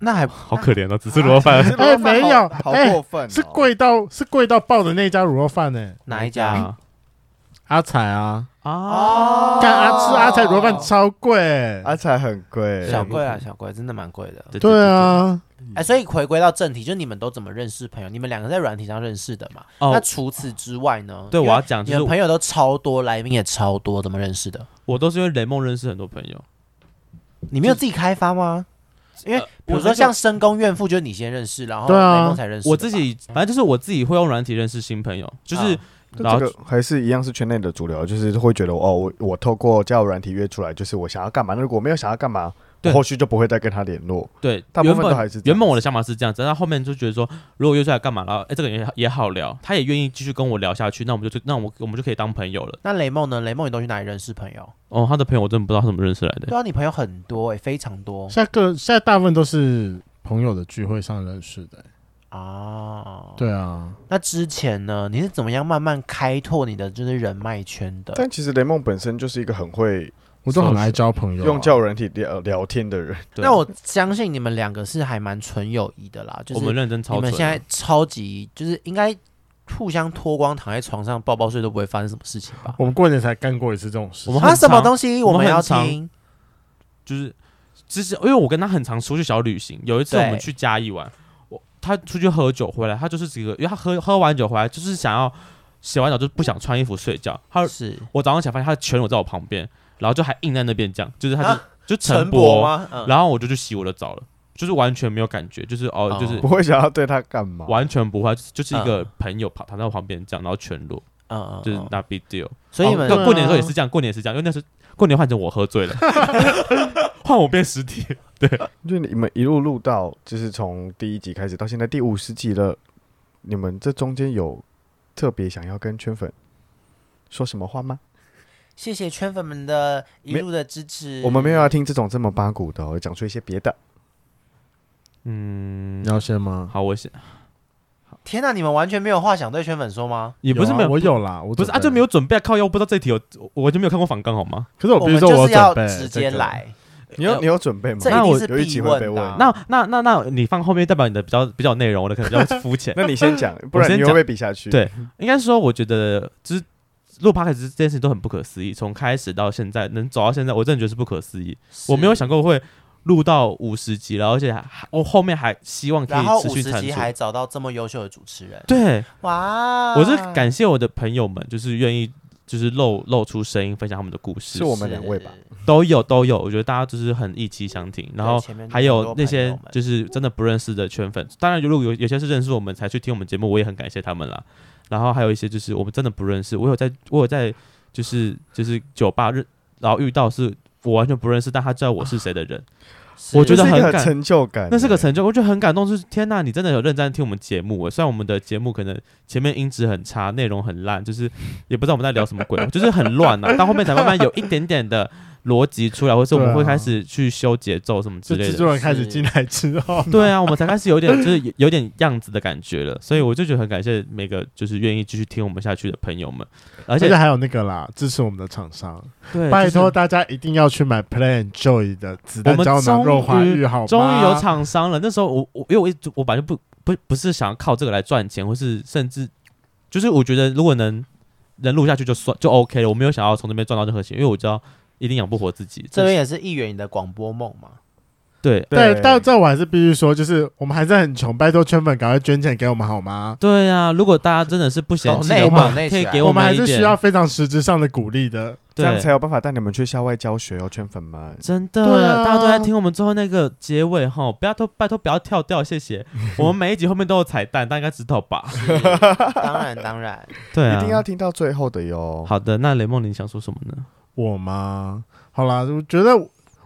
Speaker 4: 那还
Speaker 1: 好可怜哦，只是罗饭、
Speaker 3: 可是罗范
Speaker 2: 没
Speaker 3: 好
Speaker 2: 有
Speaker 3: 好
Speaker 2: 哎
Speaker 3: 过分哦，
Speaker 2: 是贵到是贵到爆的那家卤肉饭呢、欸
Speaker 4: 哪一家？
Speaker 1: 啊
Speaker 2: 阿彩啊，
Speaker 1: 啊！
Speaker 2: 干阿吃阿彩卤
Speaker 1: 哦
Speaker 2: 肉饭超贵、
Speaker 3: 阿啊才很贵，
Speaker 4: 小贵啊，小贵，真的蛮贵的。
Speaker 1: 对哦
Speaker 2: 对，啊，
Speaker 4: 哎，所以回归到正题，就你们都怎么认识朋友？你们两个在软体上认识的嘛？
Speaker 1: 对对
Speaker 4: 那
Speaker 1: 哦，
Speaker 4: 除此之外呢？
Speaker 1: 对，
Speaker 4: 因
Speaker 1: 我
Speaker 4: 为
Speaker 1: 要讲就
Speaker 4: 你们
Speaker 1: 是
Speaker 4: 朋友都超多，来宾也超多，怎么认识的？
Speaker 1: 我都是因为雷梦认识很多朋友，
Speaker 4: 你没有自己开发吗？因为
Speaker 1: 呃
Speaker 4: 比如
Speaker 1: 我
Speaker 4: 说
Speaker 1: 很
Speaker 4: 像
Speaker 1: 久
Speaker 4: 深宫怨妇，就是你先认识，然后
Speaker 2: 对啊
Speaker 4: 雷梦才认识的吧。
Speaker 1: 我自己，反正就是我自己会用软体认识新朋友，就是
Speaker 4: 啊
Speaker 1: 然
Speaker 3: 那
Speaker 1: 后
Speaker 3: 这个还是一样是圈内的主流，就是会觉得哦，我我透过交友软体约出来，就是我想要干嘛。那如果我没有想要干嘛，
Speaker 1: 对
Speaker 3: 我后续就不会再跟他联络。
Speaker 1: 对，
Speaker 3: 大部
Speaker 1: 原
Speaker 3: 分
Speaker 1: 本
Speaker 3: 都还是这样
Speaker 1: 原本我的想法是这样子，但后面就觉得说，如果约出来干嘛，然后哎、这个人也也好聊，他也愿意继续跟我聊下去，那我们就那我我们就可以当朋友了。
Speaker 4: 那雷梦呢？雷梦你都去哪里认识朋友？
Speaker 1: 哦，他的朋友我真的不知道他怎么认识来的。
Speaker 4: 对啊，你朋友很多哎、非常多
Speaker 2: 现在个现在大部分都是朋友的聚会上认识的、
Speaker 1: 哦
Speaker 4: 啊。，
Speaker 2: 对啊，
Speaker 4: 那之前呢，你是怎么样慢慢开拓你的就是人脉圈的？
Speaker 3: 但其实雷梦本身就是一个很会
Speaker 2: 我都很爱交朋友啊、
Speaker 3: 用交友软体聊聊天的人，
Speaker 1: 对啊
Speaker 4: 那我相信你们两个是还蛮纯友谊的啦，就
Speaker 1: 我们
Speaker 4: 是
Speaker 1: 认真
Speaker 4: 你
Speaker 1: 操
Speaker 4: 们
Speaker 1: 作。
Speaker 4: 现在超级就是应该互相脱光躺在床上抱抱睡都不会发生什么事情吧？
Speaker 2: 我们过年才干过一次这种事
Speaker 1: 我。们
Speaker 4: 啊，
Speaker 1: 很
Speaker 4: 什么
Speaker 1: 常
Speaker 4: 东西
Speaker 1: 我
Speaker 4: 我
Speaker 1: 们
Speaker 4: 们
Speaker 1: 很
Speaker 4: 要
Speaker 1: 常
Speaker 4: 听？
Speaker 1: 就是之前，因为我跟他很常出去小旅行，有一次我们
Speaker 4: 对
Speaker 1: 去嘉义玩，我他出去喝酒回来，他就是几个，因为他喝喝完酒回来就是想要洗完澡就不想穿衣服睡觉，他
Speaker 4: 是
Speaker 1: 我早上起来发现他的拳头在我旁边，然后就还硬在那边这样，就是他就、
Speaker 4: 啊
Speaker 1: 就陈
Speaker 4: 勃
Speaker 1: 勃
Speaker 4: 吗？嗯
Speaker 1: 然后我就去洗我的澡了，就是完全没有感觉，就是哦，
Speaker 4: 哦
Speaker 1: 就是
Speaker 3: 不会想要对他干嘛。
Speaker 1: 完全不会，就是就是一个
Speaker 4: 嗯
Speaker 1: 朋友跑躺在我旁边这样，然后全裸，
Speaker 4: 嗯嗯，
Speaker 1: 就是
Speaker 4: 嗯
Speaker 1: not big deal。
Speaker 4: 所以你
Speaker 1: 哦
Speaker 4: 们
Speaker 1: 过过年的时候
Speaker 2: 对啊
Speaker 1: 也是这样，过年也是这样，因为那时候过年换成我喝醉了，换我变实体，
Speaker 3: 就你们一路录到，就是从第一集开始到现在第五十集了，你们这中间有特别想要跟圈粉说什么话吗？
Speaker 4: 谢谢圈粉们的一
Speaker 3: 没
Speaker 4: 路的支持。
Speaker 3: 我们没有要听这种这么八股的、哦，讲出一些别的。
Speaker 1: 嗯
Speaker 2: 你，要先吗？
Speaker 1: 好，我先
Speaker 4: 天哪，你们完全没有话想对圈粉说吗？
Speaker 1: 也不是
Speaker 2: 啊
Speaker 1: 没有，
Speaker 2: 我有啦，我
Speaker 1: 不是啊，就没
Speaker 2: 有。
Speaker 1: 有准备啊靠腰，我不知道这题有，我我就没有看过反纲好吗？
Speaker 2: 可是我
Speaker 4: 我
Speaker 2: 比如
Speaker 4: 们
Speaker 2: 说
Speaker 4: 就是要
Speaker 2: 准备
Speaker 4: 直接
Speaker 2: 这个，
Speaker 4: 来，
Speaker 3: 你有
Speaker 4: 呃
Speaker 3: 你有准备吗？
Speaker 4: 这
Speaker 1: 嗯那
Speaker 4: 一定
Speaker 1: 我
Speaker 4: 是
Speaker 3: 有一
Speaker 4: 必
Speaker 3: 集会
Speaker 4: 问
Speaker 3: 被
Speaker 4: 的啊。
Speaker 3: 问
Speaker 1: 那那那那你放后面代表你的比较比较有内容，我的可能比较肤 浅。
Speaker 3: 那你先讲，不
Speaker 1: 我
Speaker 3: 然
Speaker 1: 先
Speaker 3: 你
Speaker 1: 讲
Speaker 3: 会被比下去。
Speaker 1: 对应该是说，我觉得之录 p o d 这件事情都很不可思议，从开始到现在能走到现在，我真的觉得是不可思议。
Speaker 4: 是
Speaker 1: 我没有，想过会录到五十集了，而且还我后面还希望可
Speaker 4: 然后
Speaker 1: 以持
Speaker 4: 五
Speaker 1: 续
Speaker 4: 十
Speaker 1: 产
Speaker 4: 集
Speaker 1: 出。
Speaker 4: 还啊找到这么优秀的主持人，
Speaker 1: 对，
Speaker 4: 哇！
Speaker 1: 我是感谢我的朋友们，就是愿意就是露露出声音，分享他们的故事
Speaker 3: 是，我们两位吧？
Speaker 1: 都有都有，我觉得大家就是很一气相挺，然后
Speaker 4: 前面
Speaker 1: 还
Speaker 4: 很
Speaker 1: 有
Speaker 4: 多
Speaker 1: 那
Speaker 4: 朋友
Speaker 1: 些
Speaker 4: 们
Speaker 1: 就是真的不认识的圈粉，当然如果有有些是认识我们才去听我们节目，我也很感谢他们啦。然后还有一些就是我们真的不认识，我有在我有在就是就是酒吧认，然后遇到是我完全不认识，但他知道我是谁的人，我觉
Speaker 3: 这
Speaker 1: 得
Speaker 3: 是一
Speaker 1: 很
Speaker 3: 个
Speaker 1: 感
Speaker 3: 成就感，
Speaker 1: 那是个成就，我觉得很感动。就是天呐，你真的有认真听我们节目耶，虽然我们的节目可能前面音质很差，内容很烂，就是 也不知道我们在聊什么鬼，就是很乱呐、到后面才慢慢有一点点的逻辑出来，或是我们
Speaker 2: 对啊
Speaker 1: 会开始去修节奏什么之
Speaker 2: 就
Speaker 1: 类
Speaker 2: 制
Speaker 1: 的。
Speaker 2: 作人开始进来之后，
Speaker 1: 对啊，我们才开始有点就是有有点样子的感觉了，所以我就觉得很感谢每个就是愿意继续听我们下去的朋友们， 而
Speaker 2: 而
Speaker 1: 且
Speaker 2: 且还有那个啦，支持我们的厂商，
Speaker 1: 对，
Speaker 2: 啊拜
Speaker 1: 就是
Speaker 2: 托大家一定要去买 Plan Joy 的子弹
Speaker 1: 我们
Speaker 2: 胶囊肉花
Speaker 1: 终于
Speaker 2: 浴，好吗？
Speaker 1: 终于有厂商了。那时候我我因为我一直我本来就不不不是想要靠这个来赚钱，或是甚至就是我觉得如果能能录下去就算就 OK 了，我没有想要从这边赚到任何钱，因为我知道一定养不活自己。
Speaker 4: 这边也是议员你的广播梦嘛？
Speaker 1: 对
Speaker 2: 对，但这我还是必须说，就是我们还是很穷，拜托圈粉赶快捐钱给我们好吗？
Speaker 1: 对啊，如果大家真的是不嫌弃
Speaker 4: 抖内
Speaker 1: 的话，
Speaker 4: 抖内
Speaker 1: 可以
Speaker 4: 起来
Speaker 1: 给
Speaker 2: 我
Speaker 1: 们
Speaker 2: 还
Speaker 1: 一
Speaker 2: 是
Speaker 1: 点
Speaker 2: 需要非常实质上的鼓励的。
Speaker 3: 这样
Speaker 1: 对。
Speaker 3: 才有办法带你们去校外教学哦，圈粉们。
Speaker 1: 真的，
Speaker 2: 对啊
Speaker 1: 大家都在听我们最后那个结尾哈，不要都拜托不要跳掉，谢 谢。我们每一集后面都有彩蛋，大家应该知道吧？
Speaker 4: 当然 当然，
Speaker 1: 对啊，
Speaker 3: 一定要听到最后的哟。
Speaker 1: 好的。那雷梦，你想说什么呢？
Speaker 2: 我吗？好啦，我觉得，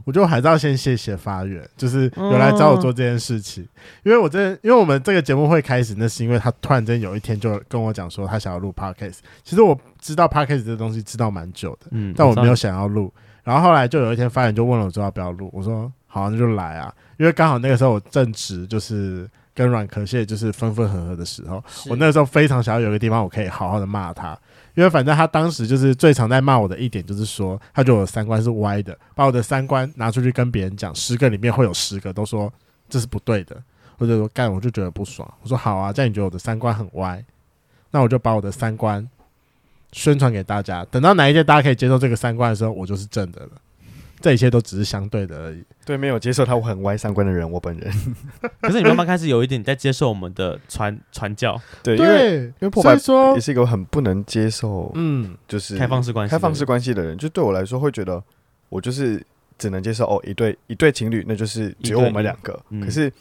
Speaker 2: 我觉得我还是要先谢谢发源，就是有来找我做这件事情，因为我真的，因为我们这个节目会开始，那是因为他突然间有一天就跟我讲说他想要录 podcast。其实我知道 podcast 这东西知道蛮久的，
Speaker 1: 嗯，
Speaker 2: 但我
Speaker 1: 知道
Speaker 2: 没有想要录。然后后来就有一天，发源就问了我说要不要录，我说好，那就来啊，因为刚好那个时候我正值就是跟软壳蟹就是分分合合的时候，
Speaker 4: 是
Speaker 2: 我那个时候非常想要有一个地方我可以好好的骂他，因为反正他当时就是最常在骂我的一点就是说，他觉得我的三观是歪的，把我的三观拿出去跟别人讲，十个里面会有十个都说这是不对的，或者说干我就觉得不爽，我说好啊，这样你觉得我的三观很歪，那我就把我的三观宣传给大家，等到哪一天大家可以接受这个三观的时候，我就是正的了，这一切都只是相对的而已。
Speaker 3: 对，没有接受他我很歪三观的人，我本人。
Speaker 1: 可是你慢慢开始有一点在接受我们的传传教，
Speaker 3: 对，因为
Speaker 2: 对，
Speaker 3: 为破
Speaker 2: 所
Speaker 3: 百
Speaker 2: 以说
Speaker 3: 也，是一个很不能接受，
Speaker 2: 嗯，
Speaker 3: 就是
Speaker 1: 开放式关系，
Speaker 3: 开放式关系的人，就对我来说会觉得我就是只能接受哦，一对一对情侣，那就是只有我们两个。
Speaker 1: 一
Speaker 3: 可是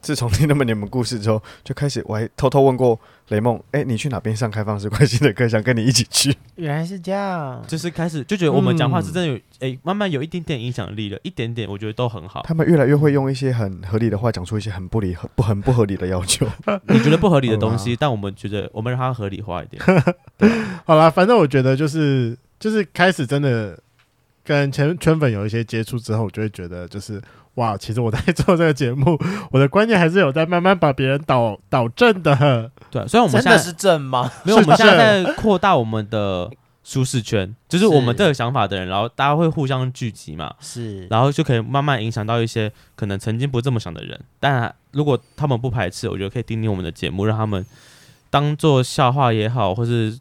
Speaker 3: 自从听他们你们故事之后，就开始我还偷偷问过雷梦，哎、你去哪边上开放式关系的课？想跟你一起去。
Speaker 4: 原来是这样。
Speaker 1: 就是开始就觉得我们讲话
Speaker 2: 嗯
Speaker 1: 是真的有哎、慢慢有一点点影响力了，一点点，我觉得都很 好。
Speaker 3: 他们越来越会用一些很合理的话讲出一些很不理不很不合理的要求。
Speaker 1: 你觉得不合理的东
Speaker 2: 好
Speaker 1: 西，但我们觉得我们让它合理化一点。
Speaker 2: 好啦，反正我觉得就是就是开始真的跟圈圈粉有一些接触之后，我就会觉得就是哇，其实我在做这个节目， 我的观念还是有在慢慢把别人导导正的。
Speaker 1: 对，啊虽然我们
Speaker 4: 真
Speaker 1: 现在
Speaker 4: 的是 正吗？
Speaker 1: 没有，我们
Speaker 2: 是
Speaker 1: 现在在扩大我们的舒适圈，就是我们
Speaker 4: 是
Speaker 1: 这个想法的人，然后大家会互相聚集嘛，
Speaker 4: 是，
Speaker 1: 然后就可以慢慢影响到一些可能曾经不这么想的人。但如果他们不排斥，我觉得可以听听我们的节目，让他们当做笑话也好，或是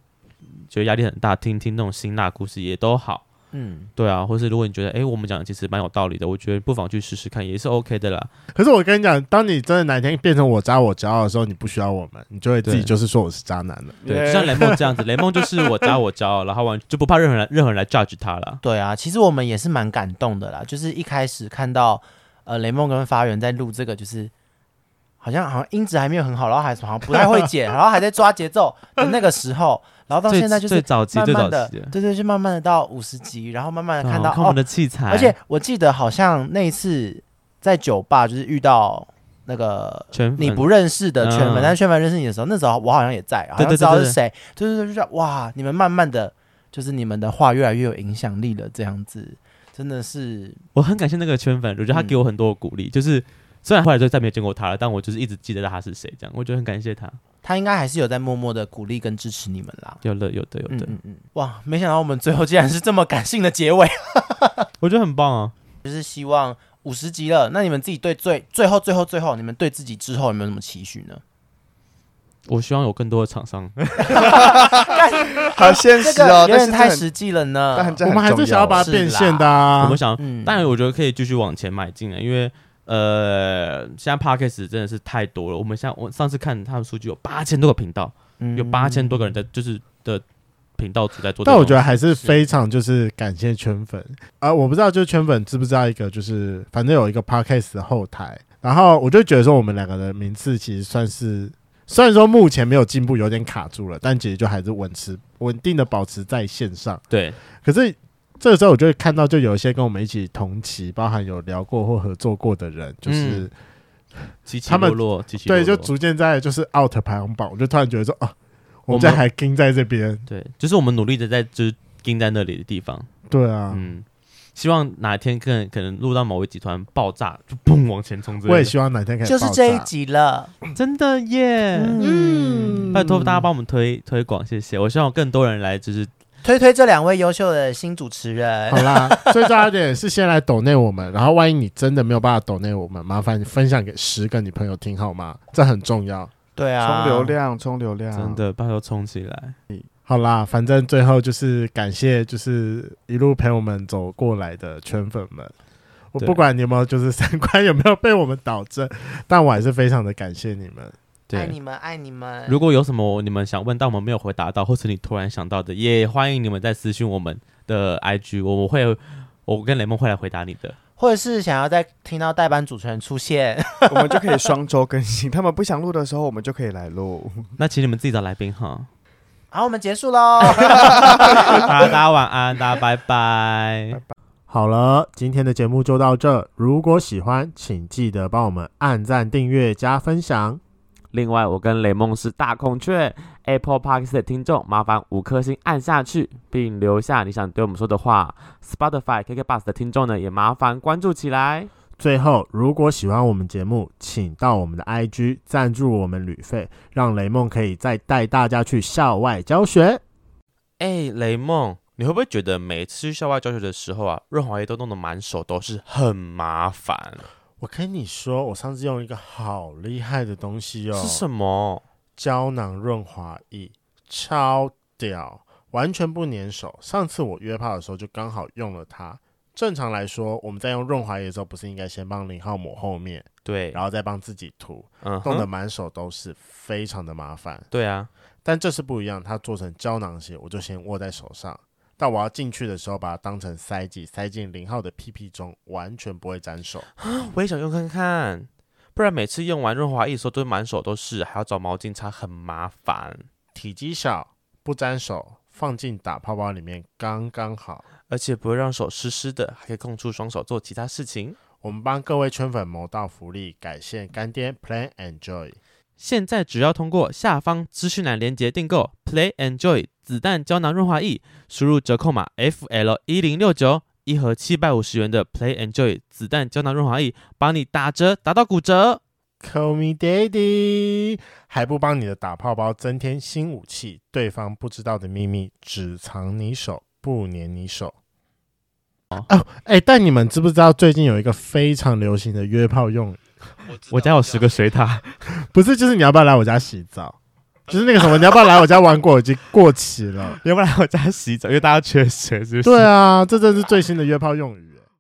Speaker 1: 觉得压力很大，听听那种辛辣故事也都好。
Speaker 4: 嗯，
Speaker 1: 对啊，或是如果你觉得，诶，我们讲的其实蛮有道理的，我觉得不妨去试试看，也是 OK 的啦。
Speaker 2: 可是我跟你讲，当你真的哪天变成我渣我骄傲的时候，你不需要我们，你就会自己
Speaker 1: 对
Speaker 2: 就是说我是渣男了。
Speaker 1: 对，就像雷梦这样子，雷梦就是我渣我骄傲，然后完就不怕任何人来任何人来 judge 他啦。
Speaker 4: 对啊，其实我们也是蛮感动的啦。就是一开始看到呃雷梦跟发源在录这个，就是好像好像音质还没有很好，然后还好像不太会 剪，然后还在抓节奏的那个时候，然后到
Speaker 1: 最
Speaker 4: 现在就是
Speaker 1: 最早期
Speaker 4: 慢
Speaker 1: 最
Speaker 4: 慢
Speaker 1: 早
Speaker 4: 的
Speaker 1: 期的，
Speaker 4: 对对，就慢慢的到五十集，然后慢慢的看
Speaker 1: 嗯
Speaker 4: 到、
Speaker 1: 看我
Speaker 4: 哦
Speaker 1: 们，的器材，
Speaker 4: 而且我记得好像那一次在酒吧就是遇到那个
Speaker 1: 全
Speaker 4: 你
Speaker 1: 粉
Speaker 4: 不认识的圈粉，
Speaker 1: 嗯
Speaker 4: 但是圈粉认识你的时候，那时候我好像也在，好
Speaker 1: 对
Speaker 4: 像
Speaker 1: 对
Speaker 4: 知道
Speaker 1: 对对
Speaker 4: 是谁，对对对，就是哇，你们慢慢的就是你们的话越来越有影响力了，这样子真的是
Speaker 1: 我很感谢那个圈粉，我觉得他
Speaker 4: 嗯
Speaker 1: 给我很多的鼓励，就是虽然后来就再没有见过他了，但我就是一直记得他是谁，这样我觉得很感谢他，
Speaker 4: 他应该还是有在默默的鼓励跟支持你们啦。
Speaker 1: 有的有的有
Speaker 4: 嗯
Speaker 1: 的，
Speaker 4: 嗯嗯，哇，没想到我们最后竟然是这么感性的结尾，
Speaker 1: 我觉得很棒啊。
Speaker 4: 就是希望五十集了，那你们自己对最最后最后最后，你们对自己之后有没有什么期许呢？
Speaker 1: 我希望有更多的厂商，
Speaker 3: 好现
Speaker 4: 这
Speaker 3: 实
Speaker 4: 个
Speaker 3: 哦，但
Speaker 4: 有点
Speaker 3: 是
Speaker 4: 太
Speaker 3: 这很
Speaker 4: 实际了呢。
Speaker 3: 但这
Speaker 2: 我
Speaker 3: 很
Speaker 2: 们还
Speaker 3: 重
Speaker 2: 是想要
Speaker 3: 要
Speaker 2: 把它
Speaker 4: 是
Speaker 2: 变
Speaker 4: 啦
Speaker 2: 现的啊
Speaker 1: 我。想
Speaker 4: 嗯，
Speaker 1: 当然我觉得可以继续往前迈进了，啊因为呃，现在 podcast 真的是太多了。我们像我上次看他们数据有八千多个频道，有
Speaker 4: 嗯
Speaker 1: 八千多个人在就是的频道主在做这个东西。
Speaker 2: 嗯但我觉得还是非常就是感谢圈粉啊、呃我不知道就是圈粉知不知道一个就是反正有一个 podcast 的后台，然后我就觉得说我们两个的名次其实算是虽然说目前没有进步，有点卡住了，但其实就还是稳持稳定的保持在线上。
Speaker 1: 对，
Speaker 2: 可是这个时候我就会看到，就有一些跟我们一起同期，包含有聊过或合作过的人，就是、
Speaker 1: 嗯起起
Speaker 2: 他们
Speaker 1: 落落，起起落
Speaker 2: 对，
Speaker 1: 落，
Speaker 2: 就逐渐在就是 out 排行榜，我就突然觉得说啊，
Speaker 1: 我
Speaker 2: 我们
Speaker 1: 们
Speaker 2: 家还跟在这边，
Speaker 1: 对，就是我们努力的在就是盯在那里的地方。
Speaker 2: 对啊，
Speaker 1: 嗯，希望哪一天可能可能录到某一集团爆炸，就砰往前冲之类的。
Speaker 2: 我也希望哪天可以
Speaker 4: 就是
Speaker 2: 爆
Speaker 4: 这一
Speaker 2: 炸
Speaker 4: 集了。
Speaker 1: 真的耶，
Speaker 4: 嗯，
Speaker 1: 拜托大家帮我们推推广，谢谢。我希望有更多人来，就是
Speaker 4: 推推这两位优秀的新主持 人
Speaker 2: 好。啦，最重要一点是先来抖内我们，然后万一你真的没有办法抖内我们，麻烦你分享给十个你朋友听好吗？这很重要。
Speaker 4: 对啊，
Speaker 3: 冲流量，冲流
Speaker 2: 啊
Speaker 3: 量，
Speaker 1: 真的拜托冲起来。
Speaker 2: 好啦，反正最后就是感谢，就是一路陪我们走过来的圈粉们。我
Speaker 1: 对
Speaker 2: 不管你有没有，就是三观有没有被我们导正，但我还是非常的感谢你们。
Speaker 4: 爱
Speaker 1: 对
Speaker 4: 你，们，爱你们。
Speaker 1: 如果有什么你们想问但我们没有回答到，或是你突然想到的，也欢迎你们在私讯我们的 IG，我们会我跟雷梦会来回答你的。
Speaker 4: 或者是想要再听到代班主持人出现，
Speaker 3: 我们就可以双周更新。他们不想录的时候，我们就可以来录。
Speaker 1: 那请你们自己找来宾 哈。
Speaker 4: 好，我们结束喽。
Speaker 1: 好啦大家晚安，大家拜拜。
Speaker 2: 好了，今天的节目就到这。如果喜欢，请记得帮我们按赞、订阅、加分享。
Speaker 6: 另外，我跟雷梦是大孔雀 Apple Park 的听众，麻烦五颗星按下去，并留下你想对我们说的话。Spotify KK Bus 的听众呢，也麻烦关注起来。
Speaker 2: 最后，如果喜欢我们节目，请到我们的 IG 赞助我们旅费，让雷梦可以再带大家去校外教学。
Speaker 1: 哎、雷梦，你会不会觉得每次去校外教学的时候啊，润滑液都弄得满手都是，很麻烦？
Speaker 2: 我跟你说，我上次用一个好厉害的东西哦，
Speaker 1: 是什么？
Speaker 2: 胶囊润滑液，超屌，完全不粘手。上次我约炮的时候就刚好用了它。正常来说，我们在用润滑液的时候，不是应该先帮零号抹后面，
Speaker 1: 对，
Speaker 2: 然后再帮自己涂，
Speaker 1: 嗯
Speaker 2: 弄得
Speaker 1: 哼，
Speaker 2: 满手都是，非常的麻烦。
Speaker 1: 对啊，
Speaker 2: 但这次不一样，它做成胶囊鞋，我就先握在手上。但我要进去的时候，把它当成塞剂塞进零号的屁屁中，完全不会沾手。
Speaker 1: 我也想用看看，不然每次用完润滑液的时候都满手都是，还要找毛巾擦，很麻烦。
Speaker 2: 体积小，不沾手，放进打泡泡里面刚刚好。
Speaker 1: 而且不会让手湿湿的，还可以空出双手做其他事情。
Speaker 2: 我们帮各位圈粉谋到福利，感谢干爹 Plan and Joy。
Speaker 1: 现在只要通过下方资讯栏连接订购 Play Enjoy 子弹胶囊润滑液，输入折扣码 FL 一零六九，一盒七百五十元的 Play Enjoy 子弹胶囊润滑液，帮你打折打到骨折。
Speaker 2: Call me daddy，还不帮你的打泡包增添新武器？对方不知道的秘密，只藏你手，不粘你手。
Speaker 1: 哦
Speaker 2: 哦，哎、但你们知不知道最近有一个非常流行的约炮用语？
Speaker 1: 我家有十个水 塔，
Speaker 2: 不是，就是你要不要来我家洗澡？就是那个什么，你要不要来我家玩过？已经过期 了。啊
Speaker 1: 要不然我家洗澡，因为大家缺水，是不是？
Speaker 2: 对啊，这真是最新的约炮用语。